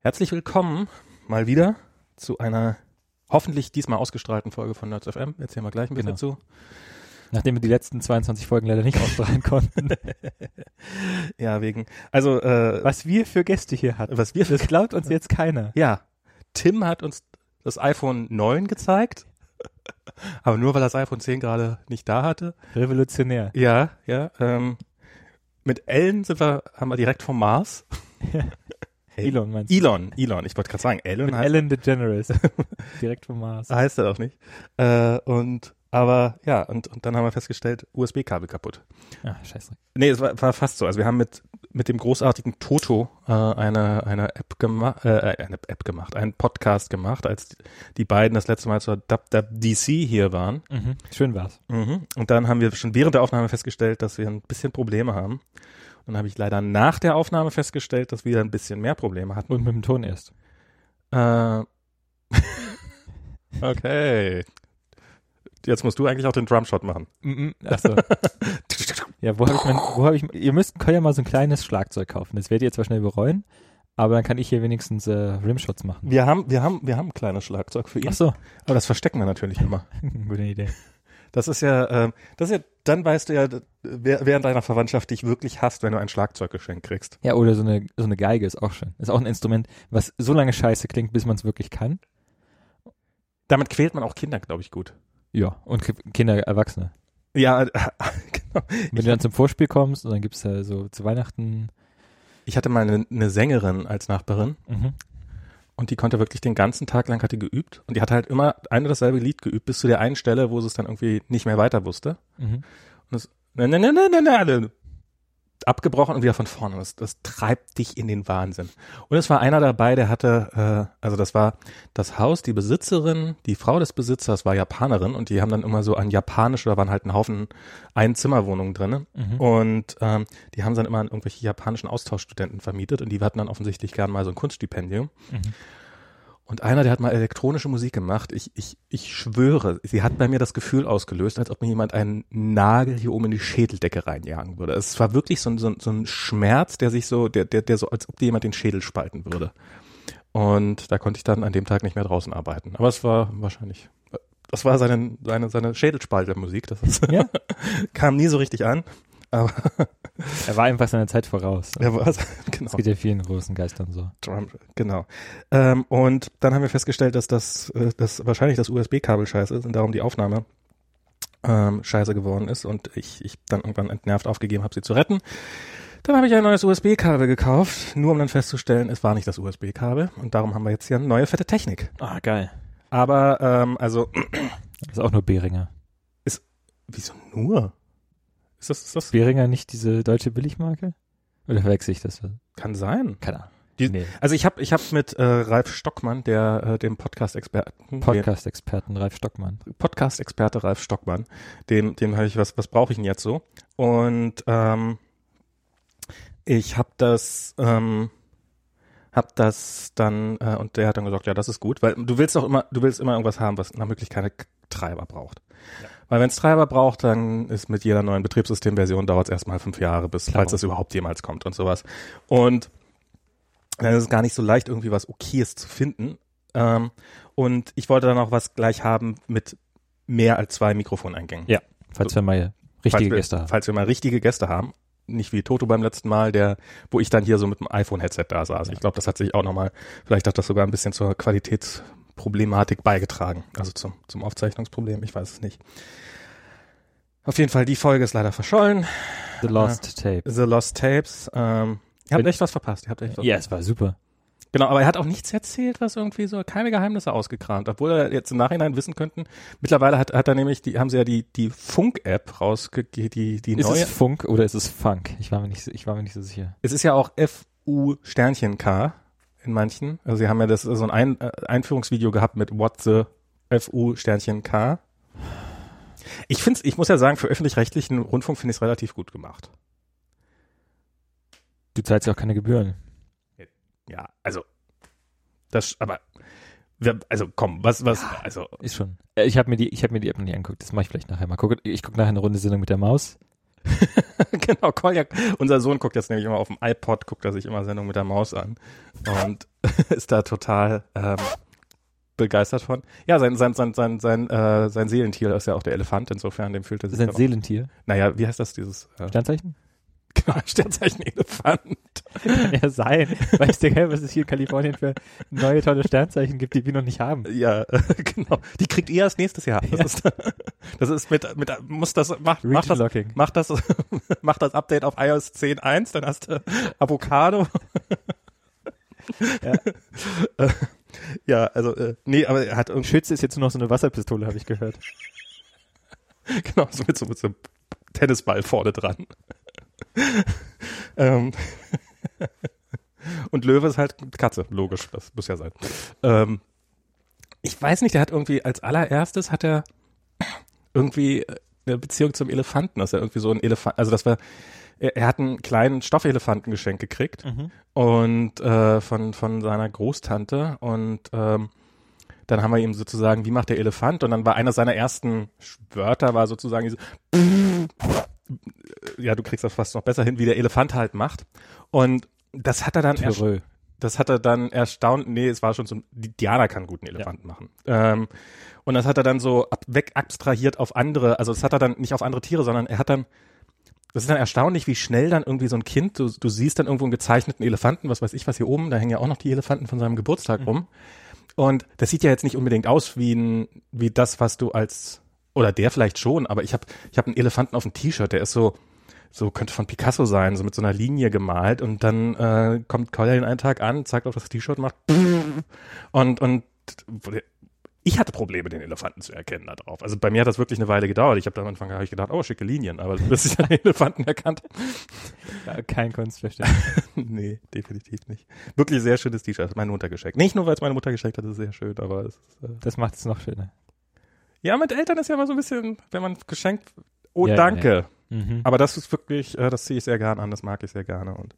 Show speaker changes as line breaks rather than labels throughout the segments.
Herzlich willkommen mal wieder zu einer hoffentlich diesmal ausgestrahlten Folge von Nerds FM. Erzählen wir gleich ein bisschen
Genau.
dazu.
Nachdem wir die letzten 22 Folgen leider nicht ausstrahlen konnten.
Ja, wegen. Also, äh,
Was wir für Gäste hier hatten.
was wir
Das glaubt uns jetzt keiner.
Ja, Tim hat uns das iPhone 9 gezeigt. Aber nur weil er das iPhone 10 gerade nicht da hatte.
Revolutionär.
Ja, ja. Ähm, mit Ellen sind wir, haben wir direkt vom Mars. Ey,
Elon meinst du?
Elon, Elon. Ich wollte gerade sagen, Ellen
Mit
heißt,
Ellen DeGeneres. Direkt vom Mars.
heißt er doch nicht. Äh, und aber ja, und, und dann haben wir festgestellt, USB-Kabel kaputt.
Ah, scheiße.
Nee, es war, war fast so. Also wir haben mit, mit dem großartigen Toto äh, eine, eine App gemacht, äh, eine App gemacht, einen Podcast gemacht, als die, die beiden das letzte Mal zur DubDubDC hier waren.
Mhm. Schön war's.
Mhm. Und dann haben wir schon während der Aufnahme festgestellt, dass wir ein bisschen Probleme haben. Und dann habe ich leider nach der Aufnahme festgestellt, dass wir ein bisschen mehr Probleme hatten.
Und mit dem Ton erst.
Äh, okay. Jetzt musst du eigentlich auch den Drumshot machen.
Mhm. Achso. Ja, wo habe ich mein, wo habe ich, ihr müsst, könnt ja mal so ein kleines Schlagzeug kaufen. Das werdet ihr zwar schnell bereuen, aber dann kann ich hier wenigstens äh, Rimshots machen.
Wir haben, wir haben, wir haben ein kleines Schlagzeug für ihn.
Ach so.
Aber das verstecken wir natürlich immer.
Gute Idee.
Das ist ja, ähm, das ist ja, dann weißt du ja, d- wer, wer in deiner Verwandtschaft dich wirklich hasst, wenn du ein Schlagzeuggeschenk kriegst.
Ja, oder so eine, so eine Geige ist auch schön. Ist auch ein Instrument, was so lange scheiße klingt, bis man es wirklich kann.
Damit quält man auch Kinder, glaube ich, gut.
Ja. Und Ki- Kinder, Erwachsene.
Ja, genau.
Wenn du dann zum Vorspiel kommst und dann gibt's ja so zu Weihnachten.
Ich hatte mal eine, eine Sängerin als Nachbarin
Mhm.
und die konnte wirklich den ganzen Tag lang hat die geübt und die hat halt immer ein und dasselbe Lied geübt bis zu der einen Stelle, wo sie es dann irgendwie nicht mehr weiter wusste.
Mhm.
Nein, nein, nein, nein, nein, nein. ne, Abgebrochen und wieder von vorne. Das, das treibt dich in den Wahnsinn. Und es war einer dabei, der hatte, äh, also das war das Haus, die Besitzerin, die Frau des Besitzers war Japanerin und die haben dann immer so ein japanisch, da waren halt ein Haufen Einzimmerwohnungen drinne.
Mhm.
Und ähm, die haben dann immer an irgendwelche japanischen Austauschstudenten vermietet und die hatten dann offensichtlich gern mal so ein Kunststipendium.
Mhm.
Und einer, der hat mal elektronische Musik gemacht. Ich, ich, ich schwöre, sie hat bei mir das Gefühl ausgelöst, als ob mir jemand einen Nagel hier oben in die Schädeldecke reinjagen würde. Es war wirklich so ein, so ein, so ein Schmerz, der sich so, der, der, der so, als ob dir jemand den Schädel spalten würde. Und da konnte ich dann an dem Tag nicht mehr draußen arbeiten. Aber es war wahrscheinlich, das war seine, seine, seine Schädelspalte-Musik. Das ist,
Ja.
kam nie so richtig an. Aber
Er war einfach seiner Zeit voraus.
ja, was? Genau.
Das geht ja vielen großen Geistern so.
Drum, genau. Ähm, und dann haben wir festgestellt, dass das, äh, dass wahrscheinlich das USB-Kabel scheiße ist und darum die Aufnahme ähm, scheiße geworden ist und ich, ich dann irgendwann entnervt aufgegeben habe, sie zu retten. Dann habe ich ein neues USB-Kabel gekauft, nur um dann festzustellen, es war nicht das USB-Kabel und darum haben wir jetzt hier eine neue fette Technik.
Ah, geil.
Aber ähm, also,
Das ist auch nur Behringer.
wieso nur? Ist das, ist das
Behringer nicht diese deutsche Billigmarke? Oder verwechsel ich das?
kann sein.
Keine Ahnung.
Die-
nee.
Also ich habe ich hab mit äh, Ralf Stockmann, der äh, dem Podcast-Experten, den-
Podcast-Experten Ralf Stockmann.
Podcast-Experte Ralf Stockmann. Dem, dem habe ich was, was brauche ich denn jetzt so? Und ähm, ich habe das, ähm, hab das dann, äh, und der hat dann gesagt, ja, das ist gut, weil du willst doch immer, du willst immer irgendwas haben, was nach Möglichkeit keine K- Treiber braucht. Weil wenn es Treiber braucht, dann ist mit jeder neuen Betriebssystemversion dauert es erstmal fünf Jahre, bis
Klar.
falls das überhaupt jemals kommt und sowas. Und dann ist es gar nicht so leicht, irgendwie was Okayes zu finden. Ähm, und ich wollte dann auch was gleich haben mit mehr als zwei Mikrofoneingängen.
Ja, Falls wir mal richtige
falls wir,
Gäste haben.
Falls wir mal richtige Gäste haben. Nicht wie Toto beim letzten Mal, der, wo ich dann hier so mit dem iPhone-Headset da saß. Ich glaube, das hat sich auch nochmal, vielleicht hat das sogar ein bisschen zur Qualitätsproblematik beigetragen. Also zum, zum Aufzeichnungsproblem, ich weiß es nicht. Auf jeden Fall, die Folge ist leider verschollen.
The Lost Tape.
The Lost Tapes. Ähm, ihr habt
Wenn-
echt was verpasst. Ihr habt echt was
Ja, es war super.
Genau, aber er hat auch nichts erzählt, was irgendwie so keine Geheimnisse ausgekramt, obwohl er jetzt im Nachhinein wissen könnten. Mittlerweile hat, hat er nämlich, die haben sie ja die, die Funk-App rausgegeben, die, die
Ist
neue.
es Funk oder ist es Funk? Ich war mir nicht, so- ich war mir nicht so sicher.
Es ist ja auch FU Sternchen K in manchen. Also sie haben ja das so ein, ein äh, Einführungsvideo gehabt mit What the FU Sternchen K. Ich find's, ich muss ja sagen, für öffentlich-rechtlichen Rundfunk finde ich es relativ gut gemacht.
Du zahlst ja auch keine Gebühren.
Ja, also das, aber wer- also komm, was, was, also
Ist schon. Äh, Ich habe mir die, ich habe mir die App noch nicht angeguckt. Das mache ich vielleicht nachher mal. Gucke, ich gucke nachher eine runde Sendung mit der Maus.
genau, Kolja, unser Sohn guckt jetzt nämlich immer auf dem iPod, guckt er sich immer Sendung mit der Maus an. Und ist da total ähm, begeistert von. Ja, sein, sein, sein, sein, sein, äh, sein Seelentier ist ja auch der Elefant, insofern dem fühlte sich.
Sein
dann auch-
Seelentier.
naja, wie heißt das, dieses äh,
Sternzeichen?
genau, Sternzeichen Elefant?
Kann ja sein. Weißt du, gell, was es hier in Kalifornien für neue tolle Sternzeichen gibt, die wir noch nicht haben?
Ja, äh, genau. Die kriegt ihr erst nächstes Jahr. Das,
Ja.
ist, das ist mit, mit muss das, mach, mach
Region
das
Locking.
Mach das, mach das Update auf iOS 10.1, dann hast du Avocado.
Ja.
Äh, ja, also, äh, nee, aber er hat irgendwie,
Schütze ist jetzt nur noch so eine Wasserpistole, habe ich gehört.
genau, so mit so, mit so einem Tennisball vorne dran. ähm, und Löwe ist halt Katze, logisch, das muss ja sein. Ähm, ich weiß nicht, der hat irgendwie, als allererstes hat er irgendwie äh, eine Beziehung zum Elefanten, dass er irgendwie so ein Elefant, also das war, er, er hat einen kleinen Stoffelefanten geschenkt gekriegt und äh, von, von seiner Großtante und ähm, dann haben wir ihm sozusagen, wie macht der Elefant? Und dann war einer seiner ersten Wörter, war sozusagen diese, ja, du kriegst das fast noch besser hin, wie der Elefant halt macht. Und das hat er dann erst
Törö.
das hat er dann erstaunt, nee, es war schon so, ein- die Diana kann guten Elefanten machen. Ähm, und das hat er dann so ab, weg abstrahiert auf andere, also das hat er dann nicht auf andere Tiere, sondern er hat dann, das ist dann erstaunlich, wie schnell dann irgendwie so ein Kind, du, du siehst dann irgendwo einen gezeichneten Elefanten, was weiß ich was hier oben, da hängen ja auch noch die Elefanten von seinem Geburtstag rum. Und das sieht ja jetzt nicht unbedingt aus wie, ein, wie das, was du als, oder der vielleicht schon, aber ich habe ich hab einen Elefanten auf dem T-Shirt, der ist so, so könnte von Picasso sein, so mit so einer Linie gemalt und dann äh, kommt Colin einen Tag an, zeigt auf das T-Shirt, macht und und ich hatte Probleme, den Elefanten zu erkennen da drauf. Also bei mir hat das wirklich eine Weile gedauert. Ich habe da am Anfang hab ich gedacht, oh, schicke Linien, aber bis ich den Elefanten erkannt habe.
Ja, Kein Kunstverständnis.
Nee, definitiv nicht. Wirklich sehr schönes T-Shirt, hat meine Mutter geschenkt. Nicht nur, weil es meine Mutter geschenkt hat, ist es sehr schön, aber es ist, äh
Das macht es noch schöner.
Ja, mit Eltern ist ja immer so ein bisschen, wenn man geschenkt, oh,
Ja, ja,
danke.
Mhm.
Aber das ist wirklich, äh, das ziehe ich sehr gerne an, das mag ich sehr gerne. Und,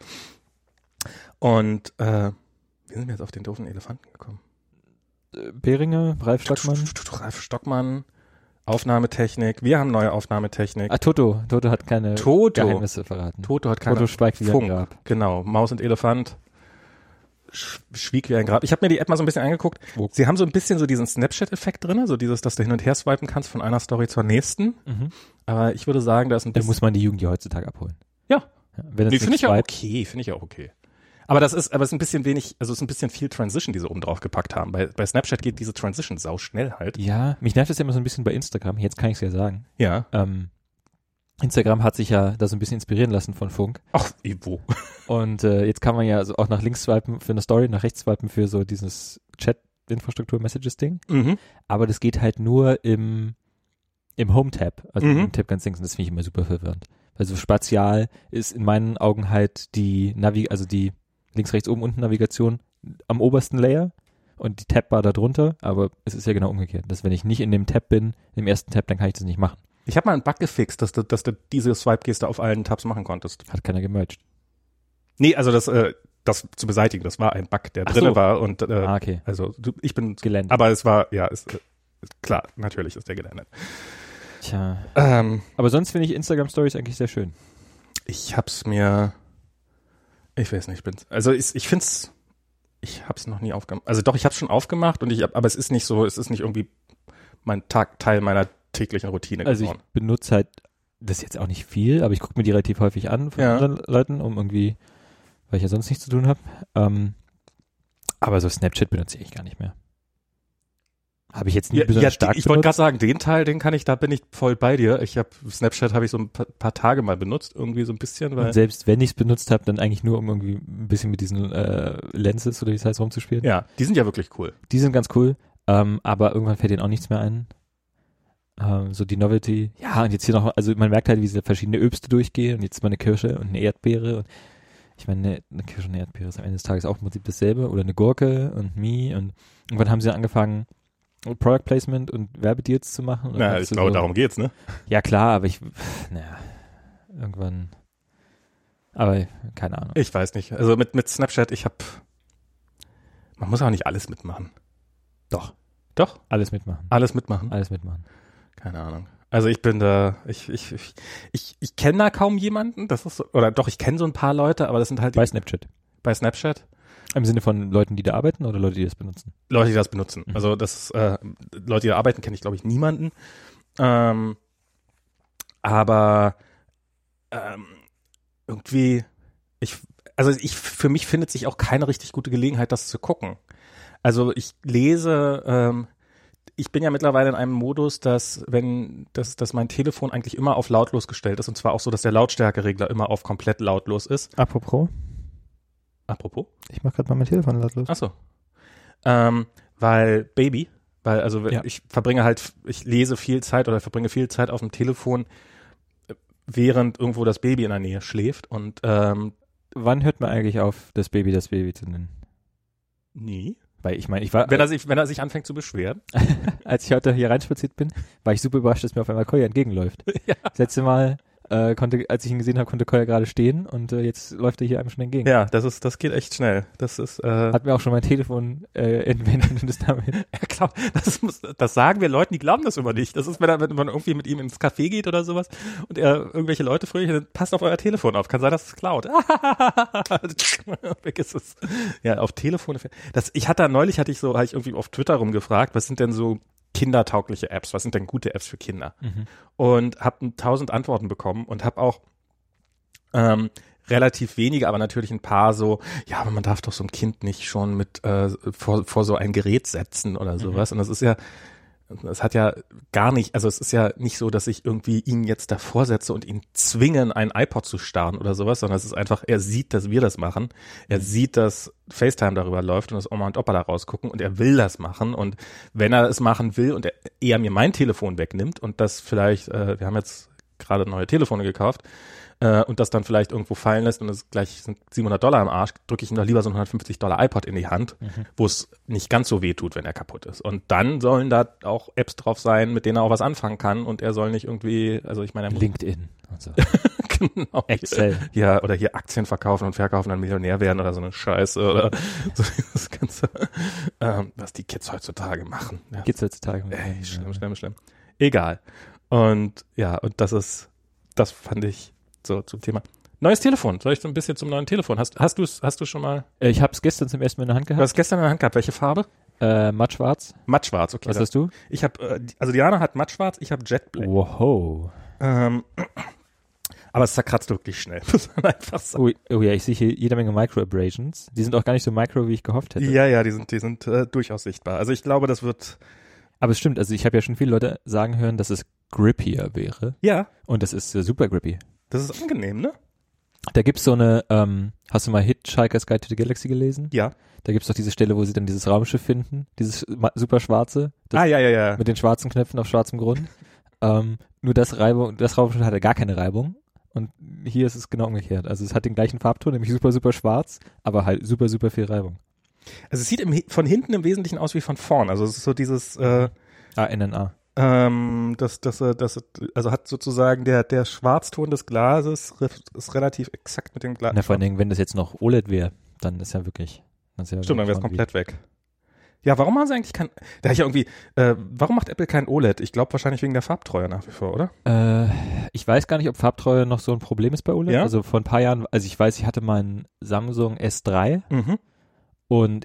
und äh, wie sind wir jetzt auf den doofen Elefanten gekommen?
äh, Beringer, Ralf Stockmann.
Ralf Stockmann, Aufnahmetechnik. Wir haben neue Aufnahmetechnik.
Ah, Toto. Toto hat keine
Toto.
Geheimnisse verraten.
Äh, Toto hat keine
Toto schweigt wie ein
Funk.
Grab.
Genau, Maus und Elefant. Sch schwieg wie ein Grab. Ich habe mir die App mal so ein bisschen angeguckt.
Schwuck.
Sie haben so ein bisschen so diesen Snapchat-Effekt drin, so dieses, dass du hin und her swipen kannst von einer Story zur nächsten.
Mhm.
Aber ich würde sagen, da ist ein
Da
bisschen.
muss man die Jugend ja heutzutage abholen.
Ja.
Wenn es
Nee, finde
nichts
ich auch
weit-
okay, finde ich auch okay. Aber das ist, aber es ist ein bisschen wenig, also es ist ein bisschen viel Transition, die sie oben drauf gepackt haben. Bei, bei Snapchat geht diese Transition sau schnell halt.
Ja, mich nervt das ja immer so ein bisschen bei Instagram. Jetzt kann ich es ja sagen.
Ja.
Ähm, Instagram hat sich ja da so ein bisschen inspirieren lassen von Funk.
Ach, Ivo.
Und äh, jetzt kann man ja also auch nach links swipen für eine Story, nach rechts swipen für so dieses Chat-Infrastruktur-Messages-Ding.
Mhm.
Aber das geht halt nur im, im Home-Tab, also
Mhm.
im Tab ganz links. Und das finde ich immer super verwirrend. Also Spatial ist in meinen Augen halt die Navi, also die links, rechts, oben, unten Navigation am obersten Layer und die Tabbar da drunter. Aber es ist ja genau umgekehrt. Dass wenn ich nicht in dem Tab bin, im ersten Tab, dann kann ich das nicht machen.
Ich habe mal einen Bug gefixt, dass du, dass du diese Swipe-Geste auf allen Tabs machen konntest.
Hat keiner gemerged.
Nee, also das, äh, das zu beseitigen, das war ein Bug, der
Ach
drin
so.
war und äh,
ah, okay.
also du, ich bin,
Gelernt.
aber es war, ja, ist, äh, ist klar, natürlich ist der gelandet.
Tja.
Ähm,
Aber sonst finde ich Instagram Stories eigentlich sehr schön.
Ich hab's mir. Ich weiß nicht, ich bin's. Also ich, ich find's. Ich hab's noch nie aufgemacht. Also doch, ich hab's schon aufgemacht und ich hab, aber es ist nicht so, es ist nicht irgendwie mein Tag, Teil meiner täglichen Routine
Also ich
geworden.
benutze halt das ist jetzt auch nicht viel, aber ich gucke mir die relativ häufig an von
Ja.
anderen Leuten, um irgendwie, weil ich ja sonst nichts zu tun habe. Ähm, aber so Snapchat benutze ich eigentlich gar nicht mehr. Habe ich jetzt nie
Ja,
besonders
ja,
stark
ich wollte gerade sagen, den Teil, den kann ich, da bin ich voll bei dir. Ich habe Snapchat habe ich so ein paar, paar Tage mal benutzt, irgendwie so ein bisschen, weil
Und selbst wenn ich es benutzt habe, dann eigentlich nur, um irgendwie ein bisschen mit diesen äh, Lenses oder wie es heißt, rumzuspielen.
ja, die sind ja wirklich cool.
Die sind ganz cool, ähm, aber irgendwann fällt denen auch nichts mehr ein. Ähm, so die Novelty. Ja, und jetzt hier noch, also man merkt halt, wie diese verschiedene Öbste durchgehen und jetzt mal eine Kirsche und eine Erdbeere und ich meine, eine, eine Kirsche und eine Erdbeere ist am Ende des Tages auch im Prinzip dasselbe oder eine Gurke und Mi und irgendwann haben sie dann angefangen, Product Placement und Werbedeals zu machen. Und dann
Na,
hast
ich
du
glaube,
so,
darum geht's, ne?
Ja, klar, aber ich, pff, naja, irgendwann, aber keine Ahnung.
Ich weiß nicht. Also mit, mit Snapchat, ich habe man muss auch nicht alles mitmachen. Doch. Doch?
Alles mitmachen.
Alles mitmachen.
Alles mitmachen.
Keine Ahnung. Also ich bin da, ich, ich, ich, ich, ich kenne da kaum jemanden, das ist so, oder doch, ich kenne so ein paar Leute, aber das sind halt
Bei Snapchat.
bei Snapchat.
Im Sinne von Leuten, die da arbeiten oder Leute, die das benutzen?
Leute, die das benutzen.
Mhm.
Also das ist, äh, Leute, die da arbeiten, kenne ich, glaube ich, niemanden. Ähm, aber ähm, irgendwie, ich, also ich, für mich findet sich auch keine richtig gute Gelegenheit, das zu gucken. Also ich lese, ähm, ich bin ja mittlerweile in einem Modus, dass wenn, dass, dass mein Telefon eigentlich immer auf lautlos gestellt ist und zwar auch so, dass der Lautstärkeregler immer auf komplett lautlos ist.
Apropos,
Apropos.
ich mach gerade mal mein Telefon lautlos.
Ah,
Ach so. Ähm, weil Baby, weil also
Ja.
ich verbringe halt, ich lese viel Zeit oder verbringe viel Zeit auf dem Telefon, äh, während irgendwo das Baby in der Nähe schläft und ähm,
Wann hört man eigentlich auf, das Baby das Baby zu nennen?
nie.
Weil ich meine, ich war,
Wenn er sich, wenn er sich anfängt zu beschweren.
als ich heute hier reinspaziert bin, war ich super überrascht, dass mir auf einmal Koya entgegenläuft. Das letzte Mal, äh, konnte, als ich ihn gesehen habe, konnte Koya gerade stehen und äh, jetzt läuft er hier einem schon entgegen.
Ja, das ist, das geht echt schnell. Das ist, äh,
Hat mir auch schon mein Telefon äh, entwendet und ist damit.
er glaubt, das, muss, das sagen wir Leuten, die glauben das immer nicht. Das ist, wenn, er, wenn man irgendwie mit ihm ins Café geht oder sowas und er irgendwelche Leute fröhlich, dann passt auf euer Telefon auf. Kann sein, dass es klaut. Weg ist es. Ja, auf Telefone. Das, ich hatte neulich, hatte ich so, habe ich irgendwie auf Twitter rumgefragt, was sind denn so kindertaugliche Apps? Was sind denn gute Apps für Kinder? Und habe tausend Antworten bekommen und habe auch ähm, relativ wenige, aber natürlich ein paar so, ja, aber man darf doch so ein Kind nicht schon mit äh, vor, vor so ein Gerät setzen oder sowas. Und das ist ja, das hat ja gar nicht, also es ist ja nicht so, dass ich irgendwie ihn jetzt davor setze und ihn zwingen, einen iPod zu starren oder sowas, sondern es ist einfach, er sieht, dass wir das machen. Er sieht, dass FaceTime darüber läuft und dass Oma und Opa da rausgucken und er will das machen. Und wenn er es machen will und er eher mir mein Telefon wegnimmt und das vielleicht, äh, wir haben jetzt gerade neue Telefone gekauft, äh, und das dann vielleicht irgendwo fallen lässt und es gleich sind 700 Dollar im Arsch, drücke ich ihm doch lieber so einen 150 Dollar iPod in die Hand, wo es nicht ganz so weh tut, wenn er kaputt ist. Und dann sollen da auch Apps drauf sein, mit denen er auch was anfangen kann und er soll nicht irgendwie, also ich meine, er muss-
LinkedIn und so.
genau,
Excel.
ja, oder hier Aktien verkaufen und verkaufen, dann Millionär werden oder so eine Scheiße oder so das Ganze, ähm, was die Kids heutzutage machen. Ja.
Geht's heutzutage mit
Ey,
dem,
schlimm,
äh,
schlimm, schlimm. Egal. Und ja, und das ist, das fand ich so zum Thema. Neues Telefon. Soll ich so ein bisschen zum neuen Telefon? Hast, hast du es, hast du schon mal?
Äh, Ich habe es gestern zum ersten Mal in der Hand
Du
gehabt.
hast gestern in der Hand gehabt. Welche Farbe?
Äh, matt schwarz.
Mattschwarz, okay.
Was
das-
hast du?
ich habe, äh, die- also Diana hat mattschwarz, ich habe Jet Black.
Wow.
Ähm, aber es zerkratzt wirklich schnell, muss man einfach sagen.
Oh, oh ja, ich sehe hier jede Menge Micro-Abrasions. Die sind auch gar nicht so micro, wie ich gehofft hätte.
Ja, ja, die sind, die sind äh, durchaus sichtbar. Also ich glaube, das wird,
Aber es stimmt, also ich habe ja schon viele Leute sagen hören, dass es grippier wäre.
ja,
Und das ist äh, super grippy.
das ist angenehm, ne?
Da gibt's so eine, ähm, hast du mal Hitchhiker's Guide to the Galaxy gelesen?
Ja.
Da gibt's doch diese Stelle, wo sie dann dieses Raumschiff finden, dieses ma- super schwarze, das
ah, ja, ja, ja.
mit den schwarzen Knöpfen auf schwarzem Grund. ähm, nur das Reibung, das Raumschiff hatte gar keine Reibung. Und hier ist es genau umgekehrt. Also es hat den gleichen Farbton, nämlich super, super schwarz, aber halt super, super viel Reibung.
Also es sieht im, von hinten im Wesentlichen aus wie von vorn. Also es ist so dieses, äh,
Ah, NNA.
Ähm, das, das, äh, das, also hat sozusagen der, der Schwarzton des Glases ref- ist relativ exakt mit dem Glas.
Na, vor allen Dingen, wenn das jetzt noch OLED wäre, dann ist ja wirklich. dann ist ja
Stimmt, dann wäre es
schon wie-
komplett weg. Ja, warum haben sie eigentlich kein, da ich ja irgendwie, äh, warum macht Apple kein OLED? Ich glaube wahrscheinlich wegen der Farbtreue nach wie vor, oder?
Äh, ich weiß gar nicht, ob Farbtreue noch so ein Problem ist bei OLED.
Ja?
Also vor ein paar Jahren, also ich weiß, ich hatte meinen Samsung S3
Mhm.
und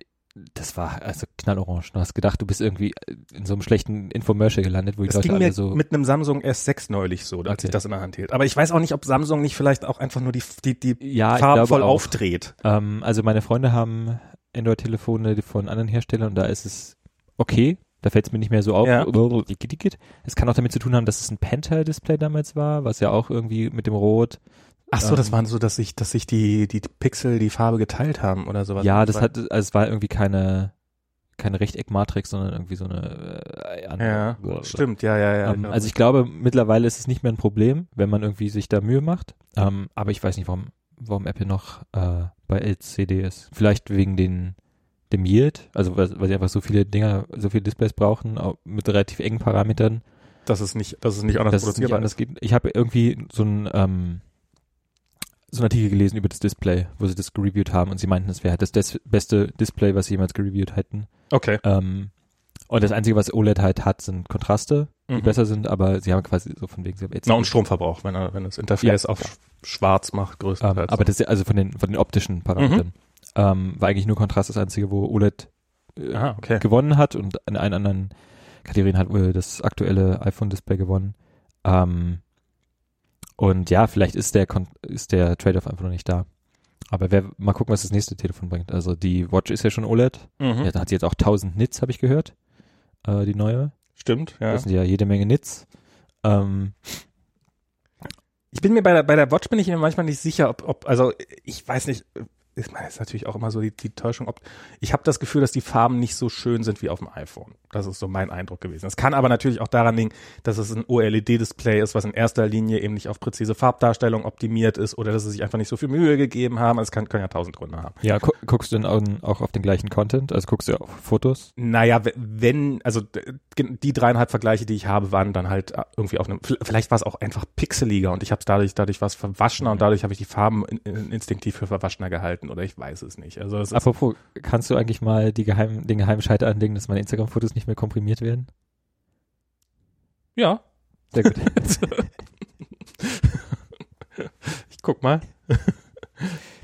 das war also knallorange. Du hast gedacht, du bist irgendwie in so einem schlechten Infomercial gelandet, wo die
Das
Leute
ging mir
alle so.
mit einem Samsung S6 neulich so, als
Okay.
ich das in der Hand hielt. Aber ich weiß auch nicht, ob Samsung nicht vielleicht auch einfach nur die, die, die
ja, ich
Farben
glaube
voll
auch.
aufdreht.
Ähm, also meine Freunde haben Android-Telefone von anderen Herstellern und da ist es okay. Da fällt es mir nicht mehr so auf.
Ja.
Dicke, dicke. Es kann auch damit zu tun haben, dass es ein Pentile-Display damals war, was ja auch irgendwie mit dem Rot.
Ach so, das
Ähm.
waren so, dass sich, dass sich die, die Pixel die Farbe geteilt haben oder sowas.
ja, das hat, also es war irgendwie keine, keine Rechteckmatrix, sondern irgendwie so eine äh, andere.
Ja,
Blablabla.
stimmt, ja, ja, ja.
Ähm,
ja.
also ich glaube, mittlerweile ist es nicht mehr ein Problem, wenn man irgendwie sich da Mühe macht. Ähm, aber ich weiß nicht, warum, warum Apple noch äh, bei LCD ist. Vielleicht wegen den, dem Yield, also weil, weil sie einfach so viele Dinger, so viele Displays brauchen, auch mit relativ engen Parametern,
dass es nicht, dass es nicht anders
dass es nicht
produzierbar
anders geht. Ich habe irgendwie so ein ähm, so einen Artikel gelesen über das Display, wo sie das gereviewt haben und sie meinten, es wäre halt das des beste Display, was sie jemals gereviewt hätten.
ist. Okay.
Ähm, und das Einzige, was OLED halt hat, sind Kontraste, die
Mhm.
besser sind, aber sie haben quasi so von wegen, sie haben jetzt
Na, und Stromverbrauch, wenn, er, wenn das Interface auf sch- schwarz macht,
Ähm,
größtenteils. Mhm.
aber das ist ja also von den, von den optischen Parametern. Ähm, war eigentlich nur Kontrast das einzige, wo OLED äh,
Ah, okay.
gewonnen hat und in allen anderen Kategorien hat wohl das aktuelle iPhone-Display gewonnen. Ähm, und ja, vielleicht ist der, Kon- ist der Trade-off einfach noch nicht da. Aber wer, mal gucken, was das nächste Telefon bringt. Also die Watch ist ja schon OLED.
Mhm.
Ja, da hat sie jetzt auch 1000 Nits, habe ich gehört. Äh, die neue.
Stimmt, ja.
Das sind ja jede Menge Nits. Ähm,
Ich bin mir bei der, bei der Watch bin ich mir manchmal nicht sicher, ob, ob also ich weiß nicht, äh, ich meine, das ist natürlich auch immer so die, die Täuschung, ob ich habe das Gefühl, dass die Farben nicht so schön sind wie auf dem iPhone. Das ist so mein Eindruck gewesen. Das kann aber natürlich auch daran liegen, dass es ein OLED-Display ist, was in erster Linie eben nicht auf präzise Farbdarstellung optimiert ist oder dass sie sich einfach nicht so viel Mühe gegeben haben. Also Es kann, können ja tausend Gründe haben.
ja, gu guckst du denn auch, auch auf den gleichen Content? Also guckst du auf Fotos?
Naja, we- wenn, also d- die dreieinhalb Vergleiche, die ich habe, waren dann halt irgendwie auf einem, v- vielleicht war es auch einfach pixeliger und ich habe es dadurch, dadurch was verwaschener und dadurch habe ich die Farben in, in, instinktiv für verwaschener gehalten oder ich weiß es nicht. Also es ist,
Apropos, kannst du eigentlich mal die geheim, den geheimen Schalter anlegen, dass meine Instagram-Fotos nicht mehr komprimiert werden?
ja,
Sehr gut.
ich guck mal.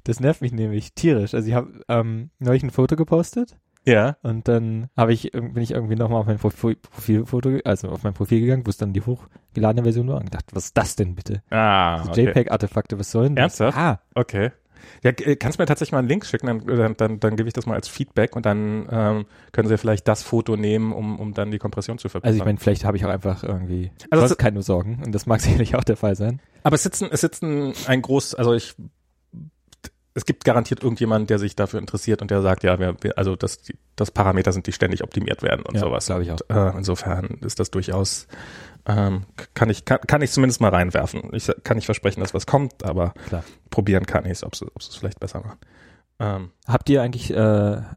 Das nervt mich nämlich tierisch. Also ich habe ähm, neulich ein Foto gepostet
Ja.
und dann habe ich, irg- bin ich irgendwie nochmal auf mein Profi- Profilfoto, ge- also auf mein Profil gegangen, wo es dann die hochgeladene Version war und gedacht, was ist das denn bitte?
Ah,
Also
okay.
JPEG-Artefakte, was sollen das?
Ernsthaft?
Ah,
okay. Ja, g- kannst du mir tatsächlich mal einen Link schicken, dann, dann, dann, dann gebe ich das mal als Feedback und dann ähm, können sie vielleicht das Foto nehmen, um, um dann die Kompression zu verbessern.
also ich meine, vielleicht habe ich auch einfach irgendwie
Also
sonst
es-
keine Sorgen und das mag sicherlich auch der Fall sein.
Aber es sitzen, es sitzen ein groß, also ich, es gibt garantiert irgendjemanden, der sich dafür interessiert und der sagt, ja, wir, wir also das, die, das Parameter sind, die ständig optimiert werden und
Ja,
sowas.
glaube ich auch.
Äh, insofern ist das durchaus, ähm, k- kann ich, kann, kann ich zumindest mal reinwerfen. Ich sa- kann nicht versprechen, dass was kommt, aber
Klar.
probieren kann ich es, ob sie ob sie es vielleicht besser machen. Ähm,
Habt ihr eigentlich, äh,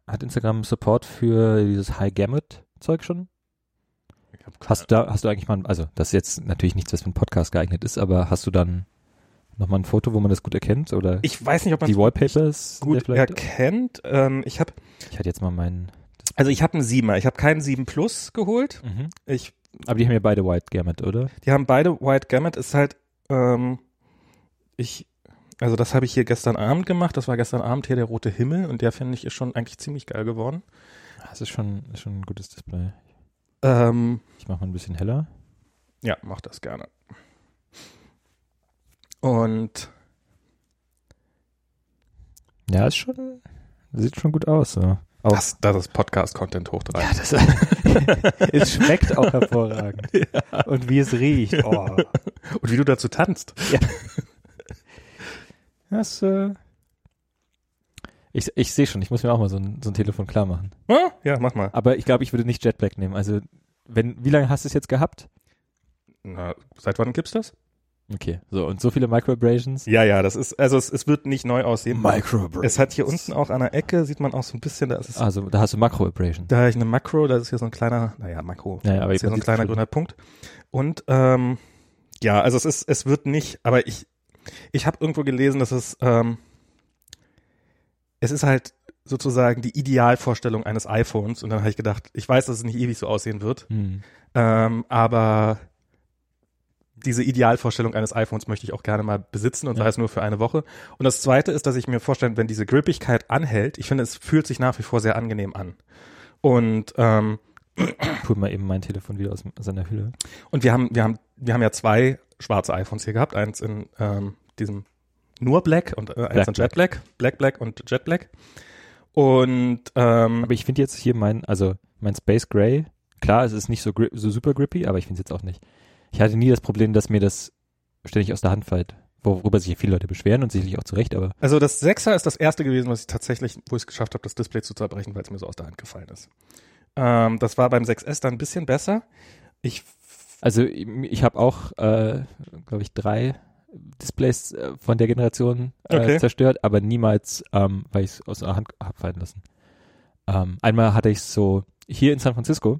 hat Instagram Support für dieses High-Gamut-Zeug schon?
ich hab keine-
Hast du da, hast du eigentlich mal, also das ist jetzt natürlich nichts, was für einen Podcast geeignet ist, aber hast du dann nochmal ein Foto, wo man das gut erkennt? Oder
ich weiß nicht, ob man
die
es
Wallpapers? sind ja
gut
vielleicht-
erkennt. Ähm, ich habe,
Ich hatte jetzt mal meinen.
also ich habe einen Siebener. Ich habe keinen 7 Plus geholt.
Mhm.
Ich
Aber die haben ja beide White Gamut, oder?
Die haben beide White Gamut, ist halt, ähm, ich, also das habe ich hier gestern Abend gemacht, das war gestern Abend hier der rote Himmel und der finde ich ist schon eigentlich ziemlich geil geworden.
Das ist schon, ist schon ein gutes Display.
Ähm,
Ich mache mal ein bisschen heller.
ja, mach das gerne. Und
Ja, ist schon, sieht schon gut aus. So. Auch,
das, das ist Podcast-Content hoch drei.
ja, das, es schmeckt auch hervorragend. Und wie es riecht. Oh.
Und wie du dazu tanzt.
Das, äh, ich, ich sehe schon, ich muss mir auch mal so ein, so ein Telefon klar machen.
Ah, Ja, mach mal.
Aber ich glaube, ich würde nicht Jet Black nehmen. Also, wenn, wie lange hast du es jetzt gehabt?
Na, seit wann gibt's das?
Okay, so und so viele Microabrasions.
Ja, ja, das ist, also es, es wird nicht neu aussehen.
Microabrasions.
Es hat hier unten auch an der Ecke, sieht man auch so ein bisschen, da ist es
Also, da hast du Makroabrasions.
Da habe ich eine Makro, das ist hier so ein kleiner, naja, Makro.
Naja, aber
das ist hier so ein
jetzt-
kleiner grüner Punkt. Und ähm, ja, also es ist, es wird nicht, aber ich, ich habe irgendwo gelesen, dass es, ähm, es ist halt sozusagen die Idealvorstellung eines iPhones. Und dann habe ich gedacht, ich weiß, dass es nicht ewig so aussehen wird,
Hm.
ähm, aber diese Idealvorstellung eines iPhones möchte ich auch gerne mal besitzen und
Ja.
sei es nur für eine Woche. Und das Zweite ist, dass ich mir vorstelle, wenn diese Grippigkeit anhält, ich finde, es fühlt sich nach wie vor sehr angenehm an. Und ähm,
Pull mal eben mein Telefon wieder aus m- seiner Hülle.
Und wir haben, wir haben, wir haben ja zwei schwarze iPhones hier gehabt. Eins in ähm, diesem nur Black und äh, eins
Black,
in Jet Black. Black Black und Jet Black. Und ähm,
Aber ich finde jetzt hier mein, also mein Space Gray, klar, es ist nicht so, gri so super grippy, aber ich finde es jetzt auch nicht. Ich hatte nie das Problem, dass mir das ständig aus der Hand fällt. Worüber sich viele Leute beschweren und sicherlich auch zu Recht, aber
also das Sechser ist das erste gewesen, was ich tatsächlich, wo ich es geschafft habe, das Display zu zerbrechen, weil es mir so aus der Hand gefallen ist. Ähm, das war beim 6S dann ein bisschen besser. Ich
Also ich- ich habe auch, äh, glaube ich, drei Displays äh, von der Generation äh,
Okay.
zerstört, aber niemals, ähm, weil ich es aus der Hand hab fallen lassen. Ähm, einmal hatte ich so hier in San Francisco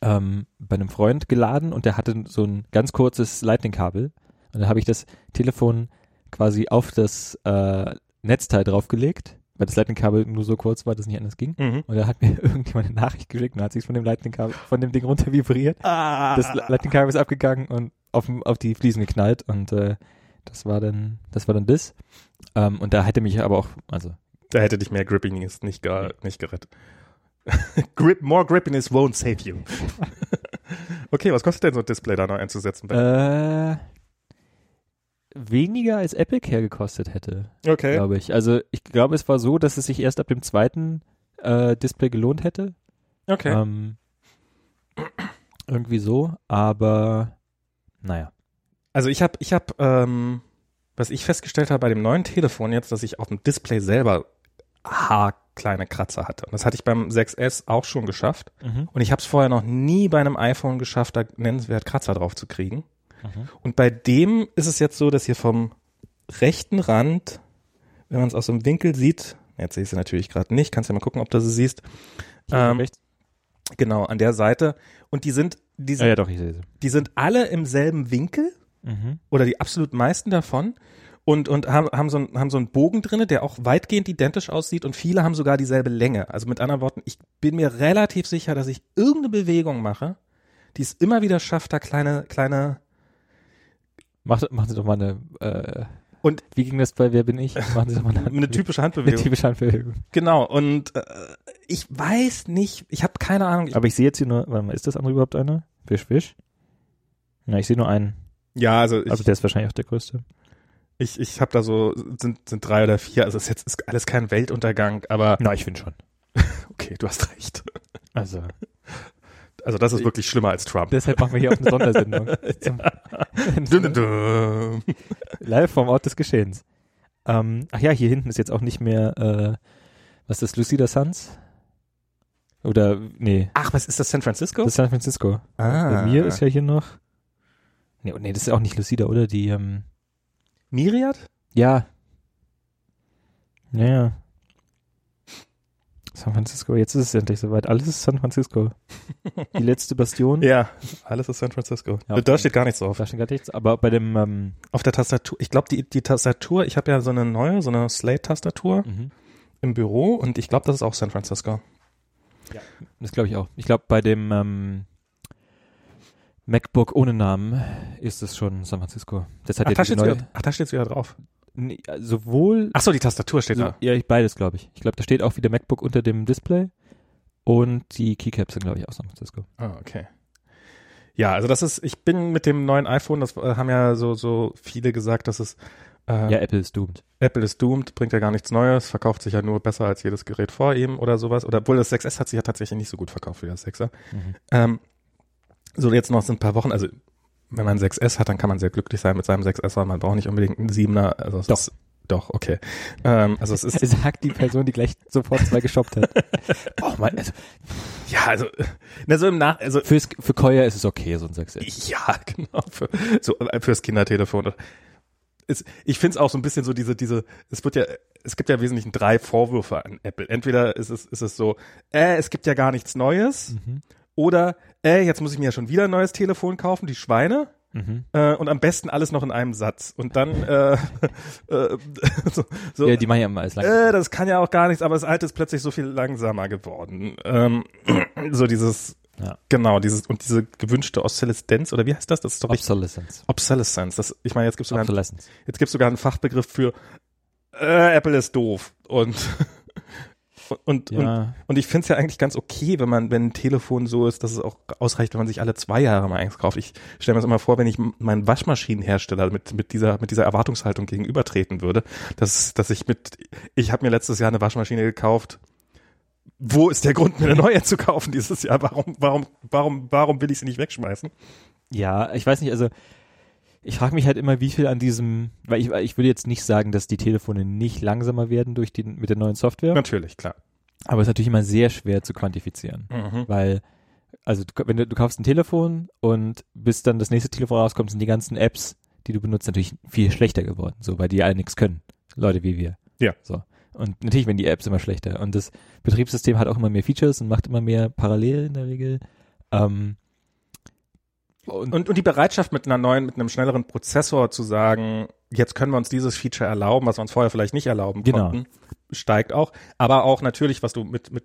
ähm, bei einem Freund geladen und der hatte so ein ganz kurzes Lightning-Kabel und dann habe ich das Telefon quasi auf das äh, Netzteil draufgelegt, weil das Lightning-Kabel nur so kurz war, dass es nicht anders ging.
mhm.
Und da hat mir irgendjemand eine Nachricht geschickt und hat sich von dem Lightning-Kabel, von dem Ding runter vibriert
ah,
das Lightning-Kabel ist abgegangen und auf, auf die Fliesen geknallt und äh, das war dann das war dann das. Ähm, und da hätte mich aber auch, also
Da hätte dich mehr Grippiness nicht, gar, nicht gerettet. Grip, more Grippiness won't save you. okay, was kostet denn so ein Display da noch einzusetzen?
Äh, weniger als Apple Care gekostet hätte,
okay.
glaube ich. Also ich glaube, es war so, dass es sich erst ab dem zweiten äh, Display gelohnt hätte.
okay.
Ähm, irgendwie so, aber naja.
Also ich habe, ich habe, ähm, was ich festgestellt habe bei dem neuen Telefon jetzt, dass ich auf dem Display selber haarkleine Kratzer hatte. Und das hatte ich beim 6S auch schon geschafft. Und ich habe es vorher noch nie bei einem iPhone geschafft, da nennenswert Kratzer drauf zu kriegen.
Mhm.
Und bei dem ist es jetzt so, dass hier vom rechten Rand, wenn man es aus so einem Winkel sieht, jetzt siehst du natürlich gerade nicht, kannst ja mal gucken, ob du sie siehst, Ähm,
rechts?
genau, an der Seite. Und die sind, die
Ah,
sind,
ja, doch, ich sehe sie.
die sind alle im selben Winkel.
Mhm.
oder die absolut meisten davon und, und haben, haben, so einen, haben so einen Bogen drinne, der auch weitgehend identisch aussieht und viele haben sogar dieselbe Länge. Also mit anderen Worten, ich bin mir relativ sicher, dass ich irgendeine Bewegung mache, die es immer wieder schafft, da kleine, kleine,
Macht, macht doch mal eine. Äh,
Und-
wie ging das bei Wer bin ich? Machen Sie doch mal
eine typische
eine
Handbewegung.
typische Handbewegung.
Genau, und äh, ich weiß nicht, ich habe keine Ahnung. Ich,
Aber ich sehe jetzt hier nur, warte mal, ist das andere überhaupt einer? Wisch, wisch. Na, ich sehe nur einen.
ja, also ich,
Also der ist wahrscheinlich auch der größte.
ich, ich habe da so, sind, sind drei oder vier, also es ist jetzt ist alles kein Weltuntergang, aber
Na, ich finde schon.
okay, du hast recht.
Also,
Also das ist wirklich schlimmer als Trump.
deshalb machen wir hier auch eine Sondersendung. Zum-
Dun, dun, dun.
Live vom Ort des Geschehens. Ähm, ach ja, hier hinten ist jetzt auch nicht mehr, äh, was ist das, Lucida Suns? Oder, nee,
Ach, was ist das San Francisco?
das ist San Francisco.
Ah.
Bei mir ist ja hier noch. Nee, oh, nee, das ist auch nicht Lucida, oder? Die, ähm,
Miriad?
Ja. Naja. San Francisco, jetzt ist es endlich soweit. Alles ist San Francisco. Die letzte Bastion.
Ja, alles ist San Francisco.
Ja.
da steht gar nichts drauf.
Da steht gar nichts, aber bei dem, ähm,
Auf der Tastatur, ich glaube, die, die Tastatur, ich habe ja so eine neue, so eine Slate-Tastatur
mhm.
im Büro und ich glaube, das ist auch San Francisco.
das glaube ich auch. Ich glaube, bei dem ähm, MacBook ohne Namen ist es schon San Francisco. Das hat
Ach,
ja
da
diese
steht's
neue,
wieder, ach, da steht's wieder drauf.
nee, äh, sowohl
Ach so, die Tastatur steht
so,
da.
ja, ich, beides, glaube ich. Ich glaube, da steht auch wieder MacBook unter dem Display und die Keycaps sind, glaube ich, auch San Francisco.
Ah, okay. Ja, also das ist, ich bin mit dem neuen iPhone, das äh, haben ja so, so viele gesagt, dass es äh,
Ja, Apple ist doomed.
Apple ist doomed, bringt ja gar nichts Neues, verkauft sich ja nur besser als jedes Gerät vor ihm oder sowas. Oder obwohl das 6S hat sich ja tatsächlich nicht so gut verkauft wie das 6er.
Mhm.
Ähm, so jetzt noch so ein paar Wochen, also wenn man 6S hat, dann kann man sehr glücklich sein mit seinem 6S, weil man braucht nicht unbedingt einen 7er. Also es
Doch.
Ist, doch, okay. Ähm, also es ist,
sagt die Person, die gleich sofort zwei geshoppt hat. Boah, mein, also
ja, also, na, so im Nach, also,
fürs, für Keuer ist es okay, so ein 6
ja, genau, für, so, äh, fürs Kindertelefon. Es, ich finde es auch so ein bisschen so diese, diese, es wird ja, es gibt ja im Wesentlichen drei Vorwürfe an Apple. Entweder ist es, ist es so, äh, es gibt ja gar nichts Neues
Mhm.
oder, äh, jetzt muss ich mir ja schon wieder ein neues Telefon kaufen, die Schweine.
Mhm.
Äh, und am besten alles noch in einem Satz. Und dann, äh, äh, so, so
Ja, die machen ja immer alles lang.
äh, das kann ja auch gar nichts, aber das alte ist plötzlich so viel langsamer geworden. Ähm, so dieses,
Ja.
genau, dieses, und diese gewünschte Oszilleszenz, oder wie heißt das? Das ist doch nicht
Obsolescence.
Obsolescence. Das, ich meine, jetzt gibt es sogar,
Obsolescence.
jetzt gibt's sogar einen Fachbegriff für, äh, Apple ist doof. Und, und, und,
Ja.
und ich finde es ja eigentlich ganz okay, wenn man, wenn ein Telefon so ist, dass es auch ausreicht, wenn man sich alle zwei Jahre mal eins kauft. Ich stelle mir das immer vor, wenn ich m- meinen Waschmaschinenhersteller mit, mit dieser, mit dieser Erwartungshaltung gegenübertreten würde, dass, dass ich mit, ich habe mir letztes Jahr eine Waschmaschine gekauft. Wo ist der Grund, mir eine neue zu kaufen dieses Jahr? Warum, warum, warum, warum will ich sie nicht wegschmeißen?
ja, ich weiß nicht, also ich frage mich halt immer, wie viel an diesem, weil ich, weil ich würde jetzt nicht sagen, dass die Telefone nicht langsamer werden durch die, mit der neuen Software,
Natürlich, klar.
aber es ist natürlich immer sehr schwer zu quantifizieren,
Mhm.
weil also du, wenn du, du kaufst ein Telefon und bis dann das nächste Telefon rauskommt, sind die ganzen Apps, die du benutzt, natürlich viel schlechter geworden, so weil die alle nichts können, Leute wie wir.
Ja.
So. Und natürlich werden die Apps immer schlechter. Und das Betriebssystem hat auch immer mehr Features und macht immer mehr parallel in der Regel. Ähm, und,
Und, und die Bereitschaft mit einer neuen, mit einem schnelleren Prozessor zu sagen, jetzt können wir uns dieses Feature erlauben, was wir uns vorher vielleicht nicht erlauben
Genau.
konnten, steigt auch. Aber auch natürlich, was du mit, mit,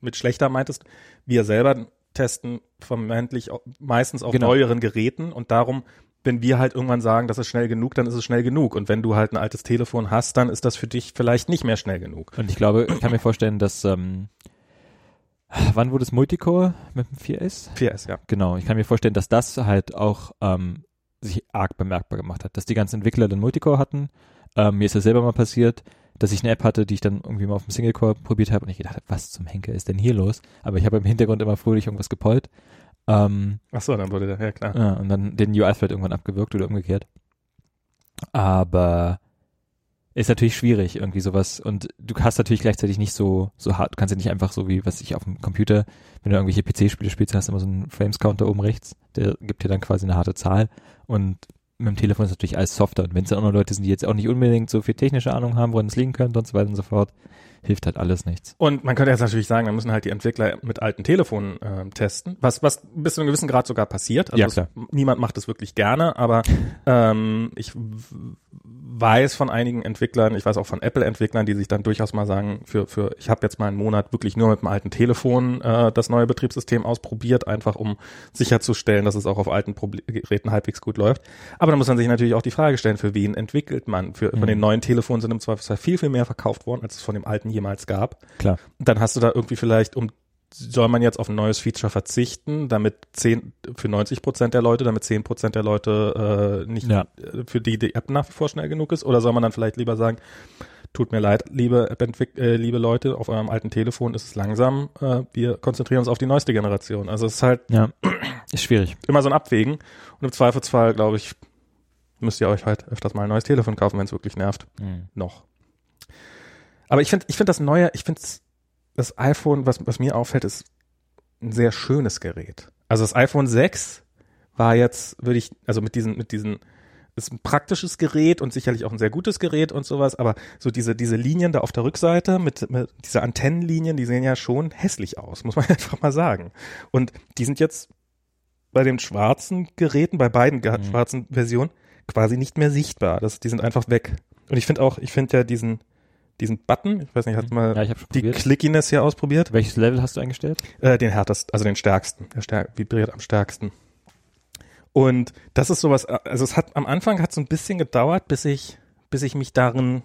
mit schlechter meintest, wir selber testen vermeintlich auch, meistens auf
Genau.
neueren Geräten und darum wenn wir halt irgendwann sagen, das ist schnell genug, dann ist es schnell genug. Und wenn du halt ein altes Telefon hast, dann ist das für dich vielleicht nicht mehr schnell genug.
Und ich glaube, ich kann mir vorstellen, dass, ähm, wann wurde es Multicore mit dem 4S?
4S, ja.
Genau, ich kann mir vorstellen, dass das halt auch ähm, sich arg bemerkbar gemacht hat, dass die ganzen Entwickler den Multicore hatten. Ähm, mir ist das selber mal passiert, dass ich eine App hatte, die ich dann irgendwie mal auf dem Singlecore probiert habe und ich gedacht habe, was zum Henker ist denn hier los? Aber ich habe im Hintergrund immer fröhlich irgendwas gepollt. Ähm,
Ach so, dann wurde der, ja klar.
ja, und dann den UI vielleicht irgendwann abgewirkt oder umgekehrt. Aber ist natürlich schwierig irgendwie sowas und du hast natürlich gleichzeitig nicht so so hart, du kannst ja nicht einfach so wie was ich auf dem Computer, wenn du irgendwelche PC-Spiele spielst, hast du immer so einen Frames Counter oben rechts, der gibt dir dann quasi eine harte Zahl und mit dem Telefon ist natürlich alles softer und wenn es dann auch noch Leute sind, die jetzt auch nicht unbedingt so viel technische Ahnung haben, woran es liegen könnte und so weiter und so fort, hilft halt alles nichts.
Und man könnte jetzt natürlich sagen, da müssen halt die Entwickler mit alten Telefonen ähm, testen, was, was bis zu einem gewissen Grad sogar passiert. Also
Ja,
es-
klar.
niemand macht das wirklich gerne, aber ähm, ich w- weiß von einigen Entwicklern, ich weiß auch von Apple-Entwicklern, die sich dann durchaus mal sagen, für, für ich habe jetzt mal einen Monat wirklich nur mit dem alten Telefon äh, das neue Betriebssystem ausprobiert, einfach um sicherzustellen, dass es auch auf alten Proble Geräten halbwegs gut läuft. Aber da muss man sich natürlich auch die Frage stellen, für wen entwickelt man? Für,
Mhm.
Von den neuen Telefonen sind im Zweifelsfall viel, viel mehr verkauft worden, als es von dem alten jemals gab
Klar.
dann hast du da irgendwie vielleicht um soll man jetzt auf ein neues Feature verzichten, damit 10, für 90 Prozent der Leute, damit 10 Prozent der Leute äh, nicht
Ja.
äh, für die die App nach wie vor schnell genug ist? Oder soll man dann vielleicht lieber sagen, tut mir leid, liebe App-Entwick- äh, liebe Leute, auf eurem alten Telefon ist es langsam, äh, wir konzentrieren uns auf die neueste Generation. Also es ist halt
Ja. Ist schwierig.
immer so ein Abwägen und im Zweifelsfall, glaube ich, müsst ihr euch halt öfters mal ein neues Telefon kaufen, wenn es wirklich nervt
Mhm.
noch. Aber ich finde ich find das neue, ich finde das iPhone, was, was mir auffällt, ist ein sehr schönes Gerät. Also das iPhone 6 war jetzt, würde ich, also mit diesen, mit diesen, ist ein praktisches Gerät und sicherlich auch ein sehr gutes Gerät und sowas, aber so diese, diese Linien da auf der Rückseite mit, mit diese Antennenlinien, die sehen ja schon hässlich aus, muss man einfach mal sagen. Und die sind jetzt bei den schwarzen Geräten, bei beiden ge-
Mhm.
schwarzen Versionen quasi nicht mehr sichtbar. Das, die sind einfach weg. Und ich finde auch, ich finde ja diesen, diesen Button, ich weiß nicht, hat mal
Mhm. Ja, ich habe schon
die
probiert.
Clickiness hier ausprobiert,
Welches Level hast du eingestellt?
äh, den härtesten, also den stärksten, der stärk, vibriert am stärksten. Und das ist sowas, also es hat am Anfang hat so ein bisschen gedauert, bis ich, bis ich mich darin,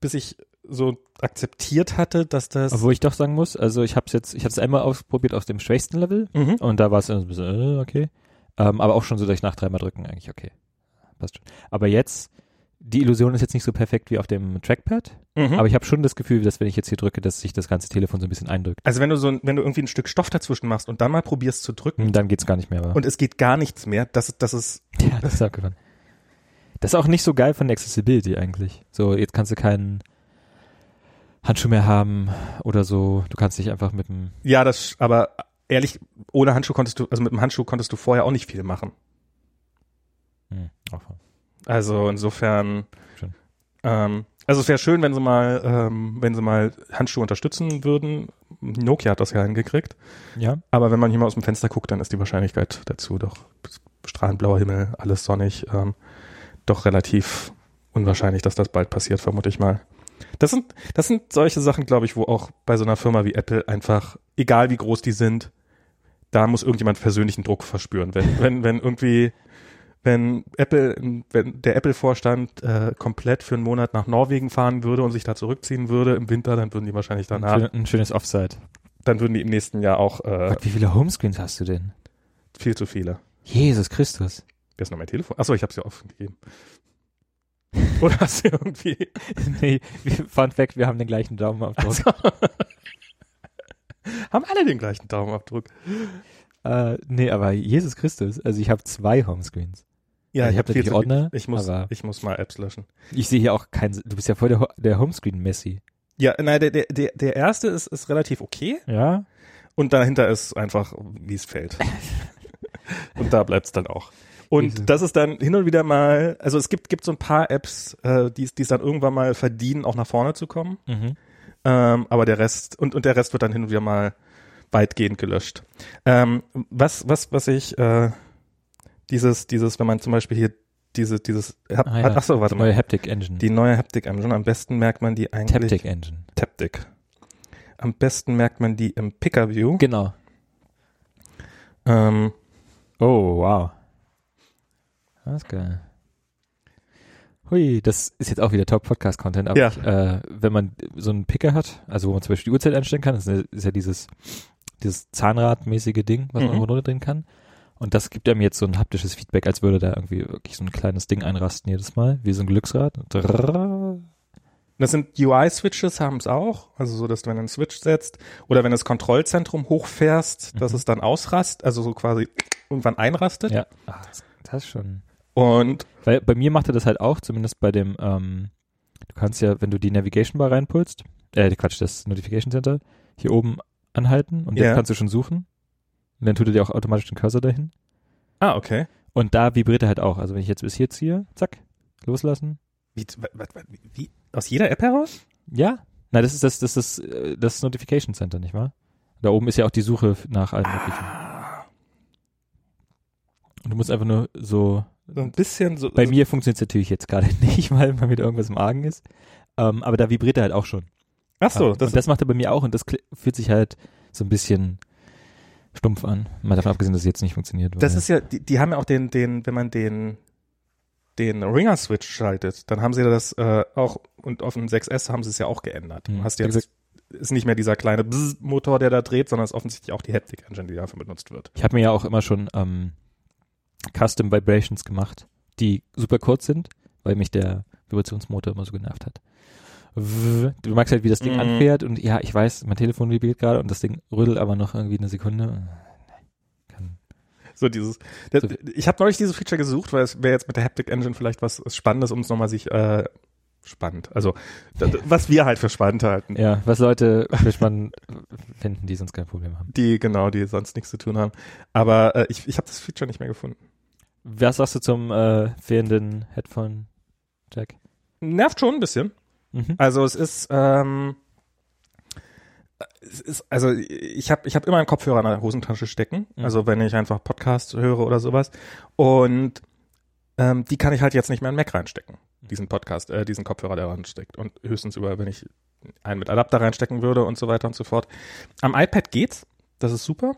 bis ich so akzeptiert hatte, dass das.
Obwohl ich doch sagen muss, also ich habe es jetzt, ich habe es einmal ausprobiert auf dem schwächsten Level
mhm.
und da war es dann so ein bisschen, äh, okay. Ähm, aber auch schon so, dass ich nach dreimal drücken eigentlich, okay. Passt schon. Aber jetzt, die Illusion ist jetzt nicht so perfekt wie auf dem Trackpad,
Mhm.
aber ich habe schon das Gefühl, dass wenn ich jetzt hier drücke, dass sich das ganze Telefon so ein bisschen eindrückt.
also wenn du so, ein- wenn du irgendwie ein Stück Stoff dazwischen machst und dann mal probierst zu drücken
Hm, Dann geht's gar nicht mehr. Aber.
und es geht gar nichts mehr, das, das ist
ja, das ist abgefahren. Das ist auch nicht so geil von der Accessibility eigentlich. So, jetzt kannst du keinen Handschuh mehr haben oder so. Du kannst dich einfach mit dem
Ja, das, sch- aber ehrlich, ohne Handschuh konntest du, also mit dem Handschuh konntest du vorher auch nicht viel machen.
hm, aufhören.
Also insofern,
Schön.
ähm, also es wäre schön, wenn sie mal, ähm, wenn sie mal Handschuhe unterstützen würden. Nokia hat das ja hingekriegt.
Ja,
Aber wenn man hier mal aus dem Fenster guckt, dann ist die Wahrscheinlichkeit dazu doch strahlend blauer Himmel, alles sonnig, ähm, doch relativ unwahrscheinlich, dass das bald passiert, vermute ich mal. Das sind, das sind solche Sachen, glaube ich, wo auch bei so einer Firma wie Apple einfach, egal wie groß die sind, da muss irgendjemand persönlichen Druck verspüren. Wenn, wenn, wenn irgendwie, wenn Apple, wenn der Apple-Vorstand äh, komplett für einen Monat nach Norwegen fahren würde und sich da zurückziehen würde im Winter, dann würden die wahrscheinlich
ein,
danach,
schön- ein schönes Offside.
dann würden die im nächsten Jahr auch äh,
Gott, wie viele Homescreens hast du denn?
viel zu viele.
Jesus Christus.
Wer ist noch mein Telefon? Achso, ich hab's ja offen gegeben. Oder hast du irgendwie.
nee, wir- Fun Fact, wir haben den gleichen Daumenabdruck.
Haben alle den gleichen Daumenabdruck?
Äh, nee, aber Jesus Christus. Also ich habe zwei Homescreens. Also
Ja,
ich hab natürlich
viel zu-
Ordner,
Ich muss,
aber-
ich muss mal Apps löschen.
Ich sehe hier auch kein, du bist ja voll der, Ho- der Homescreen-Messi.
Ja, nein, der, der, der der erste ist, ist relativ okay
Ja?
und dahinter ist einfach, wie es fällt. und da bleibt's dann auch. Und
Diese-
das ist dann hin und wieder mal, also es gibt, gibt so ein paar Apps, äh, die es die es dann irgendwann mal verdienen, auch nach vorne zu kommen.
Mhm.
Ähm, aber der Rest, und, und der Rest wird dann hin und wieder mal weitgehend gelöscht. Ähm, was, was, was ich, äh, dieses, dieses, wenn man zum Beispiel hier diese, dieses, hab,
Ah, ja.
ach so, warte
Die neue
mal.
Haptic Engine.
Die neue Haptik Engine, am besten merkt man die eigentlich.
Taptic Engine.
Taptic. Am besten merkt man die im Picker-View.
Genau.
Ähm,
Oh, wow. Das ist geil. Hui, das ist jetzt auch wieder Top-Podcast-Content, aber
Ja.
ich, äh, wenn man so einen Picker hat, also wo man zum Beispiel die Uhrzeit einstellen kann, das ist ja- ist ja dieses, dieses Zahnradmäßige Ding, was man
Mhm.
man runterdrehen kann. Und das gibt einem jetzt so ein haptisches Feedback, als würde da irgendwie wirklich so ein kleines Ding einrasten jedes Mal, wie so ein Glücksrad. Drrrr.
Das sind UI-Switches, haben es auch. Also so, dass du, wenn du einen Switch setzt oder wenn du das Kontrollzentrum hochfährst, dass
Mhm.
es dann ausrast, also so quasi irgendwann einrastet.
Ja, Ah, das- das ist schon.
Und
Weil bei mir macht er das halt auch, zumindest bei dem, ähm, du kannst ja, wenn du die Navigation Bar reinpulst, äh, Quatsch, das Notification Center, hier oben anhalten und
Ja.
jetzt kannst du schon suchen. Und dann tut er dir auch automatisch den Cursor dahin.
ah, okay.
Und da vibriert er halt auch. Also wenn ich jetzt bis hier ziehe, zack, loslassen.
Wie, wa- wa- wa- wie, aus jeder App heraus?
Ja? Na, das ist das, das ist das, äh, das Notification Center, nicht wahr? Da oben ist ja auch die Suche f- nach allem möglichen.
Ah,
Und du musst einfach nur so.
so ein bisschen so.
Bei
so,
mir funktioniert es natürlich jetzt gerade nicht, weil mal wieder irgendwas im Argen ist. Ähm, aber da vibriert er halt auch schon.
ach so,
das,
das,
Ah, und das macht er bei mir auch und das kli- fühlt sich halt so ein bisschen stumpf an. Mal davon abgesehen, dass es jetzt nicht funktioniert.
das
weil-
ist ja, die, die haben ja auch den, den, wenn man den, den Ringer-Switch schaltet, dann haben sie das äh, auch, und auf dem 6S haben sie es ja auch geändert. Du
Mhm.
hast jetzt, ist nicht mehr dieser kleine Bzzz Motor, der da dreht, sondern es ist offensichtlich auch die Haptic-Engine, die dafür benutzt wird.
Ich habe mir ja auch immer schon ähm, Custom Vibrations gemacht, die super kurz sind, weil mich der Vibrationsmotor immer so genervt hat. W- Du merkst halt, wie das Ding
Mhm.
anfährt und ja, ich weiß, mein Telefon vibriert gerade und das Ding rüttelt aber noch irgendwie eine Sekunde. Kann-
So dieses. Der,
So.
Ich habe neulich dieses Feature gesucht, weil es wäre jetzt mit der Haptic Engine vielleicht was Spannendes, um es nochmal sich äh, spannend. Also d- d- was wir halt für spannend halten.
Ja, was Leute vielleicht man finden, die sonst kein Problem haben.
Die genau, die sonst nichts zu tun haben. Aber äh, ich, ich habe das Feature nicht mehr gefunden.
Was sagst du zum äh, fehlenden Headphone, Jack?
Nervt schon ein bisschen.
Mhm.
Also es ist, ähm, es ist also ich habe ich hab immer einen Kopfhörer in der Hosentasche stecken,
Mhm.
also wenn ich einfach Podcasts höre oder sowas. Und ähm, die kann ich halt jetzt nicht mehr in den Mac reinstecken,
Mhm.
diesen Podcast, äh, diesen Kopfhörer, der ransteckt. Und höchstens über, wenn ich einen mit Adapter reinstecken würde und so weiter und so fort. Am iPad geht's, das ist super.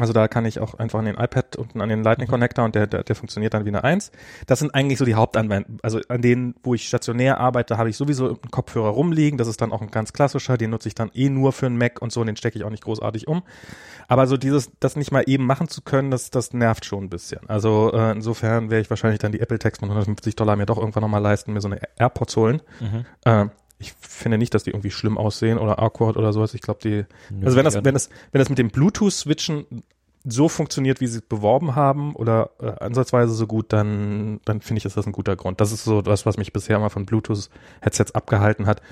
Also da kann ich auch einfach an den iPad unten an den Lightning
Mhm.
Connector und der, der, der funktioniert dann wie eine Eins. Das sind eigentlich so die Hauptanwendungen. Also an denen, wo ich stationär arbeite, habe ich sowieso einen Kopfhörer rumliegen. Das ist dann auch ein ganz klassischer. Den nutze ich dann eh nur für einen Mac und so. Und den stecke ich auch nicht großartig um. Aber so dieses, das nicht mal eben machen zu können, das, das nervt schon ein bisschen. Also äh, insofern wäre ich wahrscheinlich dann die Apple Tax von 150 Dollar mir doch irgendwann nochmal leisten, mir so eine AirPods holen.
Mhm.
Äh, ich finde nicht, dass die irgendwie schlimm aussehen oder awkward oder sowas. Ich glaube, die
Nö,
also wenn das,
egal.
wenn das, wenn das mit dem Bluetooth-Switchen so funktioniert, wie sie es beworben haben oder äh, ansatzweise so gut, dann, dann finde ich, ist das ein guter Grund. Das ist so das, was mich bisher mal von Bluetooth-Headsets abgehalten hat.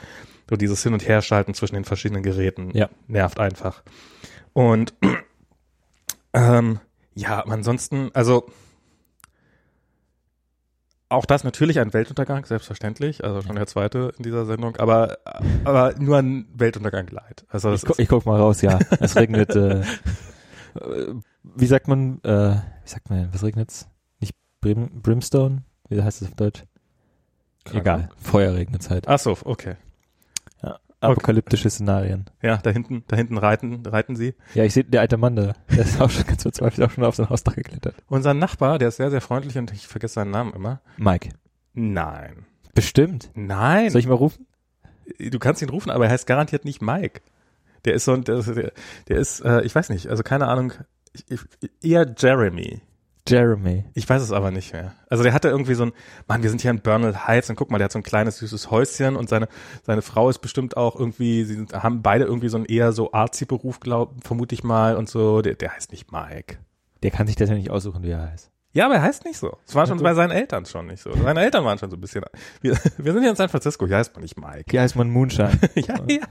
So dieses Hin- und Herschalten zwischen den verschiedenen Geräten
Ja.
nervt einfach. Und ähm, ja, aber ansonsten, also auch das natürlich ein Weltuntergang, selbstverständlich, also schon der zweite in dieser Sendung, aber, aber nur ein Weltuntergang leid. Also das
ich, gu
ist-
ich guck mal raus, ja. Es regnet. äh, äh, wie sagt man? Äh, wie sagt man? denn? Was regnet's? Nicht Brim Brimstone? Wie heißt das auf Deutsch? Egal. Feuer regnet's halt.
Ach so, okay.
Apokalyptische Szenarien.
Ja, da hinten, da hinten reiten, reiten sie.
Ja, ich sehe der alte Mann da. Der ist auch schon ganz verzweifelt auch schon auf sein Hausdach geklettert.
Unser Nachbar, der ist sehr, sehr freundlich und ich vergesse seinen Namen immer.
Mike.
Nein.
Bestimmt.
Nein.
Soll ich mal rufen?
du kannst ihn rufen, aber er heißt garantiert nicht Mike. Der ist so ein, der, der, der ist, äh, ich weiß nicht, also keine Ahnung, ich, ich, eher Jeremy.
Jeremy.
Ich weiß es aber nicht mehr. Also der hatte irgendwie so ein, Mann, wir sind hier in Bernal Heights und guck mal, der hat so ein kleines süßes Häuschen und seine seine Frau ist bestimmt auch irgendwie, sie sind, haben beide irgendwie so einen eher so Arzi-Beruf, glaub, vermute ich mal und so. Der, der heißt nicht Mike.
Der kann sich das ja nicht aussuchen, wie er heißt.
Ja, aber er heißt nicht so. Es war schon
Also-
bei seinen Eltern schon nicht so. Seine Eltern waren schon so ein bisschen. Wir, wir sind hier in San Francisco, hier heißt man nicht Mike.
Hier heißt man Moonshine.
Ja, ja.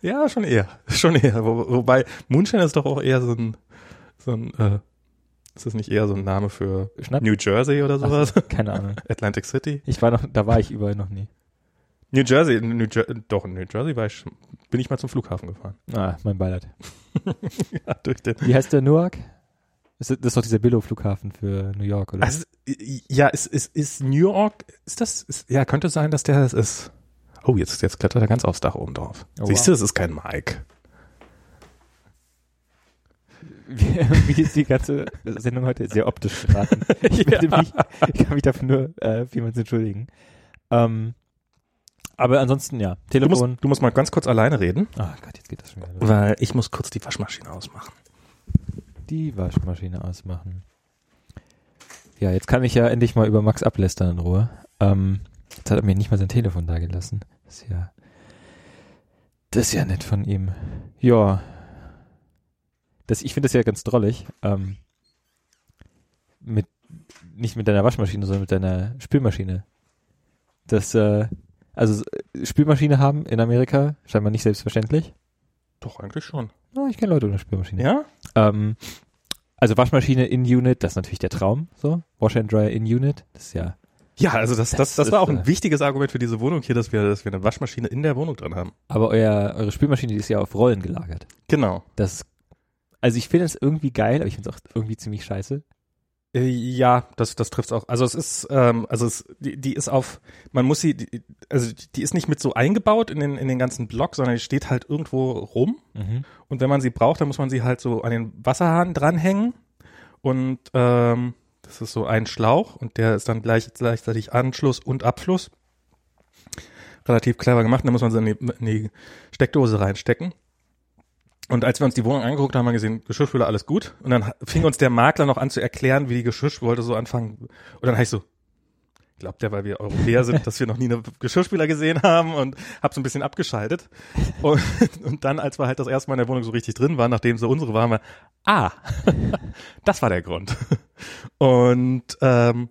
Ja, schon eher. Schon eher. Wo, wobei, Moonshine ist doch auch eher so ein, so ein, äh, ist das nicht eher so ein Name für
Schnapp?
New Jersey oder sowas?
Keine Ahnung.
Atlantic City?
Ich war noch, da war ich überall noch nie.
New Jersey, in New Jer doch, in New Jersey war ich, schon- bin ich mal zum Flughafen gefahren.
Ah, mein Beileid.
ja, durch den.
Wie heißt der Newark? Ist das das ist doch dieser Billow-Flughafen für New York, oder?
Also, ja, ist, ist, ist New York, ist das, ist, ja, könnte sein, dass der das ist. Oh, jetzt, jetzt klettert er ganz aufs Dach oben drauf.
Oh,
Siehst
wow.
du, es ist kein Mike.
wie ist die ganze Sendung heute sehr optisch geraten. Ich, bitte
Ja.
mich, ich kann mich dafür nur äh, vielmals entschuldigen. Ähm, aber ansonsten, ja,
Du musst,
Telefon.
du musst mal ganz kurz alleine reden,
Ah Gott, jetzt geht das schon wieder los.
weil ich muss kurz die Waschmaschine ausmachen.
Die Waschmaschine ausmachen. Ja, jetzt kann ich ja endlich mal über Max ablästern in Ruhe. Ähm, jetzt hat er mir nicht mal sein Telefon da gelassen. Das ist ja. Das ist ja nett von ihm. Ja. Das, ich finde das ja ganz drollig. Ähm, mit, nicht mit deiner Waschmaschine, sondern mit deiner Spülmaschine. Das, äh, also äh, Spülmaschine haben in Amerika scheinbar nicht selbstverständlich.
Doch, eigentlich schon.
Oh, ich kenne Leute ohne Spülmaschine.
Ja?
Ähm, also Waschmaschine in Unit, das ist natürlich der Traum. So, Wash and Dryer in Unit, das ist ja.
Ja, also das, das,
Das
das
ist,
war auch ein
äh,
wichtiges Argument für diese Wohnung hier, dass wir, dass wir eine Waschmaschine in der Wohnung drin haben.
Aber euer, eure Spülmaschine die ist ja auf Rollen gelagert.
Genau.
Das, also ich finde es irgendwie geil, aber ich finde es auch irgendwie ziemlich scheiße.
Äh, Ja, das, das trifft's auch. Also es ist, ähm, also es, die, die ist auf, man muss sie, die, also die ist nicht mit so eingebaut in den, in den ganzen Block, sondern die steht halt irgendwo rum.
Mhm,
Und wenn man sie braucht, dann muss man sie halt so an den Wasserhahn dranhängen. Und ähm, das ist so ein Schlauch und der ist dann gleich, gleichzeitig Anschluss und Abfluss. Relativ clever gemacht. Und dann muss man sie in die, in die Steckdose reinstecken. Und als wir uns die Wohnung angeguckt haben, haben wir gesehen, Geschirrspüler, alles gut. Und dann ha- fing uns der Makler noch an zu erklären, wie die Geschirrspüler so anfangen. Und dann habe ich so, glaubt der, weil wir Europäer sind, dass wir noch nie eine Geschirrspüler gesehen haben und habe so ein bisschen abgeschaltet. Und, und dann, als wir halt das erste Mal in der Wohnung so richtig drin waren, nachdem so unsere waren, wir, ah, das war der Grund. Und, ähm,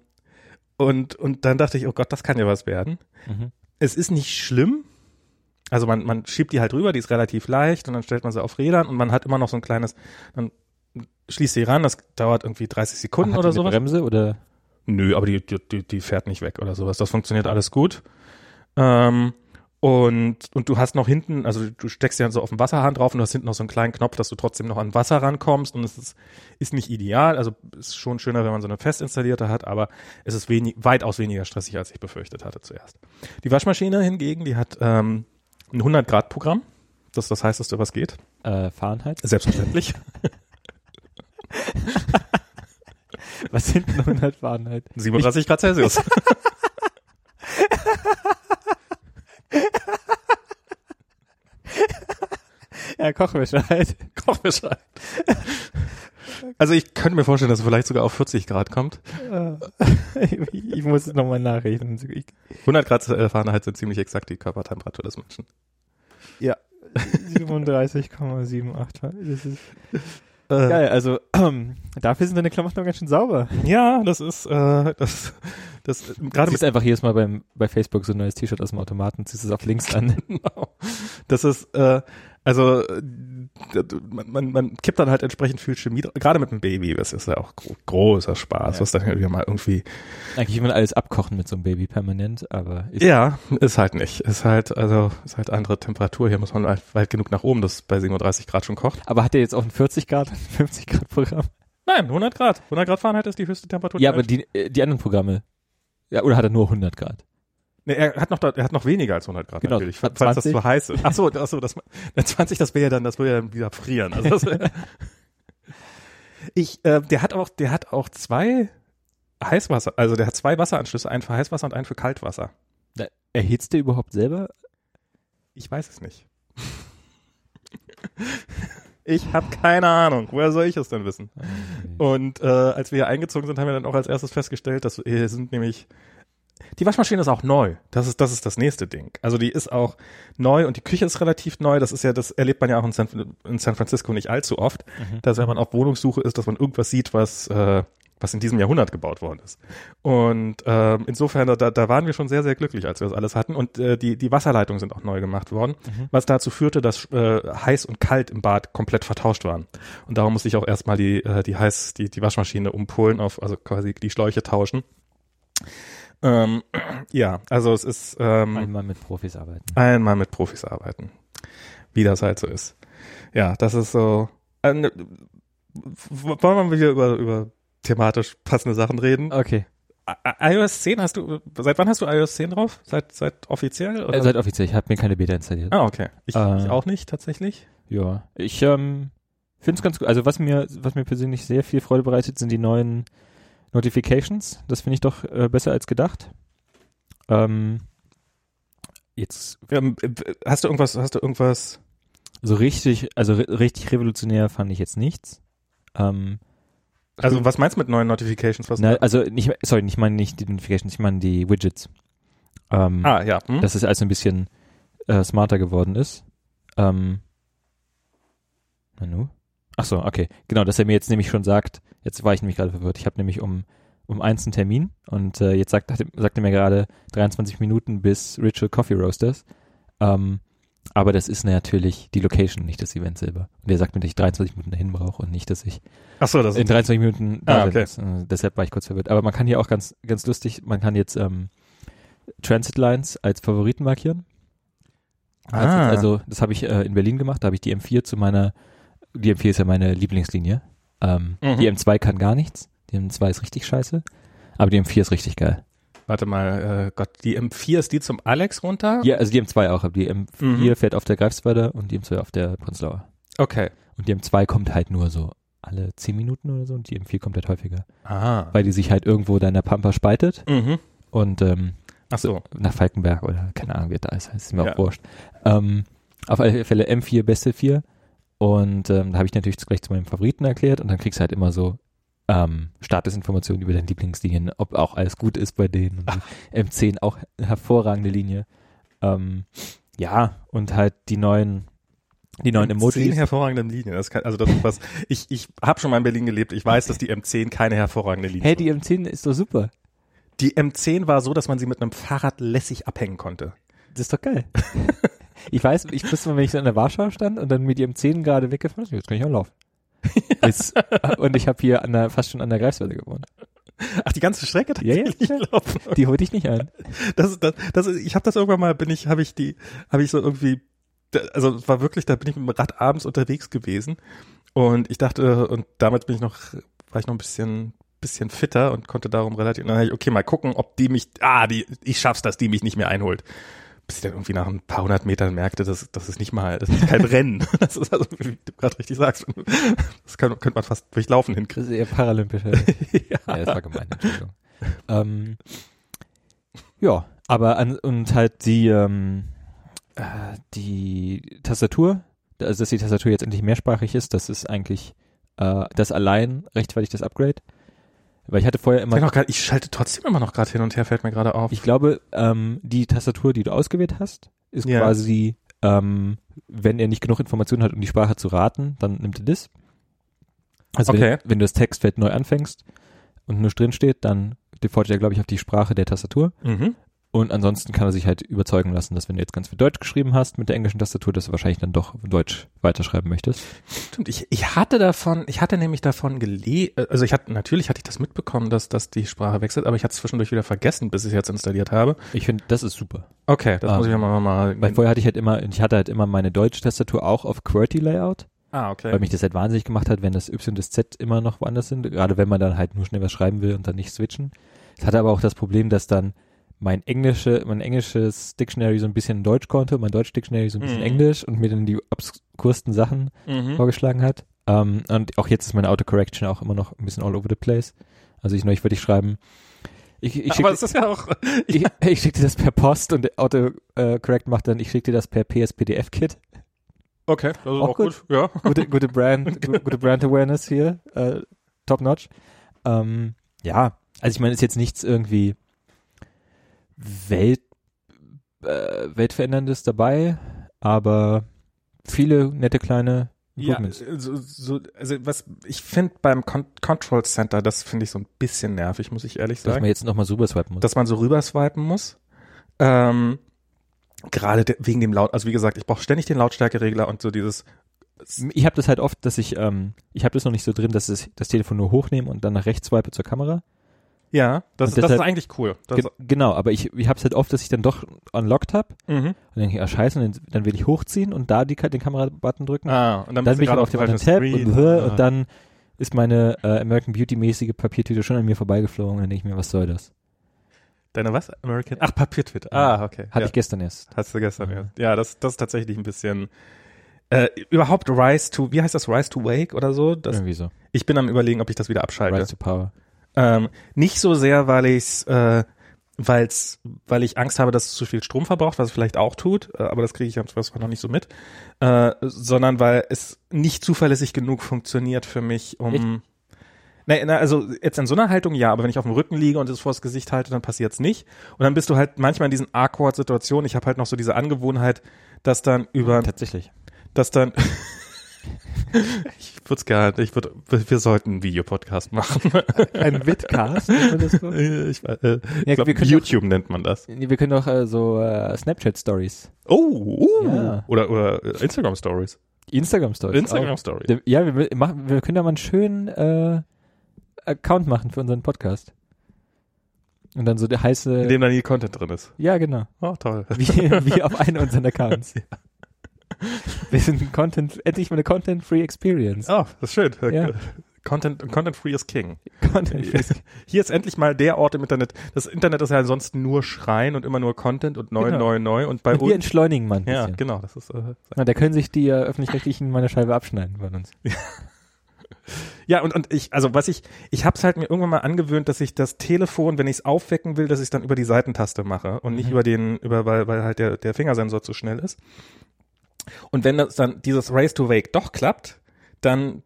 und, und dann dachte ich, oh Gott, das kann ja was werden.
Mhm.
Es ist nicht schlimm. Also man, man schiebt die halt rüber, die ist relativ leicht und dann stellt man sie auf Rädern und man hat immer noch so ein kleines, dann schließt sie ran, das dauert irgendwie 30 Sekunden
Hat
oder
die eine
sowas.
Bremse oder?
Nö, aber die, die, die, die fährt nicht weg oder sowas. Das funktioniert alles gut. Ähm, und, und du hast noch hinten, also du steckst ja so auf den Wasserhahn drauf und du hast hinten noch so einen kleinen Knopf, dass du trotzdem noch an Wasser rankommst. Und es ist, ist nicht ideal. Also ist schon schöner, wenn man so eine fest installierte hat, aber es ist wenig, weitaus weniger stressig, als ich befürchtet hatte zuerst. Die Waschmaschine hingegen, die hat ähm, ein 100-Grad-Programm. Das ist das heißeste, was geht.
Äh, Fahrenheit?
Selbstverständlich.
Was sind denn 100 Fahrenheit?
37 Grad Celsius.
Ja, Kochwäsche halt.
Kochbescheid. Also ich könnte mir vorstellen, dass es vielleicht sogar auf 40 Grad kommt.
ich, ich muss es nochmal nachrechnen. Ich,
100 Grad äh, Fahrenheit sind ziemlich exakt die Körpertemperatur des Menschen.
ja. 37,78. Das ist
Äh,
Geil, also ähm, dafür sind deine Klamotten noch ganz schön sauber.
Ja, das ist äh, das, das äh, gerade
Du
mit
siehst einfach jedes Mal beim, bei Facebook so ein neues T-Shirt aus dem Automaten, ziehst es auf links an.
genau. Das ist äh, also äh, man, man, man kippt dann halt entsprechend viel Chemie, dra- gerade mit dem Baby, das ist ja auch gro großer Spaß,
Ja.
was dann wieder mal irgendwie
Eigentlich will man alles abkochen mit so einem Baby permanent, aber ich,
Ja, ist halt nicht. Ist halt also ist halt andere Temperatur, hier muss man halt weit genug nach oben, dass es bei 37 Grad schon kocht.
aber hat der jetzt auch ein 40 Grad, ein 50 Grad Programm?
Nein, 100 Grad. 100 Grad Fahrenheit ist die höchste Temperatur.
Ja, aber die, äh, die anderen Programme. Ja, oder hat er nur 100 Grad?
nee, er hat noch da- er hat noch weniger als 100 Grad
Genau,
natürlich, falls
20.
das zu heiß ist. Ach so, ach so, das na, 20, das wäre ja dann, das würde ja dann wieder frieren. Also das wär- ich äh, der hat auch der hat auch zwei Heißwasser, also der hat zwei Wasseranschlüsse, einen für Heißwasser und einen für Kaltwasser.
Da- Erhitzt der überhaupt selber?
Ich weiß es nicht. Ich habe keine Ahnung. Woher soll ich es denn wissen? Und äh, als wir hier eingezogen sind, haben wir dann auch als erstes festgestellt, dass hier sind nämlich die Waschmaschine ist auch neu. Das ist das ist das nächste Ding. Also die ist auch neu und die Küche ist relativ neu. Das ist ja das erlebt man ja auch in San, in San Francisco nicht allzu oft, dass wenn man auf Wohnungssuche ist, dass man irgendwas sieht, was äh, was in diesem Jahrhundert gebaut worden ist. Und ähm, insofern, da, da waren wir schon sehr, sehr glücklich, als wir das alles hatten. Und äh, die, die Wasserleitungen sind auch neu gemacht worden, was dazu führte, dass äh, heiß und kalt im Bad komplett vertauscht waren. Und darum musste ich auch erstmal die, äh, die heiß, die, die Waschmaschine umpolen, auf, also quasi die Schläuche tauschen. Ähm, ja, also es ist ähm,
Einmal mit Profis arbeiten.
einmal mit Profis arbeiten, wie das halt so ist. Ja, das ist so. Äh, ne, w- wollen wir wieder über, über thematisch passende Sachen reden?
Okay.
I- Äh, I- iOS 10 hast du, seit wann hast du iOS 10 drauf? Seit, seit offiziell? Oder?
Äh, seid offiziell, ich habe mir keine Beta installiert.
ah, okay. Ich,
Äh.
ich auch nicht, tatsächlich.
Ja. Ich ähm, Finde es ganz gut. Also was mir, was mir persönlich sehr viel Freude bereitet, sind die neuen Notifications. Das finde ich doch äh, besser als gedacht. Ähm, jetzt
Ähm, äh, hast du irgendwas, hast du irgendwas?
so richtig, also ri- richtig revolutionär fand ich jetzt nichts. Ähm,
Also was meinst du mit neuen Notifications? Was
na, also nicht, sorry, ich meine nicht die Notifications, ich meine die Widgets. Ähm,
ah, ja. Hm?
dass es also ein bisschen äh, smarter geworden ist. Ähm, Manu? Ach so, okay. Genau, dass er mir jetzt nämlich schon sagt, jetzt war ich nämlich gerade verwirrt. Ich habe nämlich um, um eins einen Termin und äh, jetzt sagt, hat, sagt er mir gerade 23 Minuten bis Ritual Coffee Roasters. Ähm, aber das ist natürlich die Location, nicht das Event selber. Und er sagt mir, dass ich 23 Minuten dahin brauche und nicht, dass ich
Ach so, das
in 23 Minuten
Also
da
Ah,
bin.
okay.
Das, äh, Deshalb war ich kurz verwirrt. Aber man kann hier auch ganz, ganz lustig, man kann jetzt ähm, Transit Lines als Favoriten markieren. Also-
Ah.
Also das habe ich äh, in Berlin gemacht, da habe ich die M4 zu meiner, die M4 ist ja meine Lieblingslinie. Ähm,
Mhm.
Die M2 kann gar nichts, die M2 ist richtig scheiße, aber die M4 ist richtig geil.
warte mal, äh, Gott, die M4 ist die zum Alex runter?
Ja, also die M2 auch, aber die M4
Mhm.
fährt auf der Greifswalder und die M2 auf der Prenzlauer.
Okay.
Und die M2 kommt halt nur so alle 10 Minuten oder so und die M4 kommt halt häufiger,
Ah.
weil die sich halt irgendwo da in der Pampa spaltet
Mhm.
und ähm,
Ach so.
nach Falkenberg oder keine Ahnung, wie das alles heißt, ist mir
Ja.
auch wurscht. Ähm, auf alle Fälle M4, beste 4. Und ähm, da habe ich natürlich gleich zu meinem Favoriten erklärt und dann kriegst du halt immer so ähm, Statusinformationen über deine Lieblingslinien, ob auch alles gut ist bei denen. Und die M10 auch hervorragende Linie. Ähm, ja, und halt die neuen, die neuen
Zehn
Emojis.
hervorragenden Linien. Das kann, also das ist was. Ich ich habe schon mal in Berlin gelebt. Ich weiß, dass die M10 keine hervorragende Linie.
Hey,
war.
die M10 ist doch super.
die M10 war so, dass man sie mit einem Fahrrad lässig abhängen konnte.
Das ist doch geil. ich weiß, ich wusste mal, wenn ich so an der Warschau stand und dann mit ihrem Zehen gerade weggefahren ist, jetzt kann ich auch laufen. Bis, und ich habe hier an der, fast schon an der Greifswalde gewohnt.
Ach, die ganze Strecke?
Ja, ja,
tatsächlich
klar.
laufen?
Die holte ich nicht ein.
Das, das, das, ist- ich habe das irgendwann mal, bin ich, habe ich die, habe ich so irgendwie, da- also es war wirklich, da bin ich mit dem Rad abends unterwegs gewesen und ich dachte, und damals bin ich noch, war ich noch ein bisschen, bisschen fitter und konnte darum relativ, und dann dachte ich, okay, mal gucken, ob die mich, ah, die, ich schaff's, dass die mich nicht mehr einholt. Bis ich dann irgendwie nach ein paar hundert Metern merkte, dass das ist nicht mal, das ist kein Rennen. Das ist also, wie du gerade richtig sagst, das kann, könnte man fast durchlaufen hinkriegen.
Das ist eher paralympische. ja, das war gemein, Entschuldigung. ähm, ja, aber an, und halt die, ähm, äh, die Tastatur, also dass die Tastatur jetzt endlich mehrsprachig ist, das ist eigentlich äh, das allein rechtfertigt das Upgrade. Weil ich hatte vorher
Ich,
immer
sag noch grad, ich schalte trotzdem immer noch gerade hin und her, fällt mir gerade auf.
Ich glaube, ähm, die Tastatur, die du ausgewählt hast, ist
Ja.
quasi, ähm, wenn er nicht genug Informationen hat, um die Sprache zu raten, dann nimmt er das. Also
Okay.
wenn, wenn du das Textfeld neu anfängst und nur drin steht, dann defaultet er, glaube ich, auf die Sprache der Tastatur.
Mhm.
Und ansonsten kann er sich halt überzeugen lassen, dass wenn du jetzt ganz viel Deutsch geschrieben hast mit der englischen Tastatur, dass du wahrscheinlich dann doch Deutsch weiterschreiben möchtest.
Stimmt, ich, ich hatte davon, ich hatte nämlich davon gelesen, also ich hatte, natürlich hatte ich das mitbekommen, dass, dass die Sprache wechselt, aber ich hatte es zwischendurch wieder vergessen, bis ich es jetzt installiert habe.
Ich finde, das ist super.
Okay, das
Ah.
muss ich mir mal, mal
Weil vorher hatte ich halt immer, ich hatte halt immer meine deutsche Tastatur auch auf QWERTY-Layout.
Ah,
Weil
okay.
mich das halt wahnsinnig gemacht hat, wenn das Y und das Z immer noch woanders sind, gerade wenn man dann halt nur schnell was schreiben will und dann nicht switchen. Es hatte aber auch das Problem, dass dann mein englische, mein englisches Dictionary so ein bisschen Deutsch konnte, mein Deutsch Dictionary so ein bisschen
Mhm.
Englisch und mir dann die obskursten Sachen
Mhm.
vorgeschlagen hat. Ähm, und auch jetzt ist meine Autocorrection auch immer noch ein bisschen all over the place. Also ich neulich würde ich schreiben, ich, ich
aber
schicke
es ist ja auch,
ich, ich schick dir das per Post und der Autocorrect macht dann, ich schicke dir das per PSPDF-Kit.
okay, das ist
Auch
auch, gut. ja.
gute, gute Brand, gu- gute Brand Awareness hier, äh, top notch. Ähm, ja, also ich meine, ist jetzt nichts irgendwie Welt, äh, weltveränderndes dabei, aber viele nette kleine
Ja, äh,
Improvements.
so, so, also was, ich finde beim Con Control Center, das finde ich so ein bisschen nervig, muss ich ehrlich
dass
sagen.
man jetzt nochmal super swipen muss.
dass man so rüberswipen muss. Ähm, gerade de wegen dem Laut, also wie gesagt, ich brauche ständig den Lautstärkeregler und so dieses
ich habe das halt oft, dass ich, ähm, ich habe das noch nicht so drin, dass es das Telefon nur hochnehme und dann nach rechts swipe zur Kamera.
Ja, das, das
Und
ist
deshalb-
eigentlich cool. Das,
Ge genau, aber ich, ich habe es halt oft, dass ich dann doch unlocked habe
mhm.
und denke, ah scheiße, und dann, dann will ich hochziehen und da die, Ka- den Kamerabutton drücken.
Ah, und dann,
dann
bist du
bin ich
gerade
auf dem anderen
falschen
Tab
Screen.
und,
Ah.
und dann ist meine äh, American Beauty mäßige Papiertüte schon an mir vorbeigeflogen und dann denke ich mir, was soll das?
Deine was? American? Ach, Papiertwitter.
Ja.
Ah, okay.
Hatte
ja.
ich gestern erst.
Hast du gestern, ja. Ja, das, das ist tatsächlich ein bisschen, Äh, überhaupt Rise to, wie heißt das, Rise to Wake oder so? Das,
Irgendwie so.
ich bin am überlegen, ob ich das wieder abschalte.
Rise to Power.
Ähm, nicht so sehr, weil ich's, äh, weil's, weil ich Angst habe, dass es zu viel Strom verbraucht, was es vielleicht auch tut, äh, aber das kriege ich am Schluss noch nicht so mit, äh, sondern weil es nicht zuverlässig genug funktioniert für mich, um na, na, also jetzt in so einer Haltung ja, aber wenn ich auf dem Rücken liege und es vors Gesicht halte, dann passiert's nicht. Und dann bist du halt manchmal in diesen Awkward-Situationen. Ich habe halt noch so diese Angewohnheit, dass dann über
Tatsächlich.
dass dann. ich würde es gerne, ich würde, wir sollten einen Videopodcast machen.
Ein Witcast? wir
Äh, ich wei- äh, ich
Ja,
glaub,
wir können
YouTube nennt man das.
können doch äh, so äh, Snapchat-Stories.
Oh, uh,
Ja.
oder, oder äh, Instagram Stories.
Instagram-Stories.
Instagram Stories.
Dem- Ja, wir, mü- machen, wir können da mal einen schönen äh, Account machen für unseren Podcast. Und dann so der heiße.
In dem dann nie Content drin ist.
ja, genau.
Oh, toll.
Wie, wie auf einen unserer Accounts. Wir sind ein Content, endlich mal eine Content-Free Experience.
Oh, das ist schön.
Ja.
Content, Content Free is King.
Content
Hier ist endlich mal der Ort im Internet. Das Internet ist ja ansonsten nur Schreien und immer nur Content und neu,
Genau.
neu, neu. Und bei
Und wir
uns.
entschleunigen mal ein
Ja,
bisschen.
genau. Das ist, äh,
Na, da können sich die äh, Öffentlich-Rechtlichen meine Scheibe abschneiden von uns.
Ja, und, und ich, also was ich, ich hab's halt mir irgendwann mal angewöhnt, dass ich das Telefon, wenn ich's aufwecken will, dass ich dann über die Seitentaste mache und nicht
Mhm.
über den, über, weil, weil halt der, der Fingersensor zu schnell ist. Und wenn das dann dieses Race to Wake doch klappt, dann,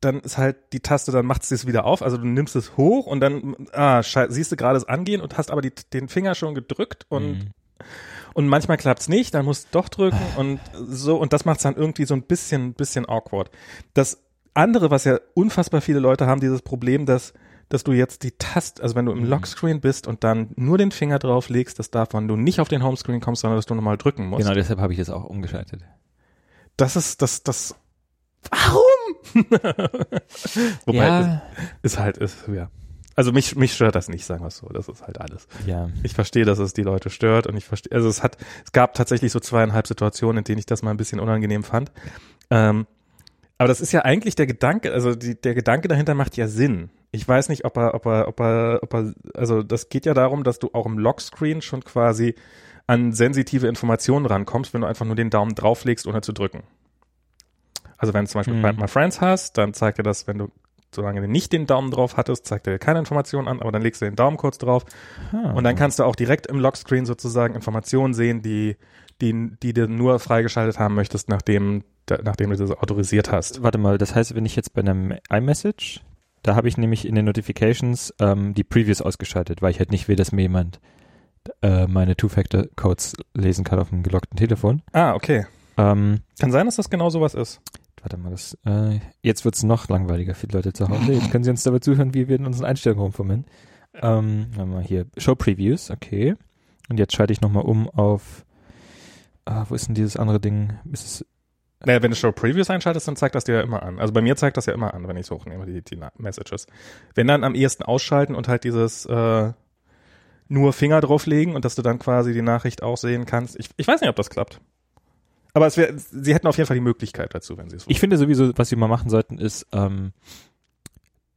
dann ist halt die Taste, dann macht's das wieder auf. Also du nimmst es hoch und dann, ah, scheiße, siehst du gerade es angehen und hast aber die, den Finger schon gedrückt und
Mhm.
und manchmal klappt's nicht, dann musst du doch drücken
Ah.
und so und das macht's dann irgendwie so ein bisschen bisschen awkward. Das andere, was ja unfassbar viele Leute haben, dieses Problem, dass dass du jetzt die Taste, also wenn
Mhm.
du im Lockscreen bist und dann nur den Finger drauf legst, dass davon du nicht auf den Homescreen kommst, sondern dass du nochmal drücken musst.
Genau, deshalb habe ich das auch umgeschaltet.
Das ist das das Warum? Wobei
ja,
ist, ist halt ist ja. Also mich mich stört das nicht, sagen wir so, das ist halt alles.
äh, ja.
Ich verstehe, dass es die Leute stört und ich verstehe, also es hat, es gab tatsächlich so zweieinhalb Situationen, in denen ich das mal ein bisschen unangenehm fand. Ähm, aber das ist ja eigentlich der Gedanke, also die, der Gedanke dahinter macht ja Sinn. Ich weiß nicht, ob er, ob er, ob er, ob er, also das geht ja darum, dass du auch im Lockscreen schon quasi an sensitive Informationen rankommst, wenn du einfach nur den Daumen drauflegst, ohne zu drücken. Also wenn du zum Beispiel
Mhm.
Find My Friends hast, dann zeigt er das, wenn du, solange du nicht den Daumen drauf hattest, zeigt er dir keine Informationen an, aber dann legst du den Daumen kurz drauf
Ah.
und dann kannst du auch direkt im Lockscreen sozusagen Informationen sehen, die, die, die du nur freigeschaltet haben möchtest, nachdem, da- nachdem du das autorisiert hast.
Warte mal, das heißt, wenn ich jetzt bei einem iMessage, da habe ich nämlich in den Notifications ähm, die Previews ausgeschaltet, weil ich halt nicht will, dass mir jemand äh, meine Two-Factor-Codes lesen kann auf dem gelockten Telefon.
Ah, okay.
Ähm,
Kann sein, dass das genau sowas ist.
warte mal, das, äh, jetzt wird's noch langweiliger für die Leute zu Hause. Jetzt können sie uns dabei zuhören, wie wir in unseren Einstellungen rumfummeln. Ähm, warte mal hier, Show-Previews, okay. Und jetzt schalte ich nochmal um auf, ah, wo ist denn dieses andere Ding? Ist es
Naja, wenn du Show Previews einschaltest, dann zeigt das dir ja immer an. Also bei mir zeigt das ja immer an, wenn ich es hochnehme, die, die Na- Messages. Wenn dann am ehesten ausschalten und halt dieses äh, nur Finger drauflegen und dass du dann quasi die Nachricht auch sehen kannst. Ich, ich weiß nicht, ob das klappt. Aber es wär, sie hätten auf jeden Fall die Möglichkeit dazu, wenn sie es
Ich finde sowieso, was wir mal machen sollten, ist ähm,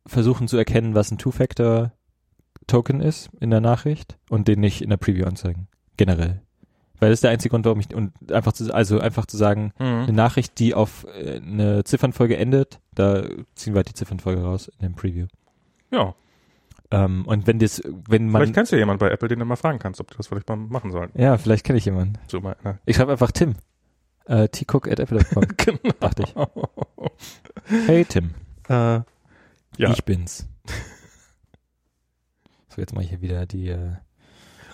versuchen zu erkennen, was ein Two-Factor-Token ist in der Nachricht und den nicht in der Preview anzeigen. Generell. Weil das ist der einzige Grund, warum ich, und einfach zu, also einfach zu sagen,
Mhm.
eine Nachricht, die auf äh, eine Ziffernfolge endet, da ziehen wir halt die Ziffernfolge raus in dem Preview.
Ja,
Ähm, und wenn das, wenn man,
vielleicht kennst du ja jemanden bei Apple, den du mal fragen kannst, ob du das vielleicht mal machen sollen.
ja, vielleicht kenne ich jemanden.
So mal, ne?
Ich schreibe einfach Tim. Äh, tcook at apple.com,
Genau.
dachte ich. Hey Tim,
äh, Ja.
ich bin's. so, jetzt mache ich hier wieder die, äh,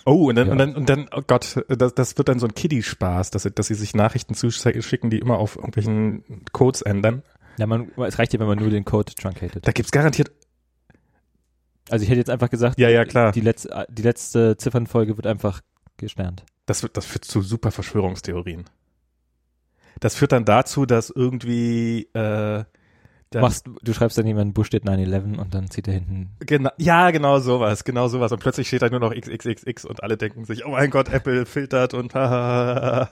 oh, und dann,
Ja.
und dann, und dann, oh Gott, das, das wird dann so ein Kiddie-Spaß, dass, sie- dass sie sich Nachrichten zuschicken, die immer auf irgendwelchen Codes ändern.
Ja, man, es reicht ja, wenn man nur den Code truncated.
Da gibt's garantiert,
Also ich hätte jetzt einfach gesagt,
ja, ja, klar,
die, letz, äh, die letzte Ziffernfolge wird einfach gesternt.
das, wird, das führt zu super Verschwörungstheorien. Das führt dann dazu, dass irgendwie, äh, dann-
Machst, du schreibst dann jemanden, Bush steht 9-11 und dann zieht er hinten.
Genau, ja, genau sowas, genau sowas. Und plötzlich steht da nur noch XXXX und alle denken sich, oh mein Gott, Apple filtert und hahaha.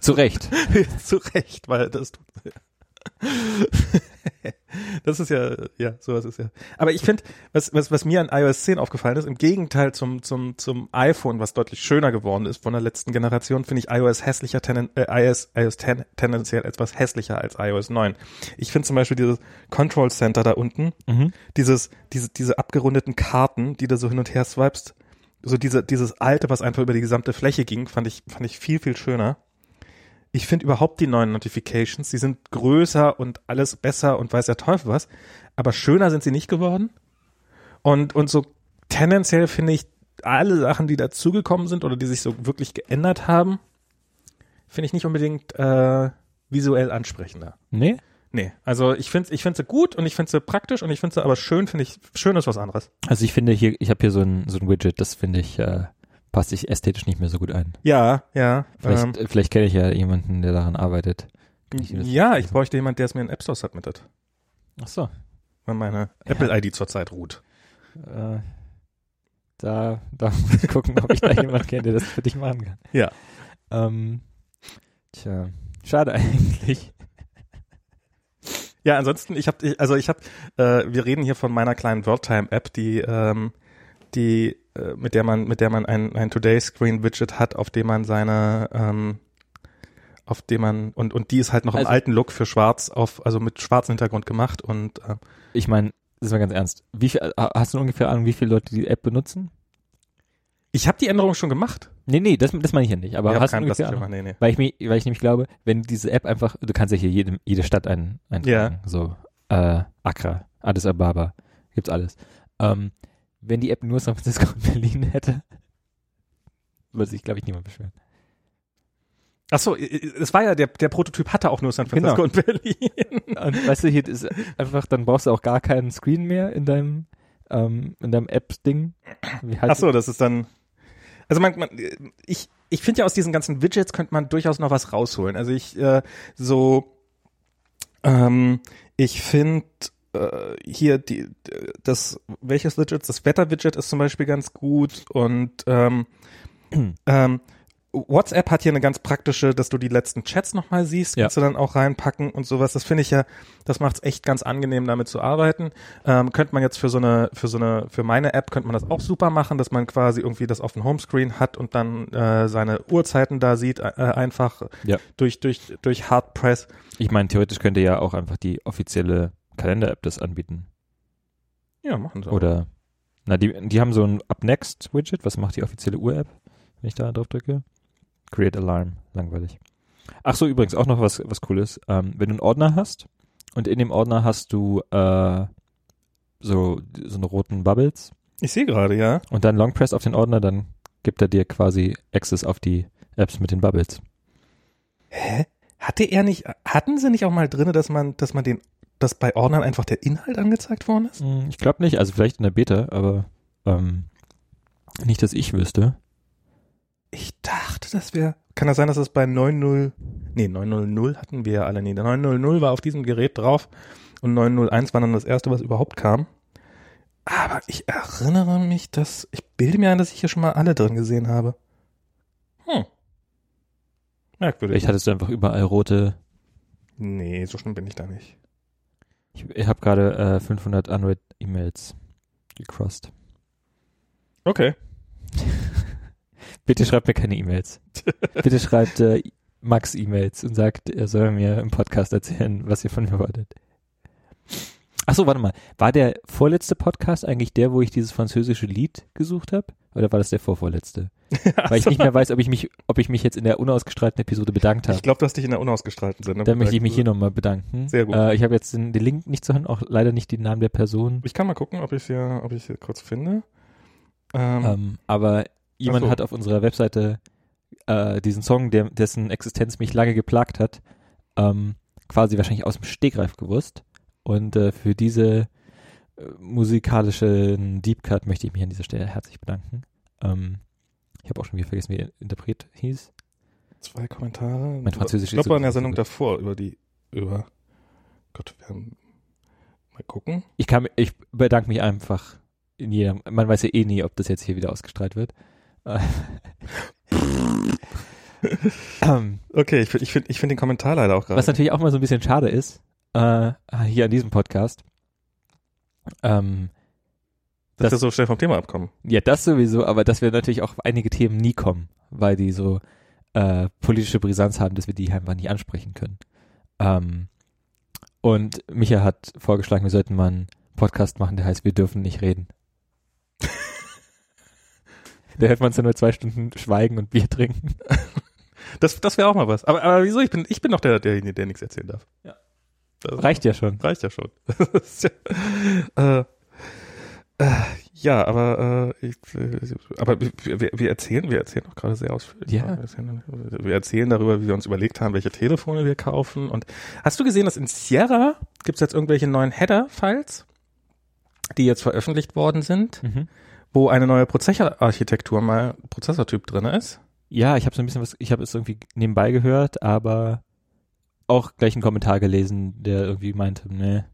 Zu Recht.
Zu Recht, weil das tut. Das ist ja, ja, sowas ist ja. Aber ich finde, was, was, was mir an iOS 10 aufgefallen ist, im Gegenteil zum, zum, zum iPhone, was deutlich schöner geworden ist von der letzten Generation, finde ich iOS hässlicher, tenden, äh, iOS, iOS 10 tendenziell etwas hässlicher als iOS 9. Ich finde zum Beispiel dieses Control Center da unten,
Mhm.
dieses, diese, diese abgerundeten Karten, die du so hin und her swipest, so diese, dieses alte, was einfach über die gesamte Fläche ging, fand ich, fand ich viel, viel schöner. Ich finde überhaupt die neuen Notifications, die sind größer und alles besser und weiß der Teufel was, aber schöner sind sie nicht geworden. Und, und so tendenziell finde ich alle Sachen, die dazugekommen sind oder die sich so wirklich geändert haben, finde ich nicht unbedingt äh, visuell ansprechender.
Nee?
Nee, also ich finde ich find sie gut und ich finde sie praktisch und ich finde sie aber schön, finde ich, schön ist was anderes.
Also ich finde hier, ich habe hier so ein, so ein Widget, das finde ich, äh, passt sich ästhetisch nicht mehr so gut ein.
Ja, ja.
Vielleicht,
ähm,
äh, vielleicht kenne ich ja jemanden, der daran arbeitet. ich das-
ja, ich bräuchte jemanden, der es mir in App Store submittet,
Ach so.
weil meine Apple-ID zurzeit ruht.
Äh, da, da muss ich gucken, ob ich da jemanden kenne, der das für dich machen kann.
Ja.
Ähm, tja, schade eigentlich.
Ja, ansonsten, ich habe, also ich habe, äh, wir reden hier von meiner kleinen WordTime-App, die, ähm, die, äh, mit der man, mit der man ein, ein Today-Screen-Widget hat, auf dem man seine, ähm, auf dem man, und, und die ist halt noch
Also-
im alten Look für schwarz auf, also mit schwarzem Hintergrund gemacht und, äh,
Ich meine, das ist mal ganz ernst. Wie viel, ha- hast du ungefähr Ahnung, wie viele Leute die App benutzen?
ich habe die Änderung schon gemacht.
Nee, nee, das, das meine ich ja nicht. Aber
ich hab
hast du
keinen
ungefähr
Plastikschimmer,
Ahnung?
nee, nee.
Weil ich, mich, weil ich nämlich glaube, wenn diese App einfach, du kannst ja hier jede, jede Stadt ein, eintragen. So, äh, Accra, Addis Ababa, gibt's alles. Ähm, wenn die App nur San Francisco und Berlin hätte, würde sich, glaube ich, niemand beschweren.
Ach so, i- i- es war ja der, der Prototyp hatte auch nur San Francisco
Genau.
und Berlin.
Und weißt du, hier ist einfach, dann brauchst du auch gar keinen Screen mehr in deinem, ähm, in deinem App-Ding. Wie heißt
Ach so, das ist dann. Also man, man ich ich finde ja aus diesen ganzen Widgets könnte man durchaus noch was rausholen. Also ich äh, so ähm, ich finde äh, hier die das welches Widget das Wetter Widget ist zum Beispiel ganz gut und ähm, ähm, WhatsApp hat hier eine ganz praktische, dass du die letzten Chats nochmal siehst,
Ja.
kannst du dann auch reinpacken und sowas. Das finde ich ja, das macht's echt ganz angenehm, damit zu arbeiten. Ähm, könnte man jetzt für so eine, für so eine, für meine App könnte man das auch super machen, dass man quasi irgendwie das auf dem Homescreen hat und dann äh, seine Uhrzeiten da sieht, äh, einfach
Ja.
durch, durch, durch Hard Press.
Ich meine, theoretisch könnte ja auch einfach die offizielle Kalender-App das anbieten.
Ja, machen sie. auch.
Oder, na, die, die haben so ein Up Next Widget. Was macht die offizielle Uhr-App, wenn ich da drauf drücke? Create Alarm. Langweilig. Ach so, übrigens auch noch was, was Cooles. Ähm, wenn du einen Ordner hast und in dem Ordner hast du äh, so, so eine roten Bubbles
Ich sehe gerade, ja.
und dann Long Press auf den Ordner, dann gibt er dir quasi Access auf die Apps mit den Bubbles.
Hä? Hatte er nicht, hatten sie nicht auch mal drinne, dass man, dass man den, dass bei Ordnern einfach der Inhalt angezeigt worden ist?
Hm, Ich glaube nicht, also vielleicht in der Beta, aber ähm, nicht, dass ich wüsste.
Ich dachte, das wäre. Kann das sein, dass es bei 9.0. Nee, 9.00 hatten wir ja alle nie. Der 9.00 war auf diesem Gerät drauf und 9.01 war dann das erste, was überhaupt kam. Aber ich erinnere mich, dass. Ich bilde mir ein, dass ich hier schon mal alle drin gesehen habe. Hm. Merkwürdig.
Vielleicht hattest du einfach überall rote
nee, so schlimm bin ich da nicht.
Ich, ich habe gerade äh, 500 Android-E-Mails gecrossed.
Okay.
Bitte schreibt mir keine E-Mails. Bitte schreibt äh, Max E-Mails und sagt, er soll mir im Podcast erzählen, was ihr von mir wolltet. Ach so, warte mal. War der vorletzte Podcast eigentlich der, wo ich dieses französische Lied gesucht habe? Oder war das der vorvorletzte? Weil ich nicht mehr weiß, ob ich mich, ob ich mich jetzt in der unausgestrahlten Episode bedankt habe.
Ich glaube, dass dich in der unausgestrahlten ne? Sendung.
Dann möchte
gesagt
ich mich hier
wurde.
nochmal bedanken.
Sehr gut.
Äh, ich habe jetzt den, den Link nicht zu hören, auch leider nicht den Namen der Person.
Ich kann mal gucken, ob ich hier, ob ich hier kurz finde. Ähm,
Ähm, aber jemand
so.
hat auf unserer Webseite äh, diesen Song, der, dessen Existenz mich lange geplagt hat, ähm, quasi wahrscheinlich aus dem Stegreif gewusst. Und äh, für diese äh, musikalischen Deep Cut möchte ich mich an dieser Stelle herzlich bedanken. Ähm, ich habe auch schon wieder vergessen, wie der Interpret hieß.
Zwei Kommentare.
Mein Französisch
ich glaube,
ist so-
in der Sendung davor über die, über, Gott, wir haben, mal gucken.
Ich, kann, ich bedanke mich einfach in jedem. Man weiß ja eh nie, ob das jetzt hier wieder ausgestrahlt wird. Äh, ähm, Ähm,
Okay, ich finde ich find, ich find den Kommentar leider auch gerade.
Was natürlich auch mal so ein bisschen schade ist, äh, hier an diesem Podcast. Ähm,
Dass
Das-
wir so schnell vom Thema abkommen.
ja, das sowieso, aber dass wir natürlich auch auf einige Themen nie kommen, weil die so äh, politische Brisanz haben, dass wir die einfach nicht ansprechen können. Ähm, und Micha hat vorgeschlagen, wir sollten mal einen Podcast machen, der heißt Wir dürfen nicht reden. da hört man uns ja nur zwei Stunden schweigen und Bier trinken.
Das, das wäre auch mal was. Aber, aber wieso? Ich bin, ich bin doch der, derjenige, der nichts erzählen darf.
Ja.
Das
Reicht ja schon.
reicht ja schon. Das ist ja, äh, äh, ja, aber, äh, ich, äh, aber wir, wir erzählen, wir erzählen doch gerade sehr ausführlich.
Ja.
Wir erzählen, wir erzählen darüber, wie wir uns überlegt haben, welche Telefone wir kaufen. Und hast du gesehen, dass in Sierra gibt es jetzt irgendwelche neuen Header-Files, die jetzt veröffentlicht worden sind,
Mhm.
wo eine neue Prozessarchitektur mal Prozessortyp drin ist?
Ja, ich habe so ein bisschen was, ich habe es irgendwie nebenbei gehört, aber auch gleich einen Kommentar gelesen, der irgendwie meinte, ne,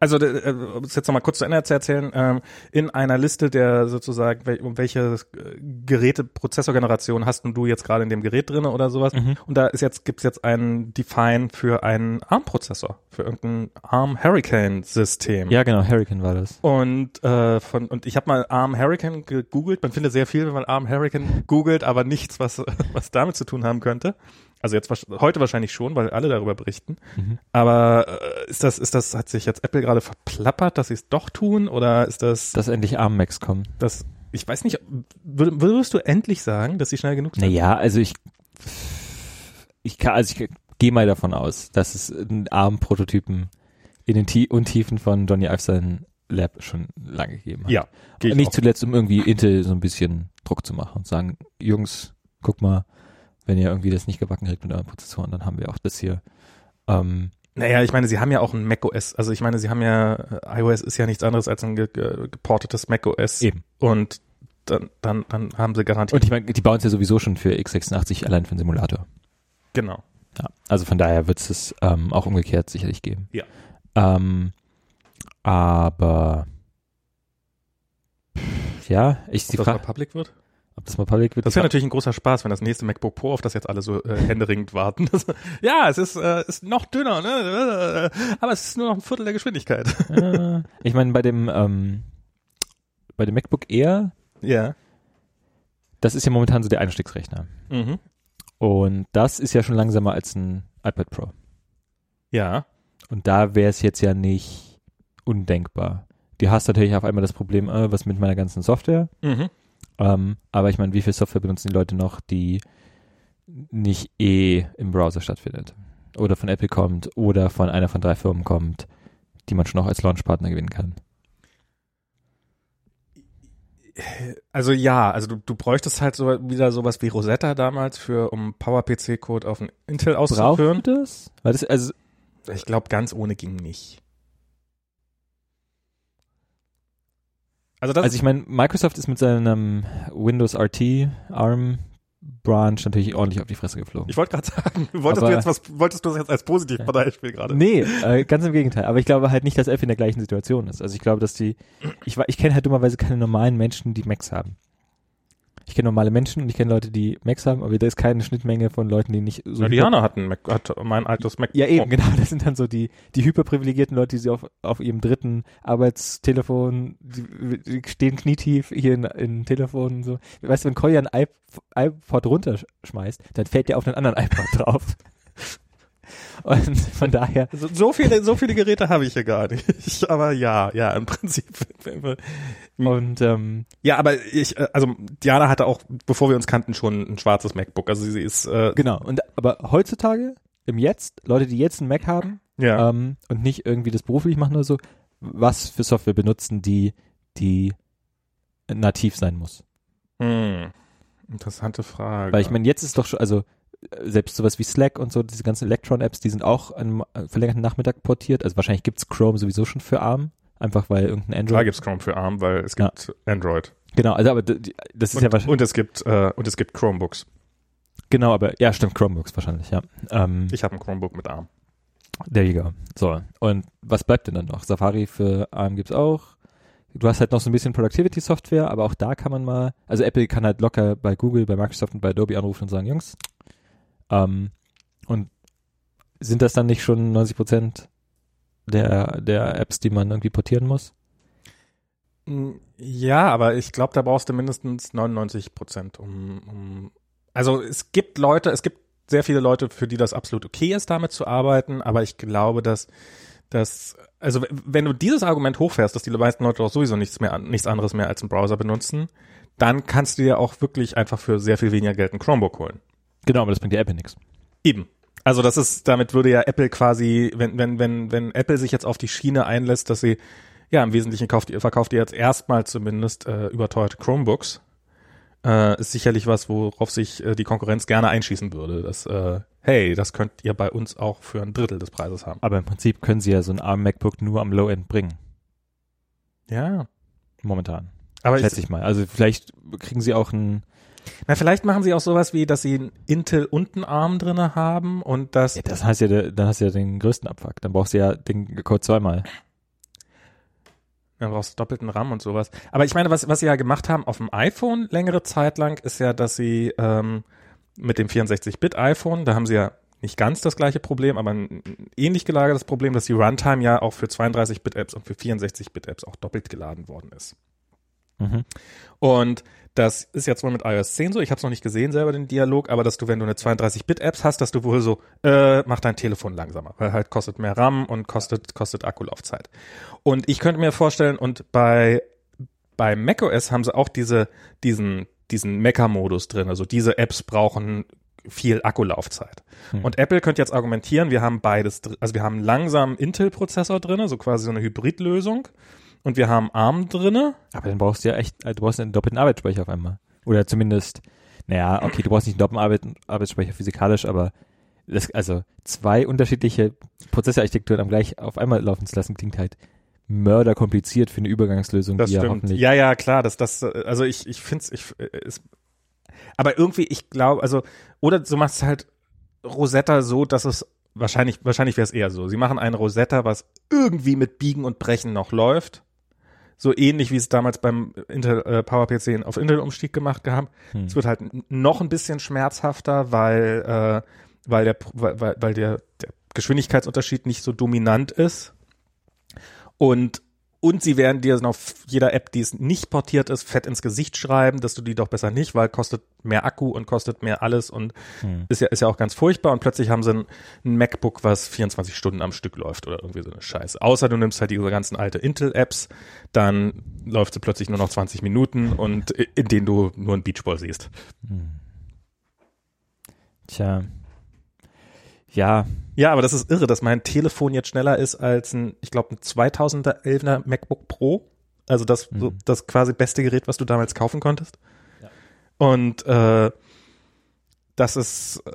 Also, äh, um es jetzt nochmal kurz zu Ende zu erzählen, ähm, in einer Liste der sozusagen, wel- um welche äh, Geräte, Prozessorgeneration hast denn du jetzt gerade in dem Gerät drinne oder sowas?
Mhm.
Und da ist jetzt, gibt's jetzt einen Define für einen ARM-Prozessor, für irgendein ARM-Hurricane-System.
ja genau, Hurricane war das.
Und, äh, von, und ich habe mal Arm Hurricane gegoogelt. Man findet sehr viel, wenn man Arm Hurricane googelt, aber nichts, was, was damit zu tun haben könnte. Also jetzt wahrsch- heute wahrscheinlich schon, weil alle darüber berichten.
Mhm.
Aber äh, ist das, ist das, hat sich jetzt Apple gerade verplappert, dass sie es doch tun? Oder ist das,
dass endlich ARM-Max kommen.
das, ich weiß nicht, würd, würdest du endlich sagen, dass sie schnell genug sind?
Naja, also ich, ich kann, also ich gehe mal davon aus, dass es einen ARM-Prototypen in den Tie- Untiefen von Johnny Ive sein Lab schon lange gegeben hat.
Ja, Geh ich
nicht
auch.
zuletzt, um irgendwie Intel so ein bisschen Druck zu machen und sagen, Jungs, guck mal, wenn ihr irgendwie das nicht gebacken kriegt mit euren Prozessoren, dann haben wir auch das hier. Ähm,
Naja, ich meine, sie haben ja auch ein macOS. Also ich meine, sie haben ja, äh, iOS ist ja nichts anderes als ein ge ge geportetes macOS.
Eben.
Und dann, dann, dann haben sie garantiert.
und ich meine, die bauen es ja sowieso schon für x86 allein für den Simulator.
genau.
Ja, also von daher wird es ähm, auch umgekehrt sicherlich geben.
Ja.
Ähm, aber Pff, ja, ich die
Dass das mal
Frage,
public wird?
ob das mal public wird.
Das wäre natürlich ein großer Spaß, wenn das nächste MacBook Pro, auf das jetzt alle so äh, händeringend warten. Das, ja, es ist, äh, ist noch dünner, ne? Äh, aber es ist nur noch ein Viertel der Geschwindigkeit.
äh, ich meine, bei dem ähm, bei dem MacBook Air,
Ja.
das ist ja momentan so der Einstiegsrechner.
Mhm.
Und das ist ja schon langsamer als ein iPad Pro.
Ja.
Und da wäre es jetzt ja nicht undenkbar. Du hast natürlich auf einmal das Problem, äh, was mit meiner ganzen Software?
Mhm.
Ähm, aber ich meine, wie viel Software benutzen die Leute noch, die nicht eh im Browser stattfindet? Oder von Apple kommt oder von einer von drei Firmen kommt, die man schon auch als Launchpartner gewinnen kann.
Also ja, also du, du bräuchtest halt so, wieder sowas wie Rosetta damals für, um PowerPC-Code auf ein Intel
Braucht
auszuführen.
ihr das? Weil das also,
Ich glaube, ganz ohne ging nicht. Also das
also ich meine, Microsoft ist mit seinem Windows RT ARM Branch natürlich ordentlich auf die Fresse geflogen.
Ich wollte gerade sagen, wolltest
Aber-
du jetzt was, wolltest du das jetzt als positiv Beispiel gerade?
Nee, äh, ganz im Gegenteil. Aber ich glaube halt nicht, dass Apple in der gleichen Situation ist. Also ich glaube, dass die, ich, wa- ich kenne halt dummerweise keine normalen Menschen, die Macs haben. Ich kenne normale Menschen und ich kenne Leute, die Macs haben, aber da ist keine Schnittmenge von Leuten, die nicht so.
Na, Diana hat, ein Mac, hat mein altes Mac.
ja, eben,
Pro.
genau. Das sind dann so die, die hyperprivilegierten Leute, die sie auf, auf ihrem dritten Arbeitstelefon, die, die stehen knietief hier in, in Telefon und so. Weißt du, wenn Kolja ein iP iPod runterschmeißt, dann fällt der auf einen anderen iPod drauf. Und von daher
So, so viele, so viele Geräte habe ich hier gar nicht. Aber ja, ja, im Prinzip.
Und ähm,
Ja, aber ich, äh, also Diana hatte auch, bevor wir uns kannten, schon ein schwarzes MacBook. Also sie ist, äh,
genau, und aber heutzutage, im Jetzt, Leute, die jetzt einen Mac haben
ja.
ähm, und nicht irgendwie das beruflich machen oder so, was für Software benutzen die, die nativ sein muss?
Hm. Interessante Frage.
Weil ich meine, jetzt ist doch schon, also äh, selbst sowas wie Slack und so, diese ganzen Electron-Apps, die sind auch am äh, verlängerten Nachmittag portiert. Also wahrscheinlich gibt's Chrome sowieso schon für ARM, einfach weil irgendein
Klar
Android.
gibt's Chrome für ARM, weil es gibt Android.
Genau, also aber d- die- das ist
Und,
ja wahrscheinlich.
und es gibt, äh, und es gibt Chromebooks.
Genau, aber ja, stimmt, Chromebooks wahrscheinlich, ja. Ähm,
Ich habe ein Chromebook mit ARM.
There you go. So, und was bleibt denn dann noch? Safari für ARM gibt's auch. Du hast halt noch so ein bisschen Productivity-Software, aber auch da kann man mal, also Apple kann halt locker bei Google, bei Microsoft und bei Adobe anrufen und sagen, Jungs, ähm, und sind das dann nicht schon 90 Prozent der, der Apps, die man irgendwie portieren muss.
Hm, Ja, aber ich glaube, da brauchst du mindestens 99 Prozent, um, um. Also es gibt Leute, es gibt sehr viele Leute, für die das absolut okay ist, damit zu arbeiten, aber ich glaube, dass dass, also wenn du dieses Argument hochfährst, dass die meisten Leute auch sowieso nichts mehr, nichts anderes mehr als einen Browser benutzen, dann kannst du dir auch wirklich einfach für sehr viel weniger Geld ein Chromebook holen.
Genau, aber das bringt ja Apple nichts.
Eben. Also das ist, damit würde ja Apple quasi, wenn, wenn, wenn, wenn Apple sich jetzt auf die Schiene einlässt, dass sie, ja, im Wesentlichen kauft, verkauft ihr jetzt erstmal zumindest äh, überteuerte Chromebooks, äh, ist sicherlich was, worauf sich äh, die Konkurrenz gerne einschießen würde. Dass, äh, hey, das könnt ihr bei uns auch für ein Drittel des Preises haben.
Aber im Prinzip können sie ja so ein ARM MacBook nur am Low-End bringen.
Ja.
Momentan.
Aber
Schätze ich mal. Also vielleicht kriegen sie auch ein.
na, vielleicht machen sie auch sowas wie, dass sie einen Intel unten Arm drinne haben und das.
Ja, das heißt ja, der- dann hast du ja den größten Abfuck. Dann brauchst du ja den Code zweimal.
Dann brauchst du doppelten RAM und sowas. Aber ich meine, was, was sie ja gemacht haben auf dem iPhone längere Zeit lang, ist ja, dass sie ähm, mit dem 64-Bit-iPhone, da haben sie ja nicht ganz das gleiche Problem, aber ein ähnlich gelagertes Problem, dass die Runtime ja auch für 32-Bit-Apps und für 64-Bit-Apps auch doppelt geladen worden ist.
Mhm.
Und das ist jetzt wohl mit iOS 10 so. Ich habe es noch nicht gesehen selber den Dialog, aber dass du, wenn du eine 32-Bit-Apps hast, dass du wohl so, äh, mach dein Telefon langsamer, weil halt kostet mehr RAM und kostet kostet Akkulaufzeit. Und ich könnte mir vorstellen, und bei bei macOS haben sie auch diese diesen diesen Mecker-Modus drin. Also diese Apps brauchen viel Akkulaufzeit.
Hm.
Und Apple könnte jetzt argumentieren, wir haben beides, dr- also wir haben langsam Intel-Prozessor drin, so quasi so eine Hybridlösung, und wir haben ARM drinne.
Aber dann brauchst du ja echt, also du brauchst einen doppelten Arbeitsspeicher auf einmal. Oder zumindest, naja, okay, du brauchst nicht einen doppelten Arbeit, Arbeitsspeicher physikalisch, aber das, also zwei unterschiedliche Prozessorarchitekturen am gleich auf einmal laufen zu lassen, klingt halt mörderkompliziert für eine Übergangslösung,
Das
die ja
stimmt.
hoffentlich.
Ja, ja, klar, das, das, äh, also ich, ich finde es, ich, äh, es- aber irgendwie, ich glaube, also, oder du machst halt Rosetta so, dass es wahrscheinlich, wahrscheinlich wäre es eher so. Sie machen ein Rosetta, was irgendwie mit Biegen und Brechen noch läuft. So ähnlich wie es damals beim Intel, äh, PowerPC auf Intel-Umstieg gemacht haben.
Hm.
Es wird halt n- noch ein bisschen schmerzhafter, weil, äh, weil, der, Pro- weil, weil- weil der, der Geschwindigkeitsunterschied nicht so dominant ist. Und, und sie werden dir auf jeder App, die es nicht portiert ist, fett ins Gesicht schreiben, dass du die doch besser nicht, weil kostet mehr Akku und kostet mehr alles und
Hm.
ist ja, ist ja auch ganz furchtbar. Und plötzlich haben sie ein, ein MacBook, was 24 Stunden am Stück läuft oder irgendwie so eine Scheiße. Außer du nimmst halt diese ganzen alte Intel-Apps, dann läuft sie plötzlich nur noch 20 Minuten und i- in denen du nur einen Beachball siehst.
Hm. Tja. Ja,
Ja, aber das ist irre, dass mein Telefon jetzt schneller ist als ein, ich glaube, ein 2011er MacBook Pro. Also das, so,
Mhm.
das quasi beste Gerät, was du damals kaufen konntest.
Ja.
Und äh, das ist äh,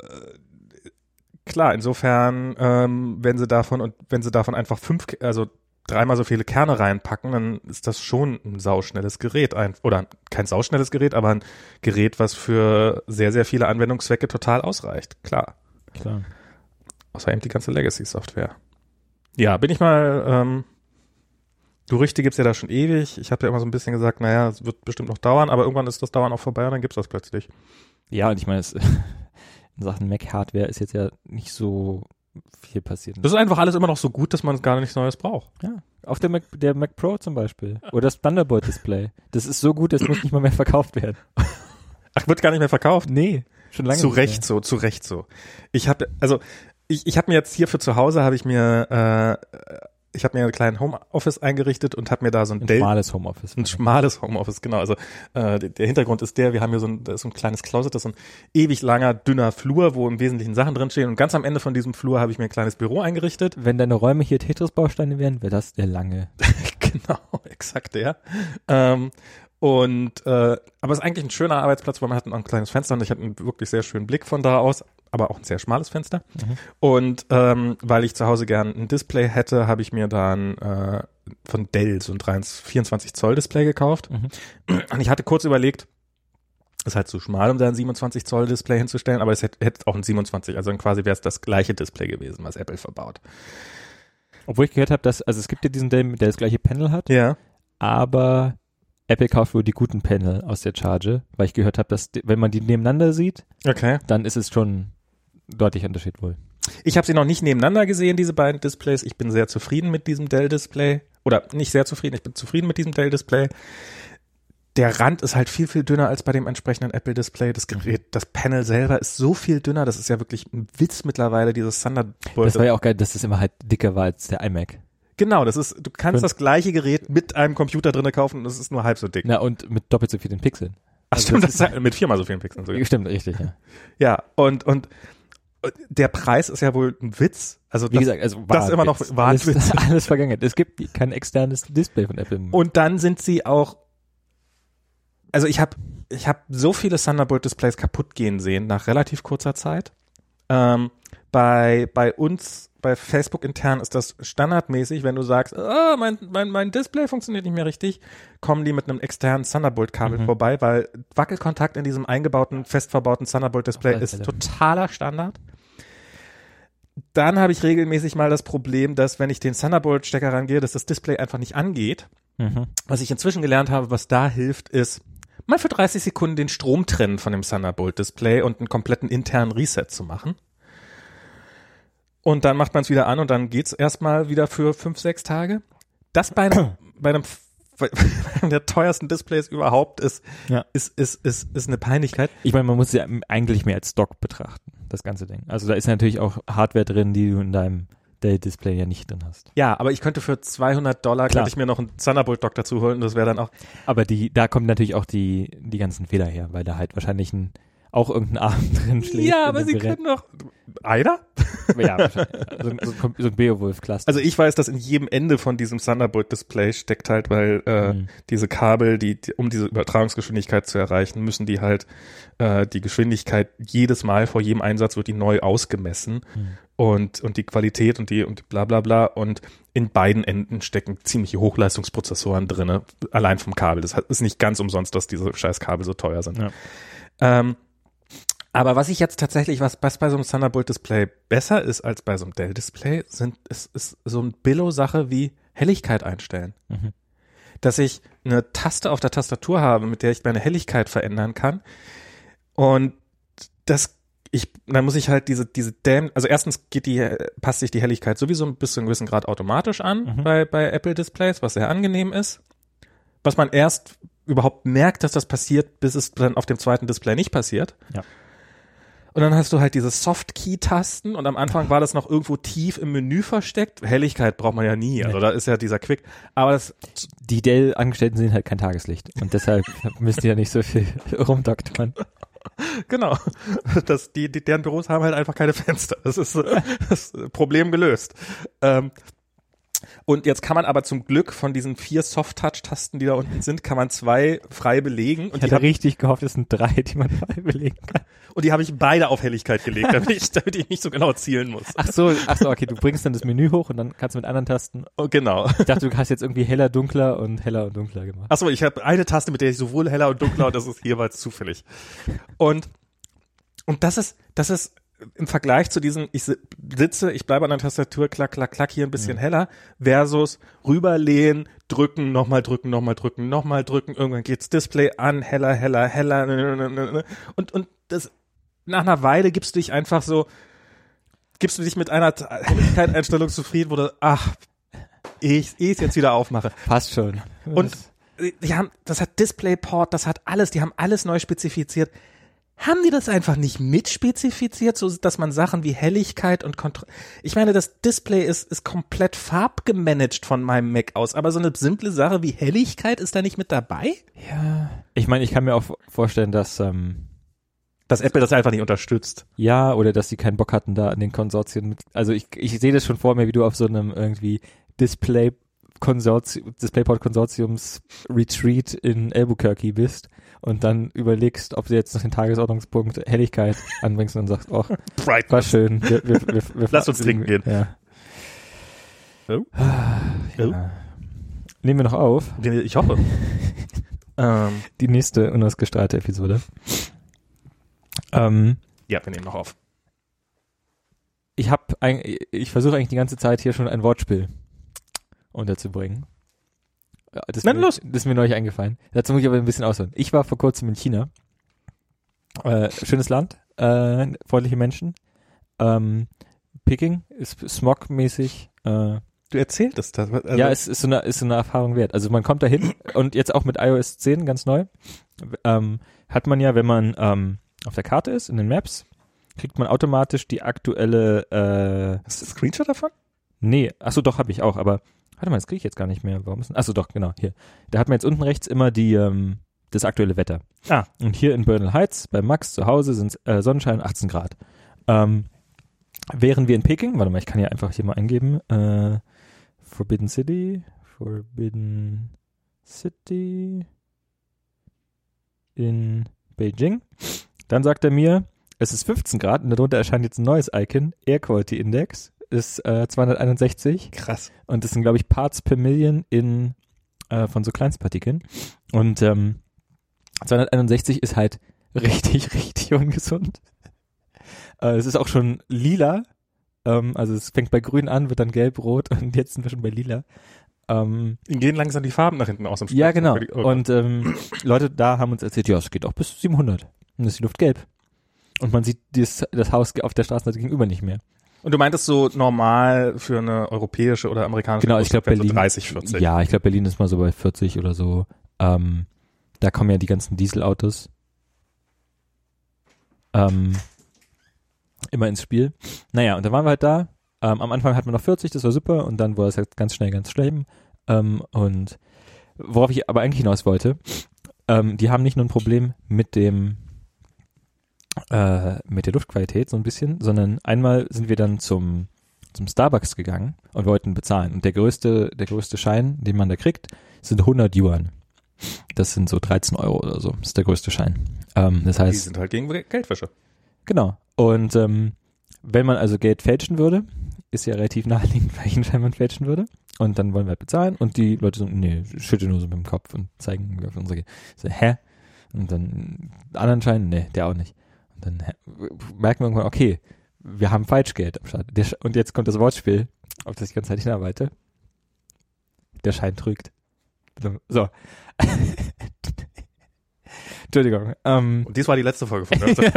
klar, insofern, ähm, wenn sie davon und wenn sie davon einfach fünf, Ke- also dreimal so viele Kerne reinpacken, dann ist das schon ein sauschnelles Gerät. Ein, oder kein sauschnelles Gerät, aber ein Gerät, was für sehr, sehr viele Anwendungszwecke total ausreicht. Klar.
klar.
Außerdem die ganze Legacy-Software. Ja, bin ich mal. Ähm, du Richte gibt's ja da schon ewig. Ich habe ja immer so ein bisschen gesagt, naja, es wird bestimmt noch dauern, aber irgendwann ist das Dauern auch vorbei und dann gibt's das plötzlich.
Ja, und ich meine, es, in Sachen Mac-Hardware ist jetzt ja nicht so viel passiert. ne?
Das ist einfach alles immer noch so gut, dass man gar nichts Neues braucht.
Ja, auf der Mac, der Mac Pro zum Beispiel. Oder das Thunderbolt-Display. Das ist so gut, das muss nicht mal mehr verkauft werden.
Ach, wird gar nicht mehr verkauft.
Nee, schon lange
zu
nicht mehr.
Recht so, zu Recht so. Ich habe also ich, ich habe mir jetzt hier für zu Hause habe ich mir äh, ich habe mir einen kleinen Homeoffice eingerichtet und habe mir da so ein,
Ein
Dell
schmales Homeoffice.
Ein schmales Homeoffice, genau. Also äh, der, der Hintergrund ist der, wir haben hier so ein, da ist so ein kleines Closet, das ist so ein ewig langer, dünner Flur, wo im Wesentlichen Sachen drinstehen. Und ganz am Ende von diesem Flur habe ich mir ein kleines Büro eingerichtet.
Wenn deine Räume hier Tetris-Bausteine wären, wäre das der lange.
genau, exakt der. Ähm, und äh, aber es ist eigentlich ein schöner Arbeitsplatz, weil man hat noch ein kleines Fenster und ich hatte einen wirklich sehr schönen Blick von da aus, aber auch ein sehr schmales Fenster.
Mhm.
Und ähm, weil ich zu Hause gern ein Display hätte, habe ich mir dann äh, von Dell so ein 24 Zoll Display gekauft.
Mhm.
Und ich hatte kurz überlegt, ist halt zu schmal, um da ein 27 Zoll Display hinzustellen, aber es hätte, hätte auch ein 27, also dann quasi wäre es das gleiche Display gewesen, was Apple verbaut.
Obwohl ich gehört habe, dass, also es gibt ja diesen Dell, der das gleiche Panel hat,
Ja.
aber Apple kauft wohl die guten Panel aus der Charge, weil ich gehört habe, dass die- wenn man die nebeneinander sieht,
Okay.
dann ist es schon ein deutlicher Unterschied wohl.
Ich habe sie noch nicht nebeneinander gesehen, diese beiden Displays. Ich bin sehr zufrieden mit diesem Dell-Display. Oder nicht sehr zufrieden, ich bin zufrieden mit diesem Dell-Display. Der Rand ist halt viel, viel dünner als bei dem entsprechenden Apple-Display. Das Gerät, das Panel selber ist so viel dünner. Das ist ja wirklich ein Witz mittlerweile, dieses Thunderbolt.
Das war ja auch geil, dass das immer halt dicker war als der iMac.
genau, das ist, du kannst das gleiche Gerät mit einem Computer drinne kaufen und es ist nur halb so dick.
Na, und mit doppelt so vielen Pixeln.
Ach stimmt, das ist halt mit viermal so vielen Pixeln. sogar.
Stimmt, richtig, ja.
Ja, und, und der Preis ist ja wohl ein Witz. Also
Wie
das,
gesagt, also
das immer noch
Wahnwitz.
Wahnwitz.
Alles, alles Vergangenheit. Es gibt kein externes Display von Apple.
Und dann sind sie auch, also ich habe ich hab so viele Thunderbolt-Displays kaputt gehen sehen nach relativ kurzer Zeit. Ähm, bei, bei uns, bei Facebook intern ist das standardmäßig, wenn du sagst, ah, mein, mein, mein Display funktioniert nicht mehr richtig, kommen die mit einem externen Thunderbolt-Kabel
Mhm.
vorbei, weil Wackelkontakt in diesem eingebauten, fest verbauten Thunderbolt-Display
Auf alle
ist
Fälle.
totaler Standard. Dann habe ich regelmäßig mal das Problem, dass wenn ich den Thunderbolt-Stecker rangehe, dass das Display einfach nicht angeht.
mhm.
Was ich inzwischen gelernt habe, was da hilft, ist, mal für 30 Sekunden den Strom trennen von dem Thunderbolt-Display und einen kompletten internen Reset zu machen. Und dann macht man es wieder an und dann geht's erstmal wieder für fünf, sechs Tage. Das bei einem, bei einem, bei einem der teuersten Displays überhaupt ist,
Ja.
ist, ist, ist, ist eine Peinlichkeit.
Ich meine, man muss es ja eigentlich mehr als Stock betrachten, das ganze Ding. Also da ist natürlich auch Hardware drin, die du in deinem Dell-Display ja nicht drin hast.
Ja, aber ich könnte für 200 Dollar,
Klar.
könnte ich mir noch einen Thunderbolt-Dock dazu holen und das wäre dann auch,
Aber die, da kommen natürlich auch die, die ganzen Fehler her, weil da halt wahrscheinlich ein, auch irgendein Arm drin schlägt. in dem Gerät.
doch, einer?
Ja, wahrscheinlich. so, ein- so, ein- so ein Beowulf-Cluster.
Also ich weiß, dass in jedem Ende von diesem Thunderbolt-Display steckt halt, weil äh,
Mhm.
diese Kabel, die, die um diese Übertragungsgeschwindigkeit zu erreichen, müssen die halt äh, die Geschwindigkeit jedes Mal vor jedem Einsatz wird die neu ausgemessen
Mhm.
und und die Qualität und die und bla bla bla und in beiden Enden stecken ziemliche Hochleistungsprozessoren drinne, allein vom Kabel. Das hat- ist nicht ganz umsonst, dass diese scheiß Kabel so teuer sind.
Ja.
Ähm, aber was ich jetzt tatsächlich, was, was bei so einem Thunderbolt-Display besser ist als bei so einem Dell-Display, sind, ist, ist so eine Billo-Sache wie Helligkeit einstellen.
Mhm.
Dass ich eine Taste auf der Tastatur habe, mit der ich meine Helligkeit verändern kann. Und das, ich, dann muss ich halt diese, diese däm, also erstens geht die, äh, passt sich die Helligkeit sowieso bis zu einem gewissen Grad automatisch an
Mhm.
bei, bei Apple-Displays, was sehr angenehm ist. Was man erst überhaupt merkt, dass das passiert, bis es dann auf dem zweiten Display nicht passiert. Und dann hast du halt diese Soft-Key-Tasten und am Anfang war das noch irgendwo tief im Menü versteckt. Helligkeit braucht man ja nie, also da ist ja dieser Quick. Aber das,
die Dell-Angestellten sehen halt kein Tageslicht. Und deshalb müssen die ja nicht so viel rumdoktern.
genau, das, die, die, deren Büros haben halt einfach keine Fenster. Das ist äh, das Problem gelöst. Ähm, und jetzt kann man aber zum Glück von diesen vier Soft-Touch-Tasten, die da unten sind, kann man zwei frei belegen. Und
Ich
die
hatte
habe
richtig gehofft, es sind drei, die man frei belegen kann.
und die habe ich beide auf Helligkeit gelegt, damit ich, damit ich nicht so genau zielen muss.
Ach so, ach so, okay, du bringst dann das Menü hoch und dann kannst du mit anderen Tasten.
Oh, genau.
Ich dachte, du hast jetzt irgendwie heller, dunkler und heller und dunkler gemacht.
Achso, ich habe eine Taste, mit der ich sowohl heller und dunkler und das ist jeweils zufällig. Und, und das ist, das ist im Vergleich zu diesem, ich si- sitze, ich bleibe an der Tastatur, klack, klack, klack, hier ein bisschen heller, versus rüberlehnen, drücken, nochmal drücken, nochmal drücken, nochmal drücken, irgendwann geht's Display an, heller, heller, heller, ne, ne, ne, ne. und, und das, nach einer Weile gibst du dich einfach so, gibst du dich mit einer Ta- Helligkeit-Einstellung zufrieden, wo du, ach, ich, eh ich jetzt wieder aufmache.
Passt schon.
Und die haben, das hat DisplayPort, das hat alles, die haben alles neu spezifiziert. Haben die das einfach nicht mitspezifiziert, so dass man Sachen wie Helligkeit und Kontrolle. Ich meine, das Display ist, ist komplett farbgemanagt von meinem Mac aus, aber so eine simple Sache wie Helligkeit ist da nicht mit dabei?
Ja. Ich meine, ich kann mir auch vorstellen, dass, ähm,
Dass Apple das einfach nicht unterstützt.
ja, oder dass die keinen Bock hatten da an den Konsortien. Mit, also ich, ich sehe das schon vor mir, wie du auf so einem irgendwie Display Konsortium, DisplayPort Konsortiums Retreat in Albuquerque bist und dann überlegst, ob du jetzt noch den Tagesordnungspunkt Helligkeit anbringst und sagst, ach,
Bright.
war schön. Wir, wir, wir, wir
Lass uns trinken gehen.
Ja.
Oh.
Ja. Nehmen wir noch auf
Ich hoffe. ähm,
die nächste unausgestrahlte Episode. Ähm,
ja, wir nehmen noch auf.
ich habe ich versuche eigentlich die ganze Zeit hier schon ein Wortspiel unterzubringen. Ja, Das ist
Dann
mir,
los.
Das ist mir neulich eingefallen. Dazu muss ich aber ein bisschen ausholen. Ich war vor kurzem in China. Äh, schönes Land, äh, freundliche Menschen. Ähm, Peking ist smogmäßig. Äh,
Du erzähltest das. Also,
ja, es ist so, eine, ist so eine Erfahrung wert. Also man kommt da hin und jetzt auch mit iOS 10 ganz neu, ähm, hat man ja, wenn man ähm, auf der Karte ist, in den Maps, kriegt man automatisch die aktuelle, äh,
hast du einen Screenshot davon?
nee, achso doch, habe ich auch, aber warte mal, das kriege ich jetzt gar nicht mehr. Warum ist denn, achso doch, genau, hier. Da hat man jetzt unten rechts immer die, ähm, das aktuelle Wetter.
Ah.
Und hier in Bernal Heights, bei Max zu Hause, sind äh, Sonnenschein 18 Grad. Ähm, wären wir in Peking, warte mal, ich kann ja einfach hier mal eingeben, äh, Forbidden City, Forbidden City in Beijing. Dann sagt er mir, es ist 15 Grad und darunter erscheint jetzt ein neues Icon, Air Quality Index, ist äh, 261
Krass.
und das sind, glaube ich, Parts per Million in, äh, von so Kleinstpartikeln. Und ähm, 261 ist halt richtig, richtig ungesund. Äh, es ist auch schon lila. Ähm, also es fängt bei grün an, wird dann gelb, rot und jetzt sind wir schon bei lila. Ähm,
Ihnen gehen langsam die Farben nach hinten aus dem
ja, genau.
Und
Und ähm, Leute da haben uns erzählt, ja, es geht auch bis 700. Und dann ist die Luft gelb. Und man sieht dieses, das Haus auf der Straßenseite gegenüber nicht mehr.
Und du meintest so normal für eine europäische oder amerikanische
Genau, ich
Großstadt
glaube,
wären so
Berlin-
30, 40.
Ja, ich glaube, Berlin ist mal so bei 40 oder so. Ähm, da kommen ja die ganzen Dieselautos ähm, immer ins Spiel. Naja, und dann waren wir halt da. Ähm, am Anfang hatten wir noch 40, das war super. Und dann wurde es halt ganz schnell ganz schlimm. Ähm, und worauf ich aber eigentlich hinaus wollte, ähm, die haben nicht nur ein Problem mit dem äh, mit der Luftqualität so ein bisschen, sondern einmal sind wir dann zum zum Starbucks gegangen und wollten bezahlen. Und der größte, der größte Schein, den man da kriegt, sind 100 Yuan. Das sind so 13 Euro oder so. Das ist der größte Schein. Ähm, das
Die
heißt,
sind halt gegen Geldwäsche.
genau. Und ähm, wenn man also Geld fälschen würde, ist ja relativ naheliegend, welchen Schein man fälschen würde. Und dann wollen wir halt bezahlen und die Leute so, nee, schütteln nur so mit dem Kopf und zeigen auf unsere Geld. So, hä? Und dann anderen Schein, nee, der auch nicht. Und dann hä, merken wir irgendwann, okay, wir haben Falschgeld am Start. Der, Sch- und jetzt kommt das Wortspiel, auf das ich ganz Zeit hinarbeite. Der Schein trügt. So. Entschuldigung. Ähm,
Und dies war die letzte Folge von Nerds.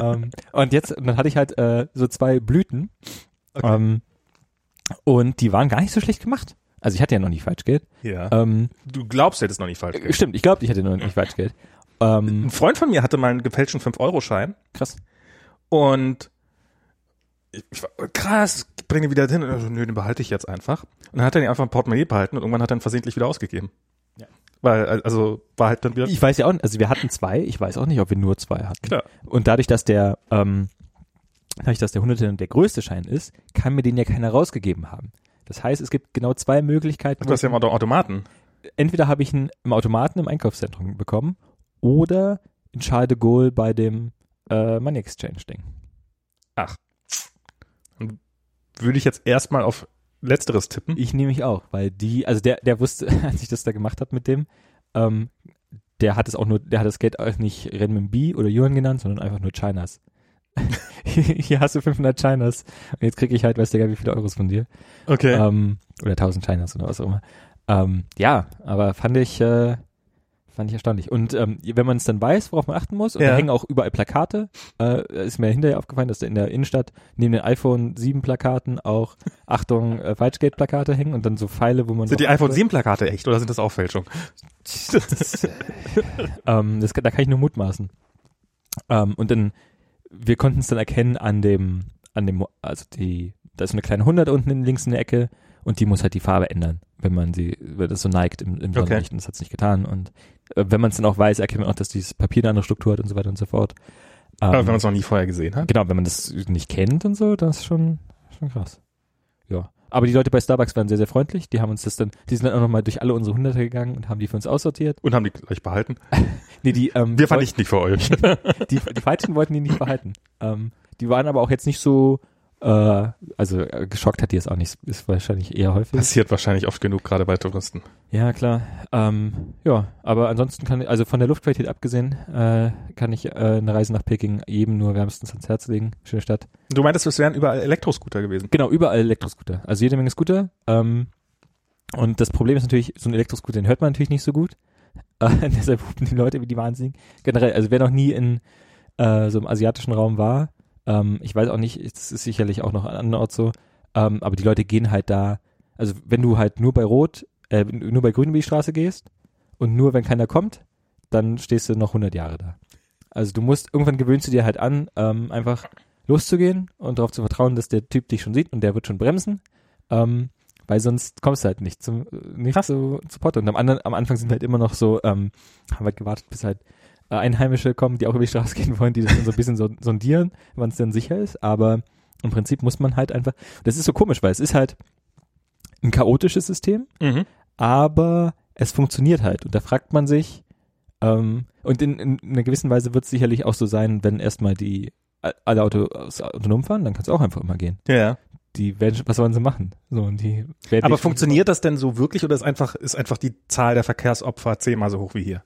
ähm, und jetzt, und dann hatte ich halt äh, so zwei Blüten.
Okay.
Ähm, und die waren gar nicht so schlecht gemacht. Also ich hatte ja noch nicht Falschgeld.
Ja.
Ähm,
Du glaubst, du hättest noch nicht falsch.
äh, Stimmt, ich glaube, ich hatte noch nicht Falschgeld. Ähm,
Ein Freund von mir hatte mal einen gefälschten 5-Euro-Schein
krass.
und ich, ich war, oh, krass, bring den wieder hin. Und er so, nö, den behalte ich jetzt einfach. Und dann hat er ihn einfach im Portemonnaie behalten und irgendwann hat er ihn versehentlich wieder ausgegeben.
Ja.
Weil, also, war halt dann wieder,
Ich weiß ja auch, also wir hatten zwei, ich weiß auch nicht, ob wir nur zwei hatten.
Klar.
Und dadurch, dass der, ähm, dadurch, dass der Hunderte der größte Schein ist, kann mir den ja keiner rausgegeben haben. Das heißt, es gibt genau zwei Möglichkeiten.
du hast ja im Auto- Automaten.
entweder habe ich einen im Automaten im Einkaufszentrum bekommen oder in Charles de Gaulle bei dem äh, Money Exchange Ding.
Würde ich jetzt erstmal auf Letzteres tippen.
Ich nehme mich auch, weil die, also der, der wusste, als ich das da gemacht habe mit dem, ähm, der hat es auch nur, der hat das Geld auch nicht Renminbi oder Yuan genannt, sondern einfach nur Chinas. Hier hast du 500 Chinas und jetzt kriege ich halt, weiß der gar nicht, wie viele Euros von dir.
Okay.
Ähm, oder 1000 Chinas oder was auch immer. Ähm, ja, aber fand ich, äh, fand ich erstaunlich. Und ähm, wenn man es dann weiß, worauf man achten muss, und
Ja.
da hängen auch überall Plakate, äh, ist mir hinterher aufgefallen, dass da in der Innenstadt neben den iPhone 7 Plakaten auch, Achtung, äh, Falschgeld-Plakate hängen und dann so Pfeile, wo man...
Sind die
drauf-
iPhone 7 Plakate echt oder sind das auch Fälschung?
das, äh, ähm, das, kann- da kann ich nur mutmaßen. Ähm, und dann, wir konnten es dann erkennen an dem, an dem, also die, da ist so eine kleine 100 unten in, links in der Ecke und die muss halt die Farbe ändern, wenn man sie, wenn das so neigt im, im
Okay.
Sonnenlicht und das hat es nicht getan. Und äh, wenn man es dann auch weiß, erkennt man auch, dass dieses Papier eine andere Struktur hat und so weiter und so fort. Ähm,
Aber Ah, wenn man es noch nie vorher gesehen hat.
Genau, wenn man das nicht kennt und so, das ist schon, schon krass. Ja. Aber die Leute bei Starbucks waren sehr, sehr freundlich. Die haben uns das dann, die sind dann auch nochmal durch alle unsere Hunderte gegangen und haben die für uns aussortiert.
Und haben die gleich behalten.
Nee, die, ähm,
Wir vernichten nicht für euch.
die, die Falschen wollten die nicht behalten. Ähm, die waren aber auch jetzt nicht so, äh, also äh, geschockt hat die jetzt auch nicht, ist wahrscheinlich eher häufig.
Passiert wahrscheinlich oft genug, gerade bei Touristen.
Ja, klar. Ähm, ja, aber ansonsten kann ich, also von der Luftqualität abgesehen, äh, kann ich äh, eine Reise nach Peking jedem nur wärmstens ans Herz legen. Schöne Stadt.
Du meintest, es wären überall Elektroscooter gewesen.
Genau, überall Elektroscooter. Also jede Menge Scooter. Ähm, und das Problem ist natürlich, so ein Elektroscooter, den hört man natürlich nicht so gut. Äh, deshalb hupen die Leute wie die Wahnsinnigen. Generell, also wer noch nie in äh, so einem asiatischen Raum war, Ähm, ich weiß auch nicht, es ist sicherlich auch noch an anderen Ort so, ähm, aber die Leute gehen halt da, also wenn du halt nur bei Rot, äh, nur bei Grün über die Straße gehst und nur wenn keiner kommt, dann stehst du noch 100 Jahre da. Also du musst, irgendwann gewöhnst du dir halt an, ähm, einfach loszugehen und darauf zu vertrauen, dass der Typ dich schon sieht und der wird schon bremsen, ähm, weil sonst kommst du halt nicht zum, nicht
Krass.
zu, zu Potte. Und am, anderen, am Anfang sind halt immer noch so, ähm, haben halt gewartet, bis halt äh, Einheimische kommen, die auch über die Straße gehen wollen, die das dann so ein bisschen so, sondieren, wann es denn sicher ist. Aber im Prinzip muss man halt einfach, das ist so komisch, weil es ist halt ein chaotisches System,
Mhm.
aber es funktioniert halt. Und da fragt man sich, ähm, und in, in einer gewissen Weise wird es sicherlich auch so sein, wenn erstmal die a- alle Autos autonom fahren, dann kann es auch einfach immer gehen.
Ja.
Die werden, schon- was wollen sie machen? So, und die werden
Aber
die-
funktioniert das denn so wirklich oder ist einfach, ist einfach die Zahl der Verkehrsopfer zehnmal so hoch wie hier?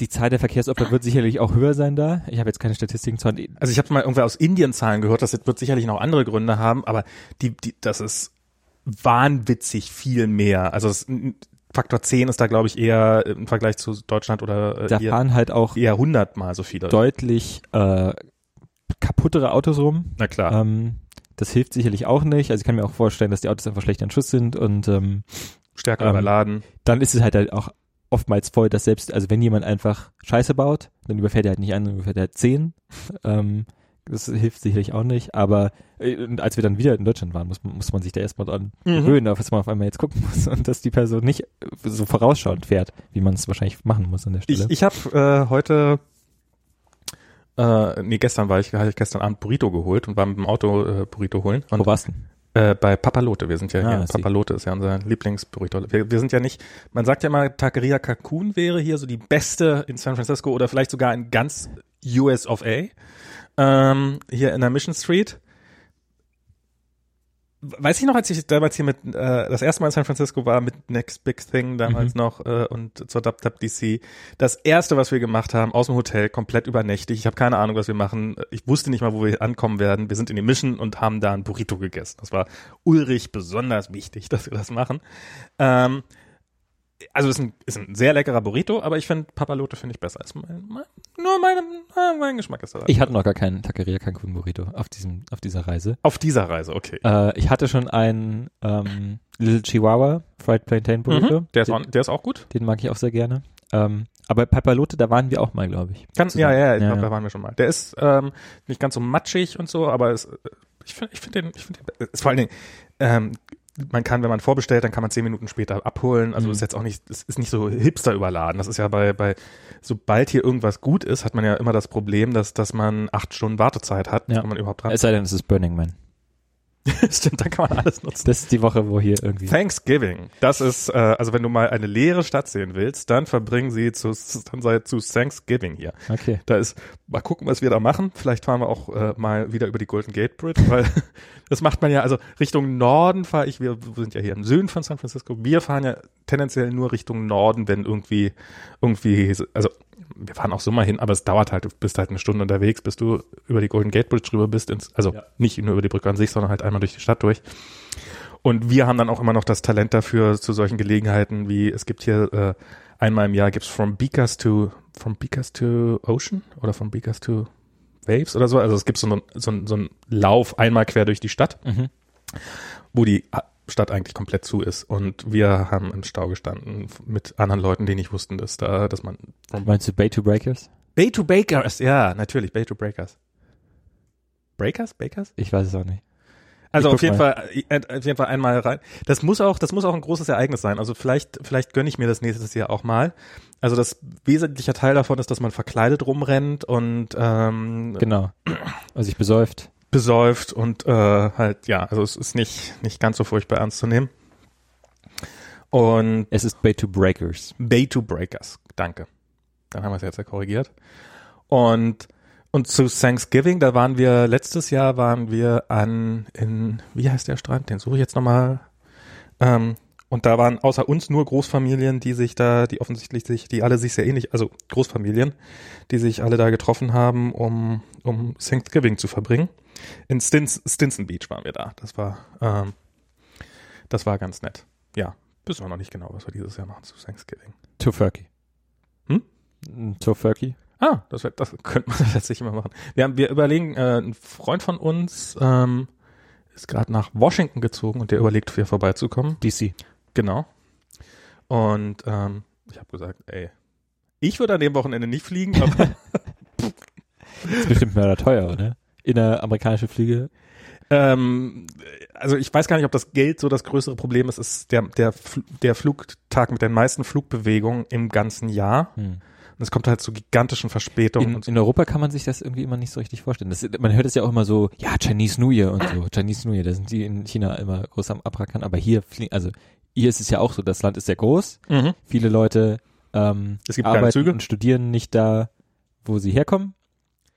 Die Zahl der Verkehrsopfer wird sicherlich auch höher sein da. Ich habe jetzt keine Statistiken zu Hand.
Also ich habe mal irgendwer aus Indien Zahlen gehört, das wird sicherlich noch andere Gründe haben, aber die, die, das ist wahnwitzig viel mehr. Also es, Faktor 10 ist da, glaube ich, eher im Vergleich zu Deutschland oder äh,
Da
hier,
fahren halt auch
eher hundertmal so viele.
deutlich äh, kaputtere Autos rum.
Na klar.
Ähm, das hilft sicherlich auch nicht. Also ich kann mir auch vorstellen, dass die Autos einfach schlechter in Schuss sind und ähm,
stärker
ähm,
überladen.
dann ist es halt, halt auch oftmals voll, dass selbst, also wenn jemand einfach Scheiße baut, dann überfährt er halt nicht einen, dann überfährt er halt zehn. ähm, das hilft sicherlich auch nicht, aber äh, und als wir dann wieder in Deutschland waren, muss, man- muss man sich da erstmal dran
Mhm.
gewöhnen, auf was man auf einmal jetzt gucken muss und dass die Person nicht äh, so vorausschauend fährt, wie man es wahrscheinlich machen muss an der Stelle.
Ich, ich habe äh, heute, äh, nee, gestern war ich, habe ich gestern Abend Burrito geholt und war mit dem Auto äh, Burrito holen. Und
Wo warst du?
Äh, bei Papalote, wir sind ja
Ah,
hier.
sie-
Papalote ist ja unser Lieblingsburrito. Wir, wir sind ja nicht, man sagt ja immer, Taqueria Cancun wäre hier so die beste in San Francisco oder vielleicht sogar in ganz US of A. Ähm, hier in der Mission Street. Weiß ich noch, als ich damals hier mit, äh, das erste Mal in San Francisco war, mit Next Big Thing damals noch äh, und zur DubDub DC, das erste, was wir gemacht haben, aus dem Hotel, komplett übernächtig, ich habe keine Ahnung, was wir machen, ich wusste nicht mal, wo wir ankommen werden, wir sind in die Mission und haben da ein Burrito gegessen. Das war Ulrich besonders wichtig, dass wir das machen. Ähm, also ist ein, ist ein sehr leckerer Burrito, aber ich finde Papalote finde ich besser. Ist mein, mein, nur mein, mein Geschmack ist da.
Ich hatte noch gar keinen Taqueria Cancun Burrito auf diesem, auf dieser Reise.
Auf dieser Reise, okay.
Äh, ich hatte schon einen ähm, Little Chihuahua Fried Plantain Burrito.
Mhm. Der, ist
den,
auch, der ist auch gut.
den mag ich auch sehr gerne. Ähm, aber Papalote, da waren wir auch mal, glaube ich.
Kann, ja,
zusammen.
ja, ich
Ja,
glaube,
ja.
da waren wir schon mal. Der ist ähm, nicht ganz so matschig und so, aber es, äh, ich finde ich find den, ich find den ist vor allen Dingen, ähm, man kann, wenn man vorbestellt, dann kann man zehn Minuten später abholen. Also
Mhm.
ist jetzt auch nicht, es ist nicht so hipster überladen. Das ist ja bei, bei, sobald hier irgendwas gut ist, hat man ja immer das Problem, dass, dass man acht Stunden Wartezeit hat,
Ja.
wenn man überhaupt dran
Es sei denn, es ist Burning Man.
Stimmt, dann kann man alles nutzen.
Das ist die Woche, wo hier irgendwie.
Thanksgiving. Das ist, äh, also wenn du mal eine leere Stadt sehen willst, dann verbringen sie zu, dann sei zu Thanksgiving hier.
Okay.
Da ist, mal gucken, was wir da machen. Vielleicht fahren wir auch äh, mal wieder über die Golden Gate Bridge, weil das macht man ja, also Richtung Norden fahre ich, wir sind ja hier im Süden von San Francisco. Wir fahren ja tendenziell nur Richtung Norden, wenn irgendwie, irgendwie, also wir fahren auch so mal hin, aber es dauert halt, du bist halt eine Stunde unterwegs, bis du über die Golden Gate Bridge drüber bist, ins, also
Ja.
nicht nur über die Brücke an sich, sondern halt einmal durch die Stadt durch. Und wir haben dann auch immer noch das Talent dafür, zu solchen Gelegenheiten wie, es gibt hier äh, einmal im Jahr gibt's From Beakers to From Beakers to Ocean oder From Beakers to Waves oder so. Also es gibt so einen, so einen, so einen Lauf einmal quer durch die Stadt,
Mhm.
wo die A- Stadt eigentlich komplett zu ist. Und wir haben im Stau gestanden f- mit anderen Leuten, die nicht wussten, dass da, dass man
Meinst du Bay to Breakers?
Bay to Bakers, ja, natürlich, Bay to Breakers. Breakers? Bakers?
Ich weiß es auch nicht.
Also
Ich
auf
guck
jeden Fall, äh, auf jeden Fall einmal rein. Das muss auch, das muss auch ein großes Ereignis sein. Also vielleicht, vielleicht gönne ich mir das nächstes Jahr auch mal. Also das wesentlicher Teil davon ist, dass man verkleidet rumrennt und ähm,
Genau. Also ich besäuft.
besäuft und äh, halt ja, also es ist nicht nicht ganz so furchtbar ernst zu nehmen. Und
Es ist Bay to Breakers.
Bay to Breakers, danke. Dann haben wir es jetzt ja korrigiert. Und und zu Thanksgiving, da waren wir letztes Jahr waren wir an in wie heißt der Strand? Den suche ich jetzt nochmal. Ähm, und da waren außer uns nur Großfamilien, die sich da, die offensichtlich sich, die alle sich sehr ähnlich, also Großfamilien, die sich alle da getroffen haben, um, um Thanksgiving zu verbringen. In Stins, Stinson Beach waren wir da. Das war, ähm, das war ganz nett. Ja, wissen wir noch nicht genau, was wir dieses Jahr machen zu Thanksgiving.
Tofurky.
Hm?
Tofurky.
Ah, das, wär, das könnte man tatsächlich mal machen. Wir, haben, wir überlegen, äh, ein Freund von uns ähm, ist gerade nach Washington gezogen und der überlegt, hier vorbeizukommen.
DC.
Genau. Und ähm, ich habe gesagt, ey, ich würde an dem Wochenende nicht fliegen, aber
Ist bestimmt mehr oder teuer, oder? Inneramerikanische Flüge.
Ähm, also ich weiß gar nicht, ob das Geld so das größere Problem ist. Es ist der, der, Fl- der Flugtag mit den meisten Flugbewegungen im ganzen Jahr.
Hm.
Und es kommt halt zu gigantischen Verspätungen.
In,
und so.
in Europa kann man sich das irgendwie immer nicht so richtig vorstellen. Das, man hört es ja auch immer so, ja, Chinese New Year und so, Chinese New Year, da sind die in China immer groß am Abrackern, aber hier fliegen, also hier ist es ja auch so, das Land ist sehr groß, viele Leute ähm,
Es gibt keine
arbeiten
Züge.
und studieren nicht da, wo sie herkommen.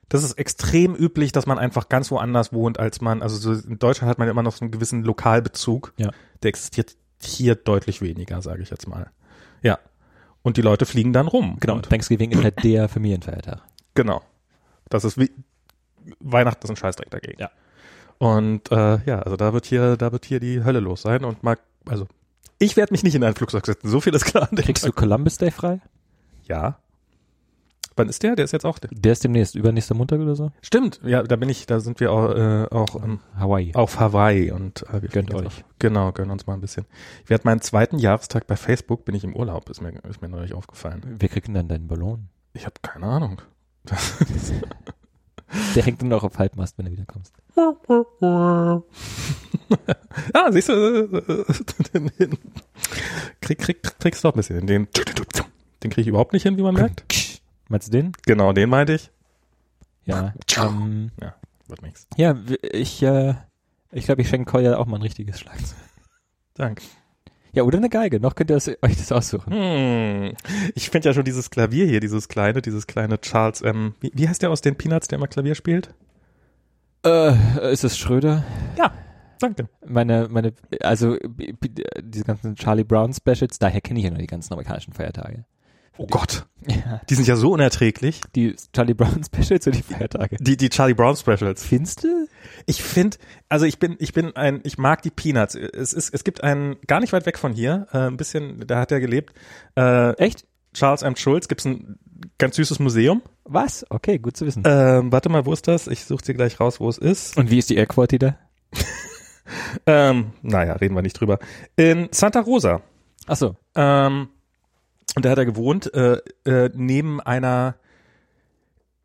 Das ist extrem üblich, dass man einfach ganz woanders wohnt, als man, also so in Deutschland hat man immer noch so einen gewissen Lokalbezug.
Ja.
Der existiert hier deutlich weniger, sage ich jetzt mal. Ja. Und die Leute fliegen dann rum.
Genau, und
Und,
Thanksgiving ist halt der Familienfeiertag.
genau. Das ist wie Weihnachten ist ein Scheißdreck dagegen.
Ja.
Und äh, ja, also da wird hier, da wird hier die Hölle los sein und mag, also ich werde mich nicht in ein Flugzeug setzen, so viel ist klar. an dem
Kriegst du
Tag.
Columbus Day frei?
Ja. Wann ist der? Der ist jetzt auch der.
Der ist demnächst, übernächster Montag oder so?
Stimmt, ja, da bin ich, da sind wir auch, äh, auch ähm,
Hawaii.
auf Hawaii und äh, wir fliegen
Gönnt
jetzt
euch.
Auf, genau, gönnen uns mal ein bisschen. Ich werde meinen zweiten Jahrestag bei Facebook, bin ich im Urlaub, ist mir, ist mir neulich aufgefallen.
Wir kriegen dann deinen Ballon.
Ich habe keine Ahnung.
Der hängt dann auch auf Halbmast, wenn du wiederkommst.
ah, siehst du, äh, den, den, krieg, krieg, kriegst du auch ein bisschen. hin. Den, den kriege ich überhaupt nicht hin, wie man merkt.
Meinst du den?
Genau, den meinte ich.
Ja. ähm,
Wird nichts.
ja, w- ich, äh, ich glaube, ich schenke Kolja auch mal ein richtiges Schlagzeug.
Danke.
Ja, oder eine Geige. Noch könnt ihr das, euch das aussuchen.
Hm. Ich finde ja schon dieses Klavier hier, dieses kleine, dieses kleine Charles, ähm, wie, wie heißt der aus den Peanuts, der immer Klavier spielt?
Äh, ist es Schröder?
Danke.
Meine, meine, also b- b- diese ganzen Charlie Brown Specials, daher kenne ich ja nur die ganzen amerikanischen Feiertage.
Oh Gott,
Ja.
die sind ja so unerträglich.
Die Charlie Brown Specials und die Feiertage.
Die, die Charlie Brown Specials.
Findest du?
Ich finde, also ich bin, ich bin ein, ich mag die Peanuts. Es ist, es gibt einen, gar nicht weit weg von hier, äh, ein bisschen, da hat er gelebt, äh,
Echt?
Charles M. Schulz gibt's ein ganz süßes Museum.
Was? Okay, gut zu wissen.
Ähm, warte mal, wo ist das? Ich suche dir gleich raus, wo es ist.
Äh, Und wie ist die Airquality da?
Ähm, naja, reden wir nicht drüber. In Santa Rosa.
Achso.
Ähm, und da hat er gewohnt, äh, äh, neben einer,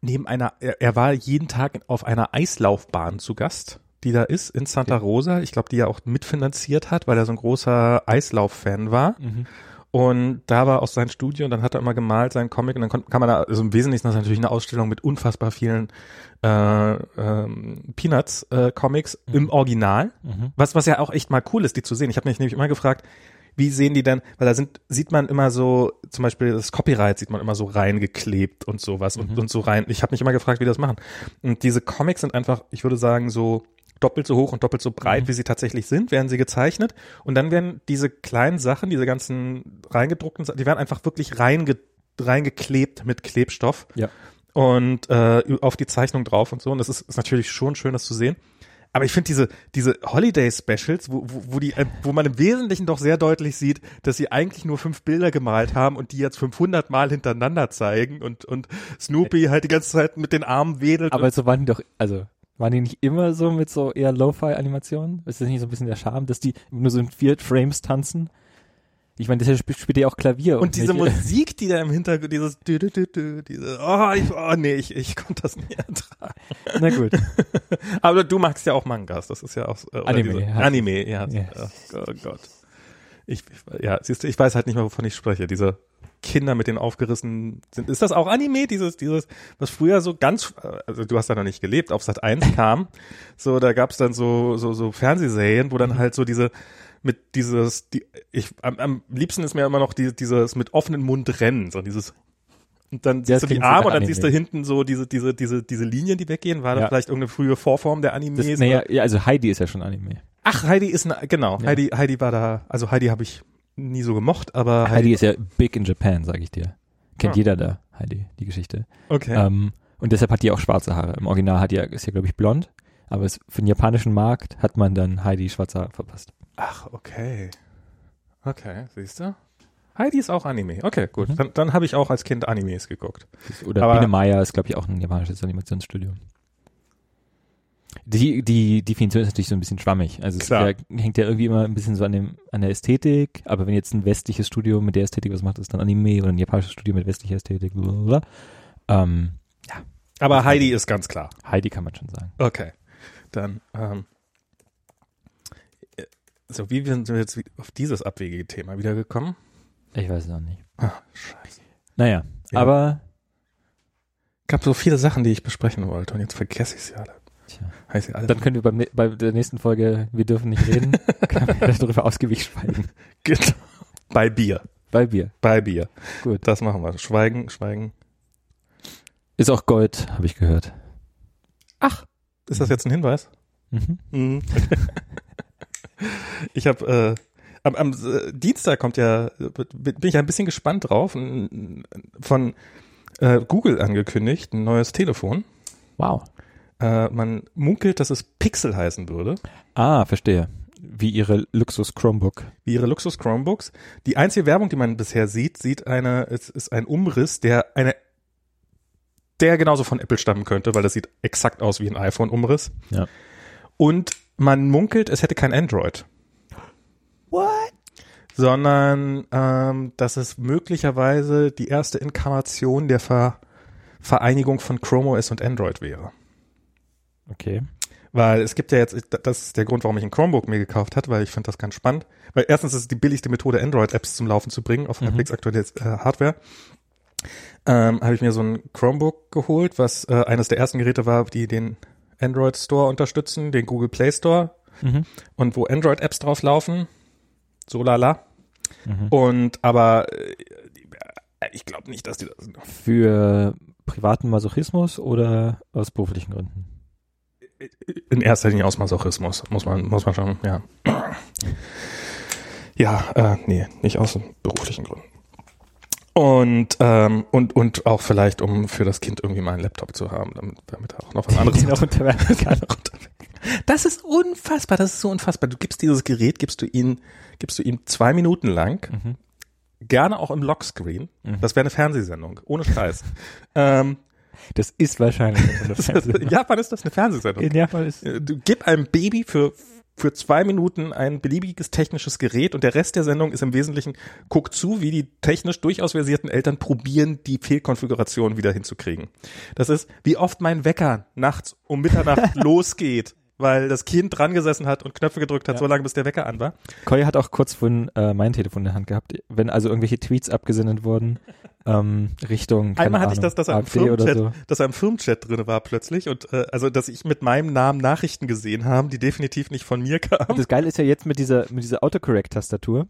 neben einer, er, er war jeden Tag auf einer Eislaufbahn zu Gast, die da ist in Santa Rosa. Ich glaube, die er auch mitfinanziert hat, weil er so ein großer Eislauf-Fan war.
Mhm.
Und da war auch sein Studio und dann hat er immer gemalt seinen Comic und dann kon- kann man da, also im Wesentlichen ist das natürlich eine Ausstellung mit unfassbar vielen äh, ähm, Peanuts-Comics im Original.
Mhm.
Was, was ja auch echt mal cool ist, die zu sehen. Ich habe mich nämlich immer gefragt, wie sehen die denn, weil da sind, sieht man immer so, zum Beispiel das Copyright sieht man immer so reingeklebt und sowas und, und so rein. Ich habe mich immer gefragt, wie die das machen. Und diese Comics sind einfach, ich würde sagen, so doppelt so hoch und doppelt so breit, wie sie tatsächlich sind, werden sie gezeichnet. Und dann werden diese kleinen Sachen, diese ganzen reingedruckten Sachen, die werden einfach wirklich reinge, reingeklebt mit Klebstoff
Ja.
und äh, auf die Zeichnung drauf und so. Und das ist, ist natürlich schon schön, das zu sehen. Aber ich finde diese, diese Holiday-Specials, wo, wo, wo, die, äh, wo man im Wesentlichen doch sehr deutlich sieht, dass sie eigentlich nur fünf Bilder gemalt haben und die jetzt 500 Mal hintereinander zeigen und, und Snoopy halt die ganze Zeit mit den Armen wedelt.
Aber so waren die doch, also waren die nicht immer so mit so eher Lo-Fi-Animationen? Ist das nicht so ein bisschen der Charme, dass die nur so in vier Frames tanzen? Ich meine, deshalb spielt, spielt ihr auch Klavier.
und diese
nicht,
Musik, die da im Hintergrund, dieses dü -dü -dü -dü, diese, oh, ich, oh nee, ich, ich konnte das nicht ertragen.
Na gut.
Aber du magst ja auch Mangas, das ist ja auch äh, oder
Anime,
Diese,
ja.
Anime, ja.
Ja.
Oh, oh Gott. Ich, ich, ja, siehst du, ich weiß halt nicht mehr, wovon ich spreche. Diese Kinder mit den aufgerissenen sind. Ist das auch Anime? Dieses, dieses, was früher so ganz, äh, also du hast da noch nicht gelebt, auf Sat 1 kam. So, da gab's dann so, so, so Fernsehserien, wo
Mhm.
dann halt so diese mit dieses, die, ich, am, am liebsten ist mir immer noch die, dieses mit offenem Mund rennen, so dieses und dann siehst du die
klingt
Arme
sogar
und dann
Anime.
siehst du hinten so diese, diese, diese, diese Linien, die weggehen. War da
Ja.
vielleicht irgendeine frühe Vorform der Animes?
Das, naja, ja, also Heidi ist ja schon Anime.
Ach, Heidi ist eine, genau,
Ja.
Heidi, Heidi war da, also Heidi habe ich nie so gemocht, aber
Heidi, ist ja big in Japan, sag ich dir. Kennt
Ah.
jeder da, Heidi, die Geschichte.
okay.
Ähm, und deshalb hat die auch schwarze Haare. Im Original hat die, ist ja, glaube ich, blond. Aber es, für den japanischen Markt hat man dann Heidi schwarze Haare verpasst.
Ach, okay. Okay, siehst du? Heidi ist auch Anime. Okay, gut.
Mhm.
Dann, dann habe ich auch als Kind Animes geguckt.
Oder
Aber-
Biene Maya ist, glaube ich, auch ein japanisches Animationsstudio. Die, die Definition ist natürlich so ein bisschen schwammig. Also es ist
Klar.
ja, hängt ja irgendwie immer ein bisschen so an, dem, an der Ästhetik. Aber wenn jetzt ein westliches Studio mit der Ästhetik was macht, ist dann Anime oder ein japanisches Studio mit westlicher Ästhetik. Blablabla. Ähm,
Aber Heidi ist ganz klar.
Heidi kann man schon sagen.
Okay. Dann, ähm, äh, so wie wir- sind wir jetzt wie- auf dieses abwegige Thema wiedergekommen?
Ich weiß es auch nicht.
Ah, scheiße.
Naja,
Ja.
aber
Gab so viele Sachen, die ich besprechen wollte und jetzt vergesse ich sie alle.
tja,
Heißt sie alle
dann können wir beim, ne- bei der nächsten Folge Wir dürfen nicht reden, können wir darüber ausgiebig schweigen.
Genau. Bei Bier.
Bei Bier.
Bei Bier.
Gut.
Das machen wir. Schweigen, schweigen.
Ist auch Gold, habe ich gehört.
Ach. Ist das jetzt ein Hinweis?
Mhm.
Mhm. ich habe äh, am, am äh, Dienstag kommt ja, äh, bin ich ein bisschen gespannt drauf, n- n- von äh, Google angekündigt, ein neues Telefon.
Wow.
Äh, man munkelt, dass es Pixel heißen würde,
Ah, verstehe. Wie ihre Luxus Chromebook.
wie ihre Luxus Chromebooks. Die einzige Werbung, die man bisher sieht, sieht eine, es ist ein Umriss, der eine, der genauso von Apple stammen könnte, weil das sieht exakt aus wie ein iPhone-Umriss.
Ja.
Und man munkelt, es hätte kein Android.
What?
sondern ähm, dass es möglicherweise die erste Inkarnation der Ver Vereinigung von Chrome OS und Android wäre.
Okay.
Weil es gibt ja jetzt, das ist der Grund, warum ich ein Chromebook mir gekauft hatte, weil ich finde das ganz spannend. Weil erstens ist es die billigste Methode, Android-Apps zum Laufen zu bringen auf
Mhm.
Netflix aktuelle äh, Hardware. Ähm, habe ich mir so ein Chromebook geholt, was äh, eines der ersten Geräte war, die den Android Store unterstützen, den Google Play Store
Mhm.
und wo Android-Apps drauf laufen. So lala.
Mhm.
Und aber äh, ich glaube nicht, dass die das.
Für privaten Masochismus oder aus beruflichen Gründen?
In erster Linie aus Masochismus, muss man, muss man schon, ja. Ja, äh, nee, nicht aus beruflichen Gründen. Und, ähm, und, und auch vielleicht, um für das Kind irgendwie mal einen Laptop zu haben, damit, damit er auch noch was anderes
Den auch unterwerfen kann.
Das ist unfassbar, das ist so unfassbar. Du gibst dieses Gerät, gibst du ihn, gibst du ihm zwei Minuten lang,
Mhm.
gerne auch im Lockscreen.
Mhm.
Das wäre eine Fernsehsendung, ohne Scheiß. ähm,
Das ist wahrscheinlich. eine
in
Fernsehsendung.
Japan ist das eine Fernsehsendung.
In Japan ist.
Äh, Du gib einem Baby für, für zwei Minuten ein beliebiges technisches Gerät und der Rest der Sendung ist im Wesentlichen, guck zu, wie die technisch durchaus versierten Eltern probieren, die Fehlkonfiguration wieder hinzukriegen. Das ist, wie oft mein Wecker nachts um Mitternacht losgeht, weil das Kind dran gesessen hat und Knöpfe gedrückt hat,
Ja.
so lange bis der Wecker an war.
Koya hat auch kurz vorhin äh, mein Telefon in der Hand gehabt. Wenn also irgendwelche Tweets abgesendet wurden, ähm, Richtung. keine
Einmal hatte ich
Ahnung,
das, dass er im
AfD oder
Firmenchat,
so.
dass er im Firmenchat drin war plötzlich und äh, also, dass ich mit meinem Namen Nachrichten gesehen habe, die definitiv nicht von mir kamen.
Das Geile ist ja jetzt mit dieser, mit dieser Autocorrect-Tastatur.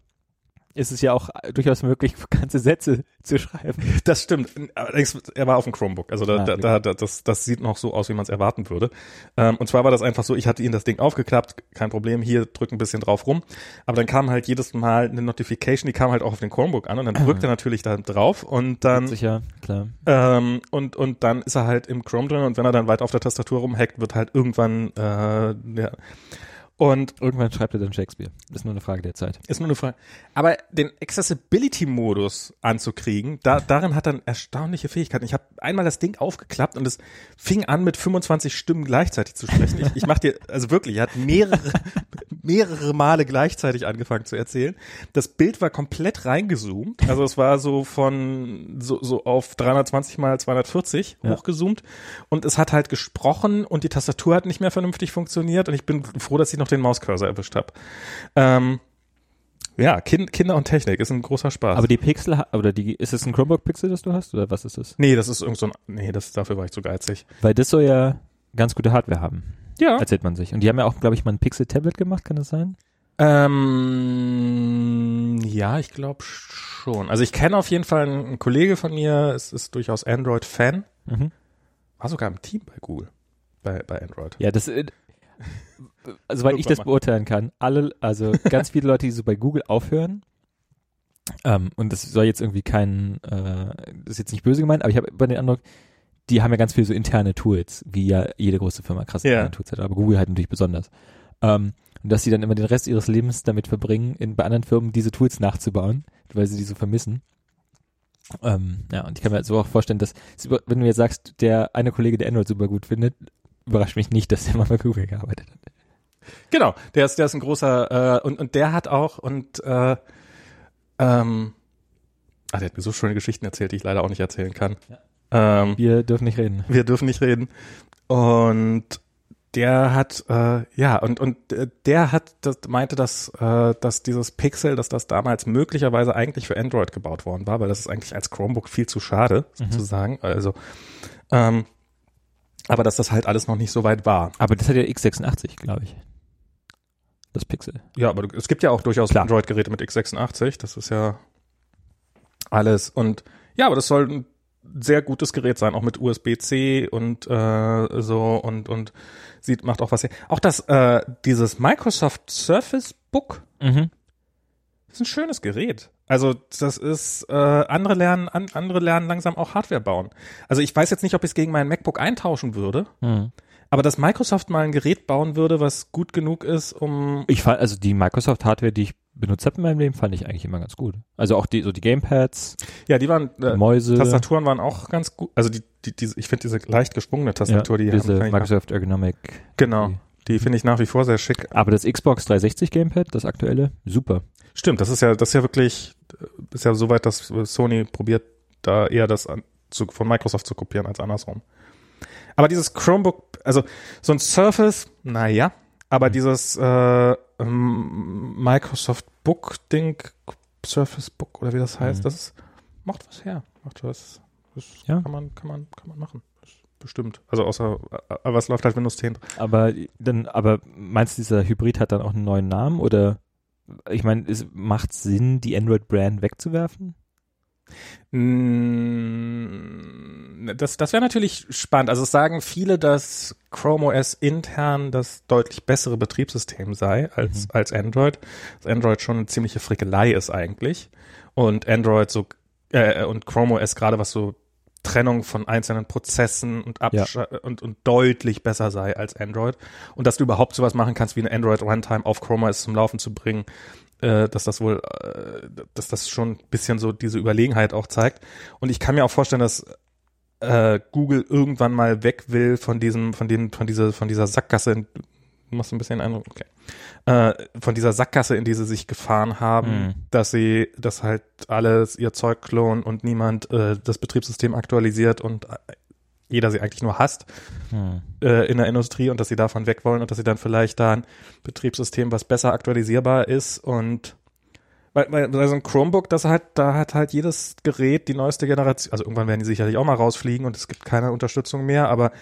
Ist es ja auch äh, durchaus möglich, ganze Sätze zu schreiben.
Das stimmt. Allerdings, er war auf dem Chromebook. Also da,
Ah,
da, da, da, das, das sieht noch so aus, wie man es erwarten würde. Ähm, und zwar war das einfach so, ich hatte ihn das Ding aufgeklappt, kein Problem, hier drück ein bisschen drauf rum. Aber dann kam halt jedes Mal eine Notification, die kam halt auch auf den Chromebook an und dann drückt er natürlich da drauf und dann
Sicher, klar.
ähm, und, und dann ist er halt im Chrome drin und wenn er dann weit auf der Tastatur rumhackt, wird halt irgendwann äh, ja. Und
Irgendwann schreibt er dann Shakespeare. Ist nur eine Frage der Zeit.
Ist nur eine Frage. Aber den Accessibility-Modus anzukriegen, da, darin hat er erstaunliche Fähigkeiten. Ich habe einmal das Ding aufgeklappt und es fing an, mit 25 Stimmen gleichzeitig zu sprechen. Ich, ich mach dir, also wirklich, er hat mehrere, mehrere Male gleichzeitig angefangen zu erzählen. Das Bild war komplett reingezoomt. Also es war so von, so, so auf 320 mal 240
Ja.
hochgezoomt. Und es hat halt gesprochen und die Tastatur hat nicht mehr vernünftig funktioniert. Und ich bin froh, dass ich noch den Mauscursor erwischt habe. Ähm, ja, kind, Kinder und Technik ist ein großer Spaß.
Aber die Pixel, ha- oder die, ist es ein Chromebook Pixel, das du hast, oder was ist das?
nee, das ist irgend so ein, nee, das, dafür war ich zu geizig.
Weil das soll ja ganz gute Hardware haben,
Ja.
erzählt man sich. Und die haben ja auch, glaube ich, mal ein Pixel-Tablet gemacht, kann das sein?
Ähm, ja, ich glaube schon. Also ich kenne auf jeden Fall einen Kollege von mir, es ist durchaus Android-Fan.
Mhm.
War sogar im Team bei Google. Bei, bei Android.
Ja, das, äh, also weil ich
Irgendwann
das
mal.
beurteilen kann, alle, also ganz viele Leute, die so bei Google aufhören, ähm, und das soll jetzt irgendwie kein, äh, das ist jetzt nicht böse gemeint, aber ich habe immer den Eindruck, die haben ja ganz viel so interne Tools, wie ja jede große Firma krasse
Ja.
interne Tools hat, aber Google halt natürlich besonders. Ähm, und dass sie dann immer den Rest ihres Lebens damit verbringen, in, bei anderen Firmen diese Tools nachzubauen, weil sie die so vermissen. Ähm, ja, und ich kann mir so auch vorstellen, dass, es über- wenn du jetzt sagst, der eine Kollege, der Android super gut findet, überrascht mich nicht, dass der mal bei Google gearbeitet hat.
Genau, der ist, der ist ein großer, äh, und, und der hat auch, und, äh, ähm, ah, der hat mir so schöne Geschichten erzählt, die ich leider auch nicht erzählen kann. Ähm,
Wir dürfen nicht reden.
wir dürfen nicht reden. Und der hat, äh, ja, und, und äh, der hat, das meinte, dass, äh, dass dieses Pixel, dass das damals möglicherweise eigentlich für Android gebaut worden war, weil das ist eigentlich als Chromebook viel zu schade, sozusagen. Also, ähm, aber dass das halt alles noch nicht so weit war.
Aber das hat ja x86, glaube ich. Das Pixel.
Ja, aber du- es gibt ja auch durchaus
Klar.
Android-Geräte mit x86. Das ist ja alles. Und ja, aber das soll ein sehr gutes Gerät sein, auch mit USB-C und äh, so und und sieht macht auch was. her. Auch das äh, dieses Microsoft Surface Book
Mhm.
ist ein schönes Gerät. Also das ist äh, andere lernen an, andere lernen langsam auch Hardware bauen. Also ich weiß jetzt nicht, ob ich es gegen meinen MacBook eintauschen würde,
Mhm.
aber dass Microsoft mal ein Gerät bauen würde, was gut genug ist, um
Ich fand, also die Microsoft-Hardware, die ich benutzt habe in meinem Leben, fand ich eigentlich immer ganz gut. Also auch die, so die Gamepads,
ja, die waren äh,
die Mäuse,
Tastaturen waren auch ganz gut. Also die, die, diese, ich finde diese leicht gesprungene Tastatur, die
ja, diese
haben,
Microsoft Ergonomic.
genau. Die finde ich nach wie vor sehr schick.
Aber das Xbox 360 Gamepad, das aktuelle, super.
Stimmt, das ist ja, das ist ja wirklich, äh, ist ja soweit, dass äh, Sony probiert, da eher das an, zu, von Microsoft zu kopieren als andersrum. Aber dieses Chromebook, also so ein Surface, naja, aber
Mhm.
dieses äh, ähm, Microsoft Book Ding, Surface Book oder wie das heißt,
Mhm.
das ist, macht was her, macht was, das
Ja.
kann man, kann man, kann man machen, das ist bestimmt. Also außer, aber es läuft halt Windows 10.
Aber dann, aber meinst du, dieser Hybrid hat dann auch einen neuen Namen oder? Ich meine, es macht Sinn, die Android-Brand wegzuwerfen?
Mm, Das, das wäre natürlich spannend. Also es sagen viele, dass Chrome OS intern das deutlich bessere Betriebssystem sei als,
Mhm.
als Android. Dass Android schon eine ziemliche Frickelei ist eigentlich. Und Android so äh, und Chrome OS gerade was so Trennung von einzelnen Prozessen und, Absch und, und deutlich besser sei als Android. Und dass du überhaupt sowas machen kannst, wie eine Android Runtime auf Chrome OS zum Laufen zu bringen, äh, dass das wohl, äh, dass das schon ein bisschen so diese Überlegenheit auch zeigt. Und ich kann mir auch vorstellen, dass äh, Google irgendwann mal weg will von diesem, von dem, von dieser, von dieser Sackgasse. in- Du machst ein bisschen Eindruck, okay. Äh, von dieser Sackgasse, in die sie sich gefahren haben,
Mhm.
dass sie, dass halt alles ihr Zeug klonen und niemand äh, das Betriebssystem aktualisiert und äh, jeder sie eigentlich nur hasst
Hm.
äh, in der Industrie und dass sie davon weg wollen und dass sie dann vielleicht da ein Betriebssystem, was besser aktualisierbar ist und weil, weil, weil so ein Chromebook, das hat, da hat halt jedes Gerät die neueste Generation, also irgendwann werden die sicherlich auch mal rausfliegen und es gibt keine Unterstützung mehr, aber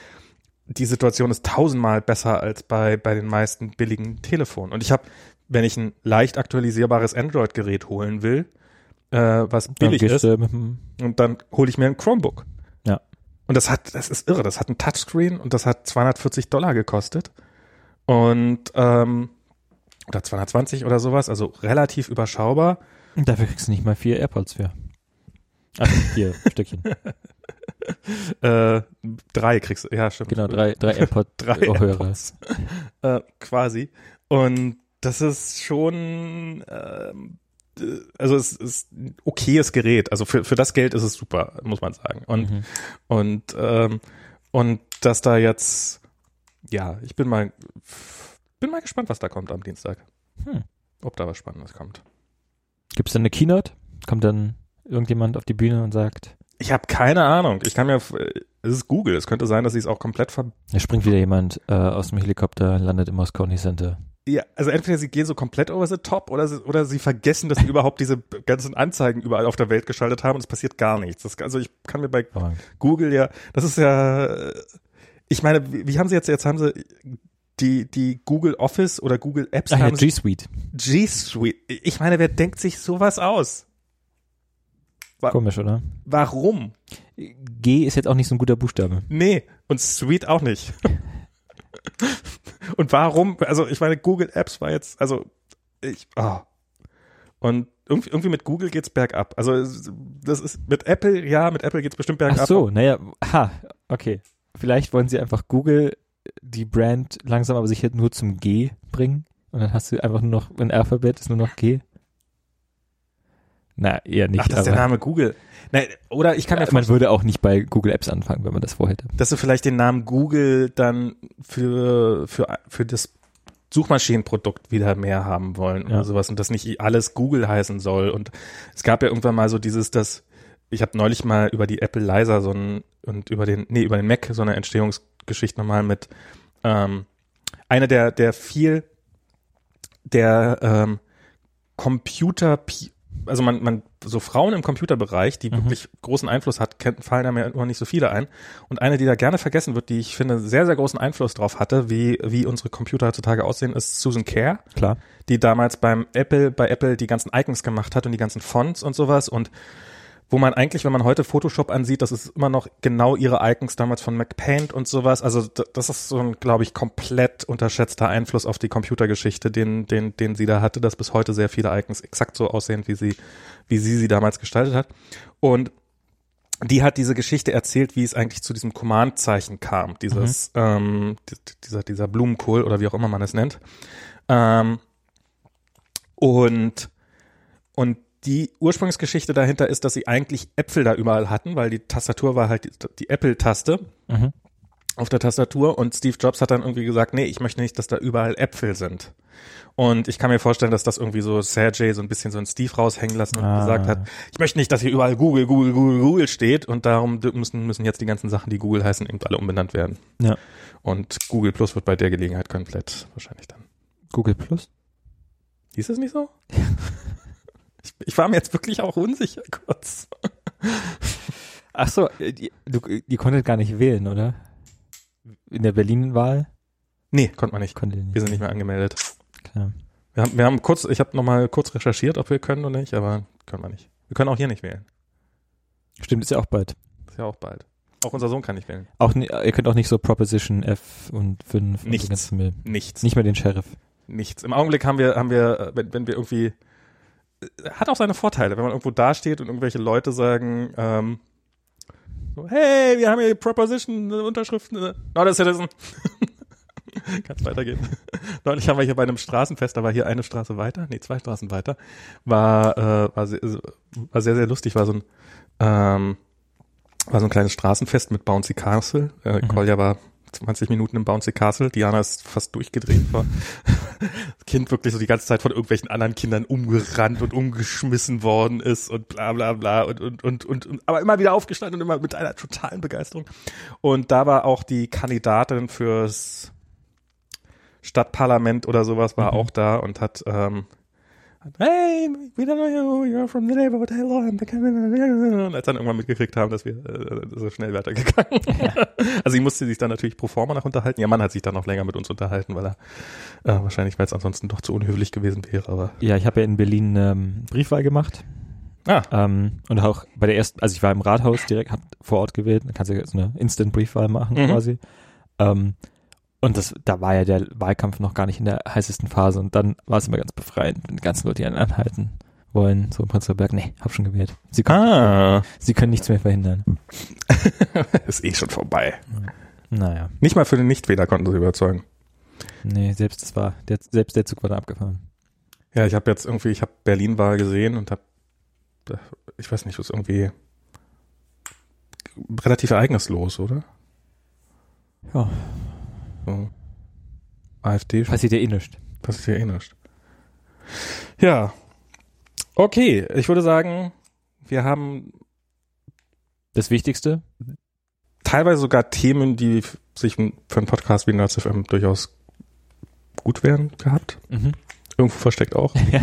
die Situation ist tausendmal besser als bei, bei den meisten billigen Telefonen. Und ich habe, wenn ich ein leicht aktualisierbares Android-Gerät holen will, äh, was
Dann
billig
gehst
ist,
du mit dem
und dann hole ich mir ein Chromebook.
Ja.
Und das hat, das ist irre, das hat ein Touchscreen und das hat 240 Dollar gekostet. Und ähm, oder 220 oder sowas, also relativ überschaubar.
Und Dafür kriegst du nicht mal vier AirPods für. Ach, vier Stückchen.
Äh, drei kriegst du, ja, stimmt.
Genau, drei, drei AirPods.
Drei
höhere.
äh, quasi. Und das ist schon, ähm, äh, also es ist ein okayes Gerät. Also für, für das Geld ist es super, muss man sagen. Und
Mhm.
Und, ähm, und dass da jetzt, ja, ich bin mal, bin mal gespannt, was da kommt am Dienstag.
Hm.
Ob da was Spannendes kommt.
Gibt es dann eine Keynote? Kommt dann irgendjemand auf die Bühne und sagt,
Ich habe keine Ahnung. Ich kann mir, äh, es ist Google. Es könnte sein, dass sie es auch komplett ver
da springt wieder jemand äh, aus dem Helikopter, landet im Moscone Center.
Ja, also entweder sie gehen so komplett over the top oder sie, oder sie vergessen, dass sie überhaupt diese ganzen Anzeigen überall auf der Welt geschaltet haben und es passiert gar nichts. Das, also ich kann mir bei
Hervorragend.
Google ja, das ist ja, äh, ich meine, wie, wie haben sie jetzt, jetzt haben sie die, die Google Office oder Google Apps
Ach Ah ja,
haben sie
G Suite.
G Suite. Ich meine, wer denkt sich sowas aus?
Komisch, oder?
Warum?
G ist jetzt auch nicht so ein guter Buchstabe.
Nee, und Suite auch nicht. und warum? Also, ich meine, Google Apps war jetzt, also, ich, ah. Und irgendwie, irgendwie mit Google geht's bergab. Also, es- das ist, mit Apple, ja, mit Apple geht's bestimmt bergab.
Ach so, naja, ha, okay. Vielleicht wollen sie einfach Google die Brand langsam aber sicher nur zum G bringen und dann hast du einfach nur noch ein Alphabet ist nur noch G. Na, eher nicht.
Ach, das ist der
aber-
Name Google. Nein, oder ich kann mir
Ja, man würde auch nicht bei Google Apps anfangen, wenn man das vorhätte.
dass du vielleicht den Namen Google dann für, für, für das Suchmaschinenprodukt wieder mehr haben wollen
Ja.
oder sowas und das nicht alles Google heißen soll. Und es gab ja irgendwann mal so dieses, dass ich habe neulich mal über die Apple Liza so ein, und über den, nee, über den Mac so eine Entstehungsgeschichte nochmal mit ähm, einer der, der viel der ähm, Computer, also man, man, so Frauen im Computerbereich, die
Mhm.
wirklich großen Einfluss hat, kennt, fallen da mir immer nicht so viele ein. Und eine, die da gerne vergessen wird, die ich finde sehr, sehr großen Einfluss drauf hatte, wie, wie unsere Computer heutzutage aussehen, ist Susan Kerr,
Klar.
die damals beim Apple, bei Apple die ganzen Icons gemacht hat und die ganzen Fonts und sowas und wo man eigentlich, wenn man heute Photoshop ansieht, das ist immer noch genau ihre Icons damals von MacPaint und sowas. Also d- das ist so ein, glaube ich, komplett unterschätzter Einfluss auf die Computergeschichte, den, den, den sie da hatte, dass bis heute sehr viele Icons exakt so aussehen, wie sie, wie sie sie damals gestaltet hat. Und die hat diese Geschichte erzählt, wie es eigentlich zu diesem Command-Zeichen kam, dieses,
Mhm.
ähm, di- di- dieser, dieser Blumenkohl oder wie auch immer man es nennt. Ähm, und und die Ursprungsgeschichte dahinter ist, dass sie eigentlich Äpfel da überall hatten, weil die Tastatur war halt die, die Apple-Taste
Mhm.
auf der Tastatur und Steve Jobs hat dann irgendwie gesagt, nee, ich möchte nicht, dass da überall Äpfel sind. Und ich kann mir vorstellen, dass das irgendwie so Sergey so ein bisschen so einen Steve raushängen lassen und
Ah.
gesagt hat, ich möchte nicht, dass hier überall Google, Google, Google, Google steht und darum dü- müssen, müssen jetzt die ganzen Sachen, die Google heißen, eben alle umbenannt werden.
Ja.
Und Google Plus wird bei der Gelegenheit komplett wahrscheinlich dann.
Google Plus?
Hieß es nicht so? ich, ich war mir jetzt wirklich auch unsicher kurz.
Ach so, äh, die- du, ihr konntet gar nicht wählen, oder? In der Berlin-Wahl?
Nee, konnte man nicht.
Konntet ihr nicht.
Wir sind nicht mehr angemeldet.
Klar.
Wir haben, wir haben kurz, ich habe nochmal kurz recherchiert, ob wir können oder nicht, aber können wir nicht. Wir können auch hier nicht wählen.
Stimmt, ist ja auch bald.
Ist ja auch bald. Auch unser Sohn kann nicht wählen.
Auch, ni- ihr könnt auch nicht so Proposition F und 5 und
Nichts.
den ganzen Müll.
Nichts.
Nicht mehr den Sheriff.
Nichts. Im Augenblick haben wir, haben wir, äh, wenn, wenn wir irgendwie, äh, hat auch seine Vorteile, wenn man irgendwo dasteht und irgendwelche Leute sagen, ähm, so, hey, wir haben hier Proposition, äh, Unterschriften, äh, not a citizen. Kann's weitergehen. Neulich haben wir hier bei einem Straßenfest, da war hier eine Straße weiter, nee, zwei Straßen weiter, war, äh, war, sehr, war sehr, sehr lustig, war so ein, ähm, war so ein kleines Straßenfest mit Bouncy Castle. Äh,
Mhm.
Kolja war 20 Minuten im Bouncy Castle, Diana ist fast durchgedreht, war das Kind wirklich so die ganze Zeit von irgendwelchen anderen Kindern umgerannt und umgeschmissen worden ist und bla bla bla und, und, und, und, und aber immer wieder aufgestanden und immer mit einer totalen Begeisterung. Und da war auch die Kandidatin fürs Stadtparlament oder sowas, war
Mhm.
auch da und hat ähm, Hey, we don't know you, you're from the neighborhood, hello, I'm the candidate. Und als dann irgendwann mitgekriegt haben, dass wir äh, so schnell weitergegangen. also sie musste sich dann natürlich pro forma noch unterhalten. Ihr Mann hat sich dann noch länger mit uns unterhalten, weil er äh, wahrscheinlich, weil es ansonsten doch zu unhöflich gewesen wäre, aber
Ja, ich habe ja in Berlin ähm, Briefwahl gemacht.
Ah.
Ähm, und auch bei der ersten, also ich war im Rathaus direkt, hab vor Ort gewählt, dann kannst du ja so eine Instant-Briefwahl machen
Mhm.
quasi. Ähm, und das, da war ja der Wahlkampf noch gar nicht in der heißesten Phase und dann war es immer ganz befreiend, wenn die ganzen Leute einen anhalten wollen. So im Prenzlberg, nee, hab schon gewählt. Sie können,
Ah, Hm.
sie können nichts mehr verhindern.
ist eh schon vorbei.
Naja,
Nicht mal für den Nichtwähler konnten sie überzeugen.
nee, selbst das war, der, selbst der Zug war da abgefahren.
Ja, ich habe jetzt irgendwie, ich habe Berlin-Wahl gesehen und habe, ich weiß nicht, was irgendwie relativ ereignislos, oder?
Ja.
So. AfD
Passiert ja eh nichts.
Das ist ja eh nichts. Ja. Okay, ich würde sagen, wir haben
Das Wichtigste,
teilweise sogar Themen, die f- sich für einen Podcast wie Nerds FM durchaus gut wären gehabt.
mhm.
Irgendwo versteckt auch.
ja.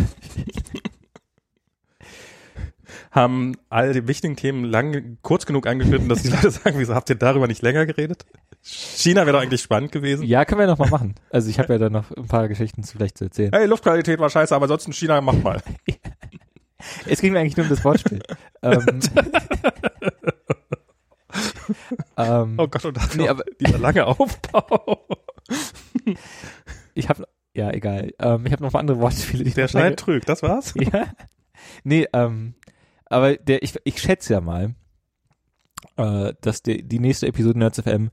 Haben all die wichtigen Themen lang, kurz genug angeschnitten, dass die Leute sagen, wieso habt ihr darüber nicht länger geredet? China wäre doch eigentlich spannend gewesen.
ja, können wir noch mal machen. Also ich habe ja da noch ein paar Geschichten zu- vielleicht zu erzählen.
Hey, Luftqualität war scheiße, aber ansonsten China, mach mal.
Es ging mir eigentlich nur um das Wortspiel. ähm, ähm,
Oh Gott, und dafür
Nee, aber-
dieser lange Aufbau.
Ich habe ja egal. Ähm, ich habe noch mal andere Wortspiele. Die
Der
ich noch
Schein trügt, das war's?
Ja. Nee, ähm, aber der, ich, ich schätze ja mal, äh, dass die, die nächste Episode Nerds FM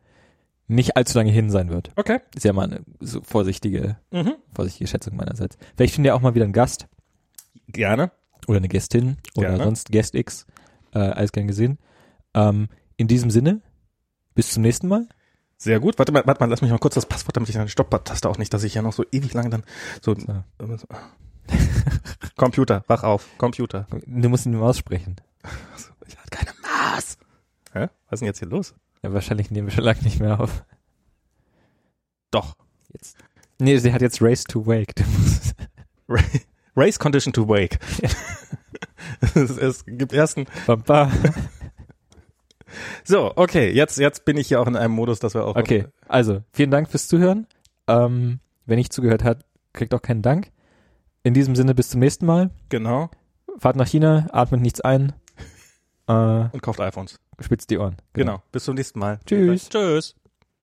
nicht allzu lange hin sein wird.
Okay.
Ist ja mal eine so vorsichtige,
Mhm.
vorsichtige Schätzung meinerseits. Vielleicht finden wir auch mal wieder einen Gast.
Gerne.
oder eine Gästin oder
Gerne.
sonst Guest X. Äh, alles gern gesehen. Ähm, in diesem Sinne, bis zum nächsten Mal.
Sehr gut. Warte mal, warte mal, lass mich mal kurz das Passwort, damit ich dann Stopp-Taste auch nicht, dass ich ja noch so ewig lang dann so.
So.
Computer, wach auf, Computer.
Du musst ihn nur aussprechen.
Ich hatte keine Maß. Hä? Was ist denn jetzt hier los?
Ja, wahrscheinlich nehmen wir schon lange nicht mehr auf.
Doch.
Jetzt. Nee, sie hat jetzt Race to Wake. Du musst-
Race Condition to Wake. es, es gibt erst ein.
Bam, bam.
So, okay, jetzt, jetzt bin ich hier auch in einem Modus, dass wir auch.
Okay, also vielen Dank fürs Zuhören. Ähm, wer nicht zugehört hat, kriegt auch keinen Dank. In diesem Sinne, bis zum nächsten Mal.
Genau.
Fahrt nach China, atmet nichts ein, äh,
Und kauft iPhones.
spitzt die Ohren.
Genau. Bis zum nächsten Mal.
Tschüss.
Tschüss.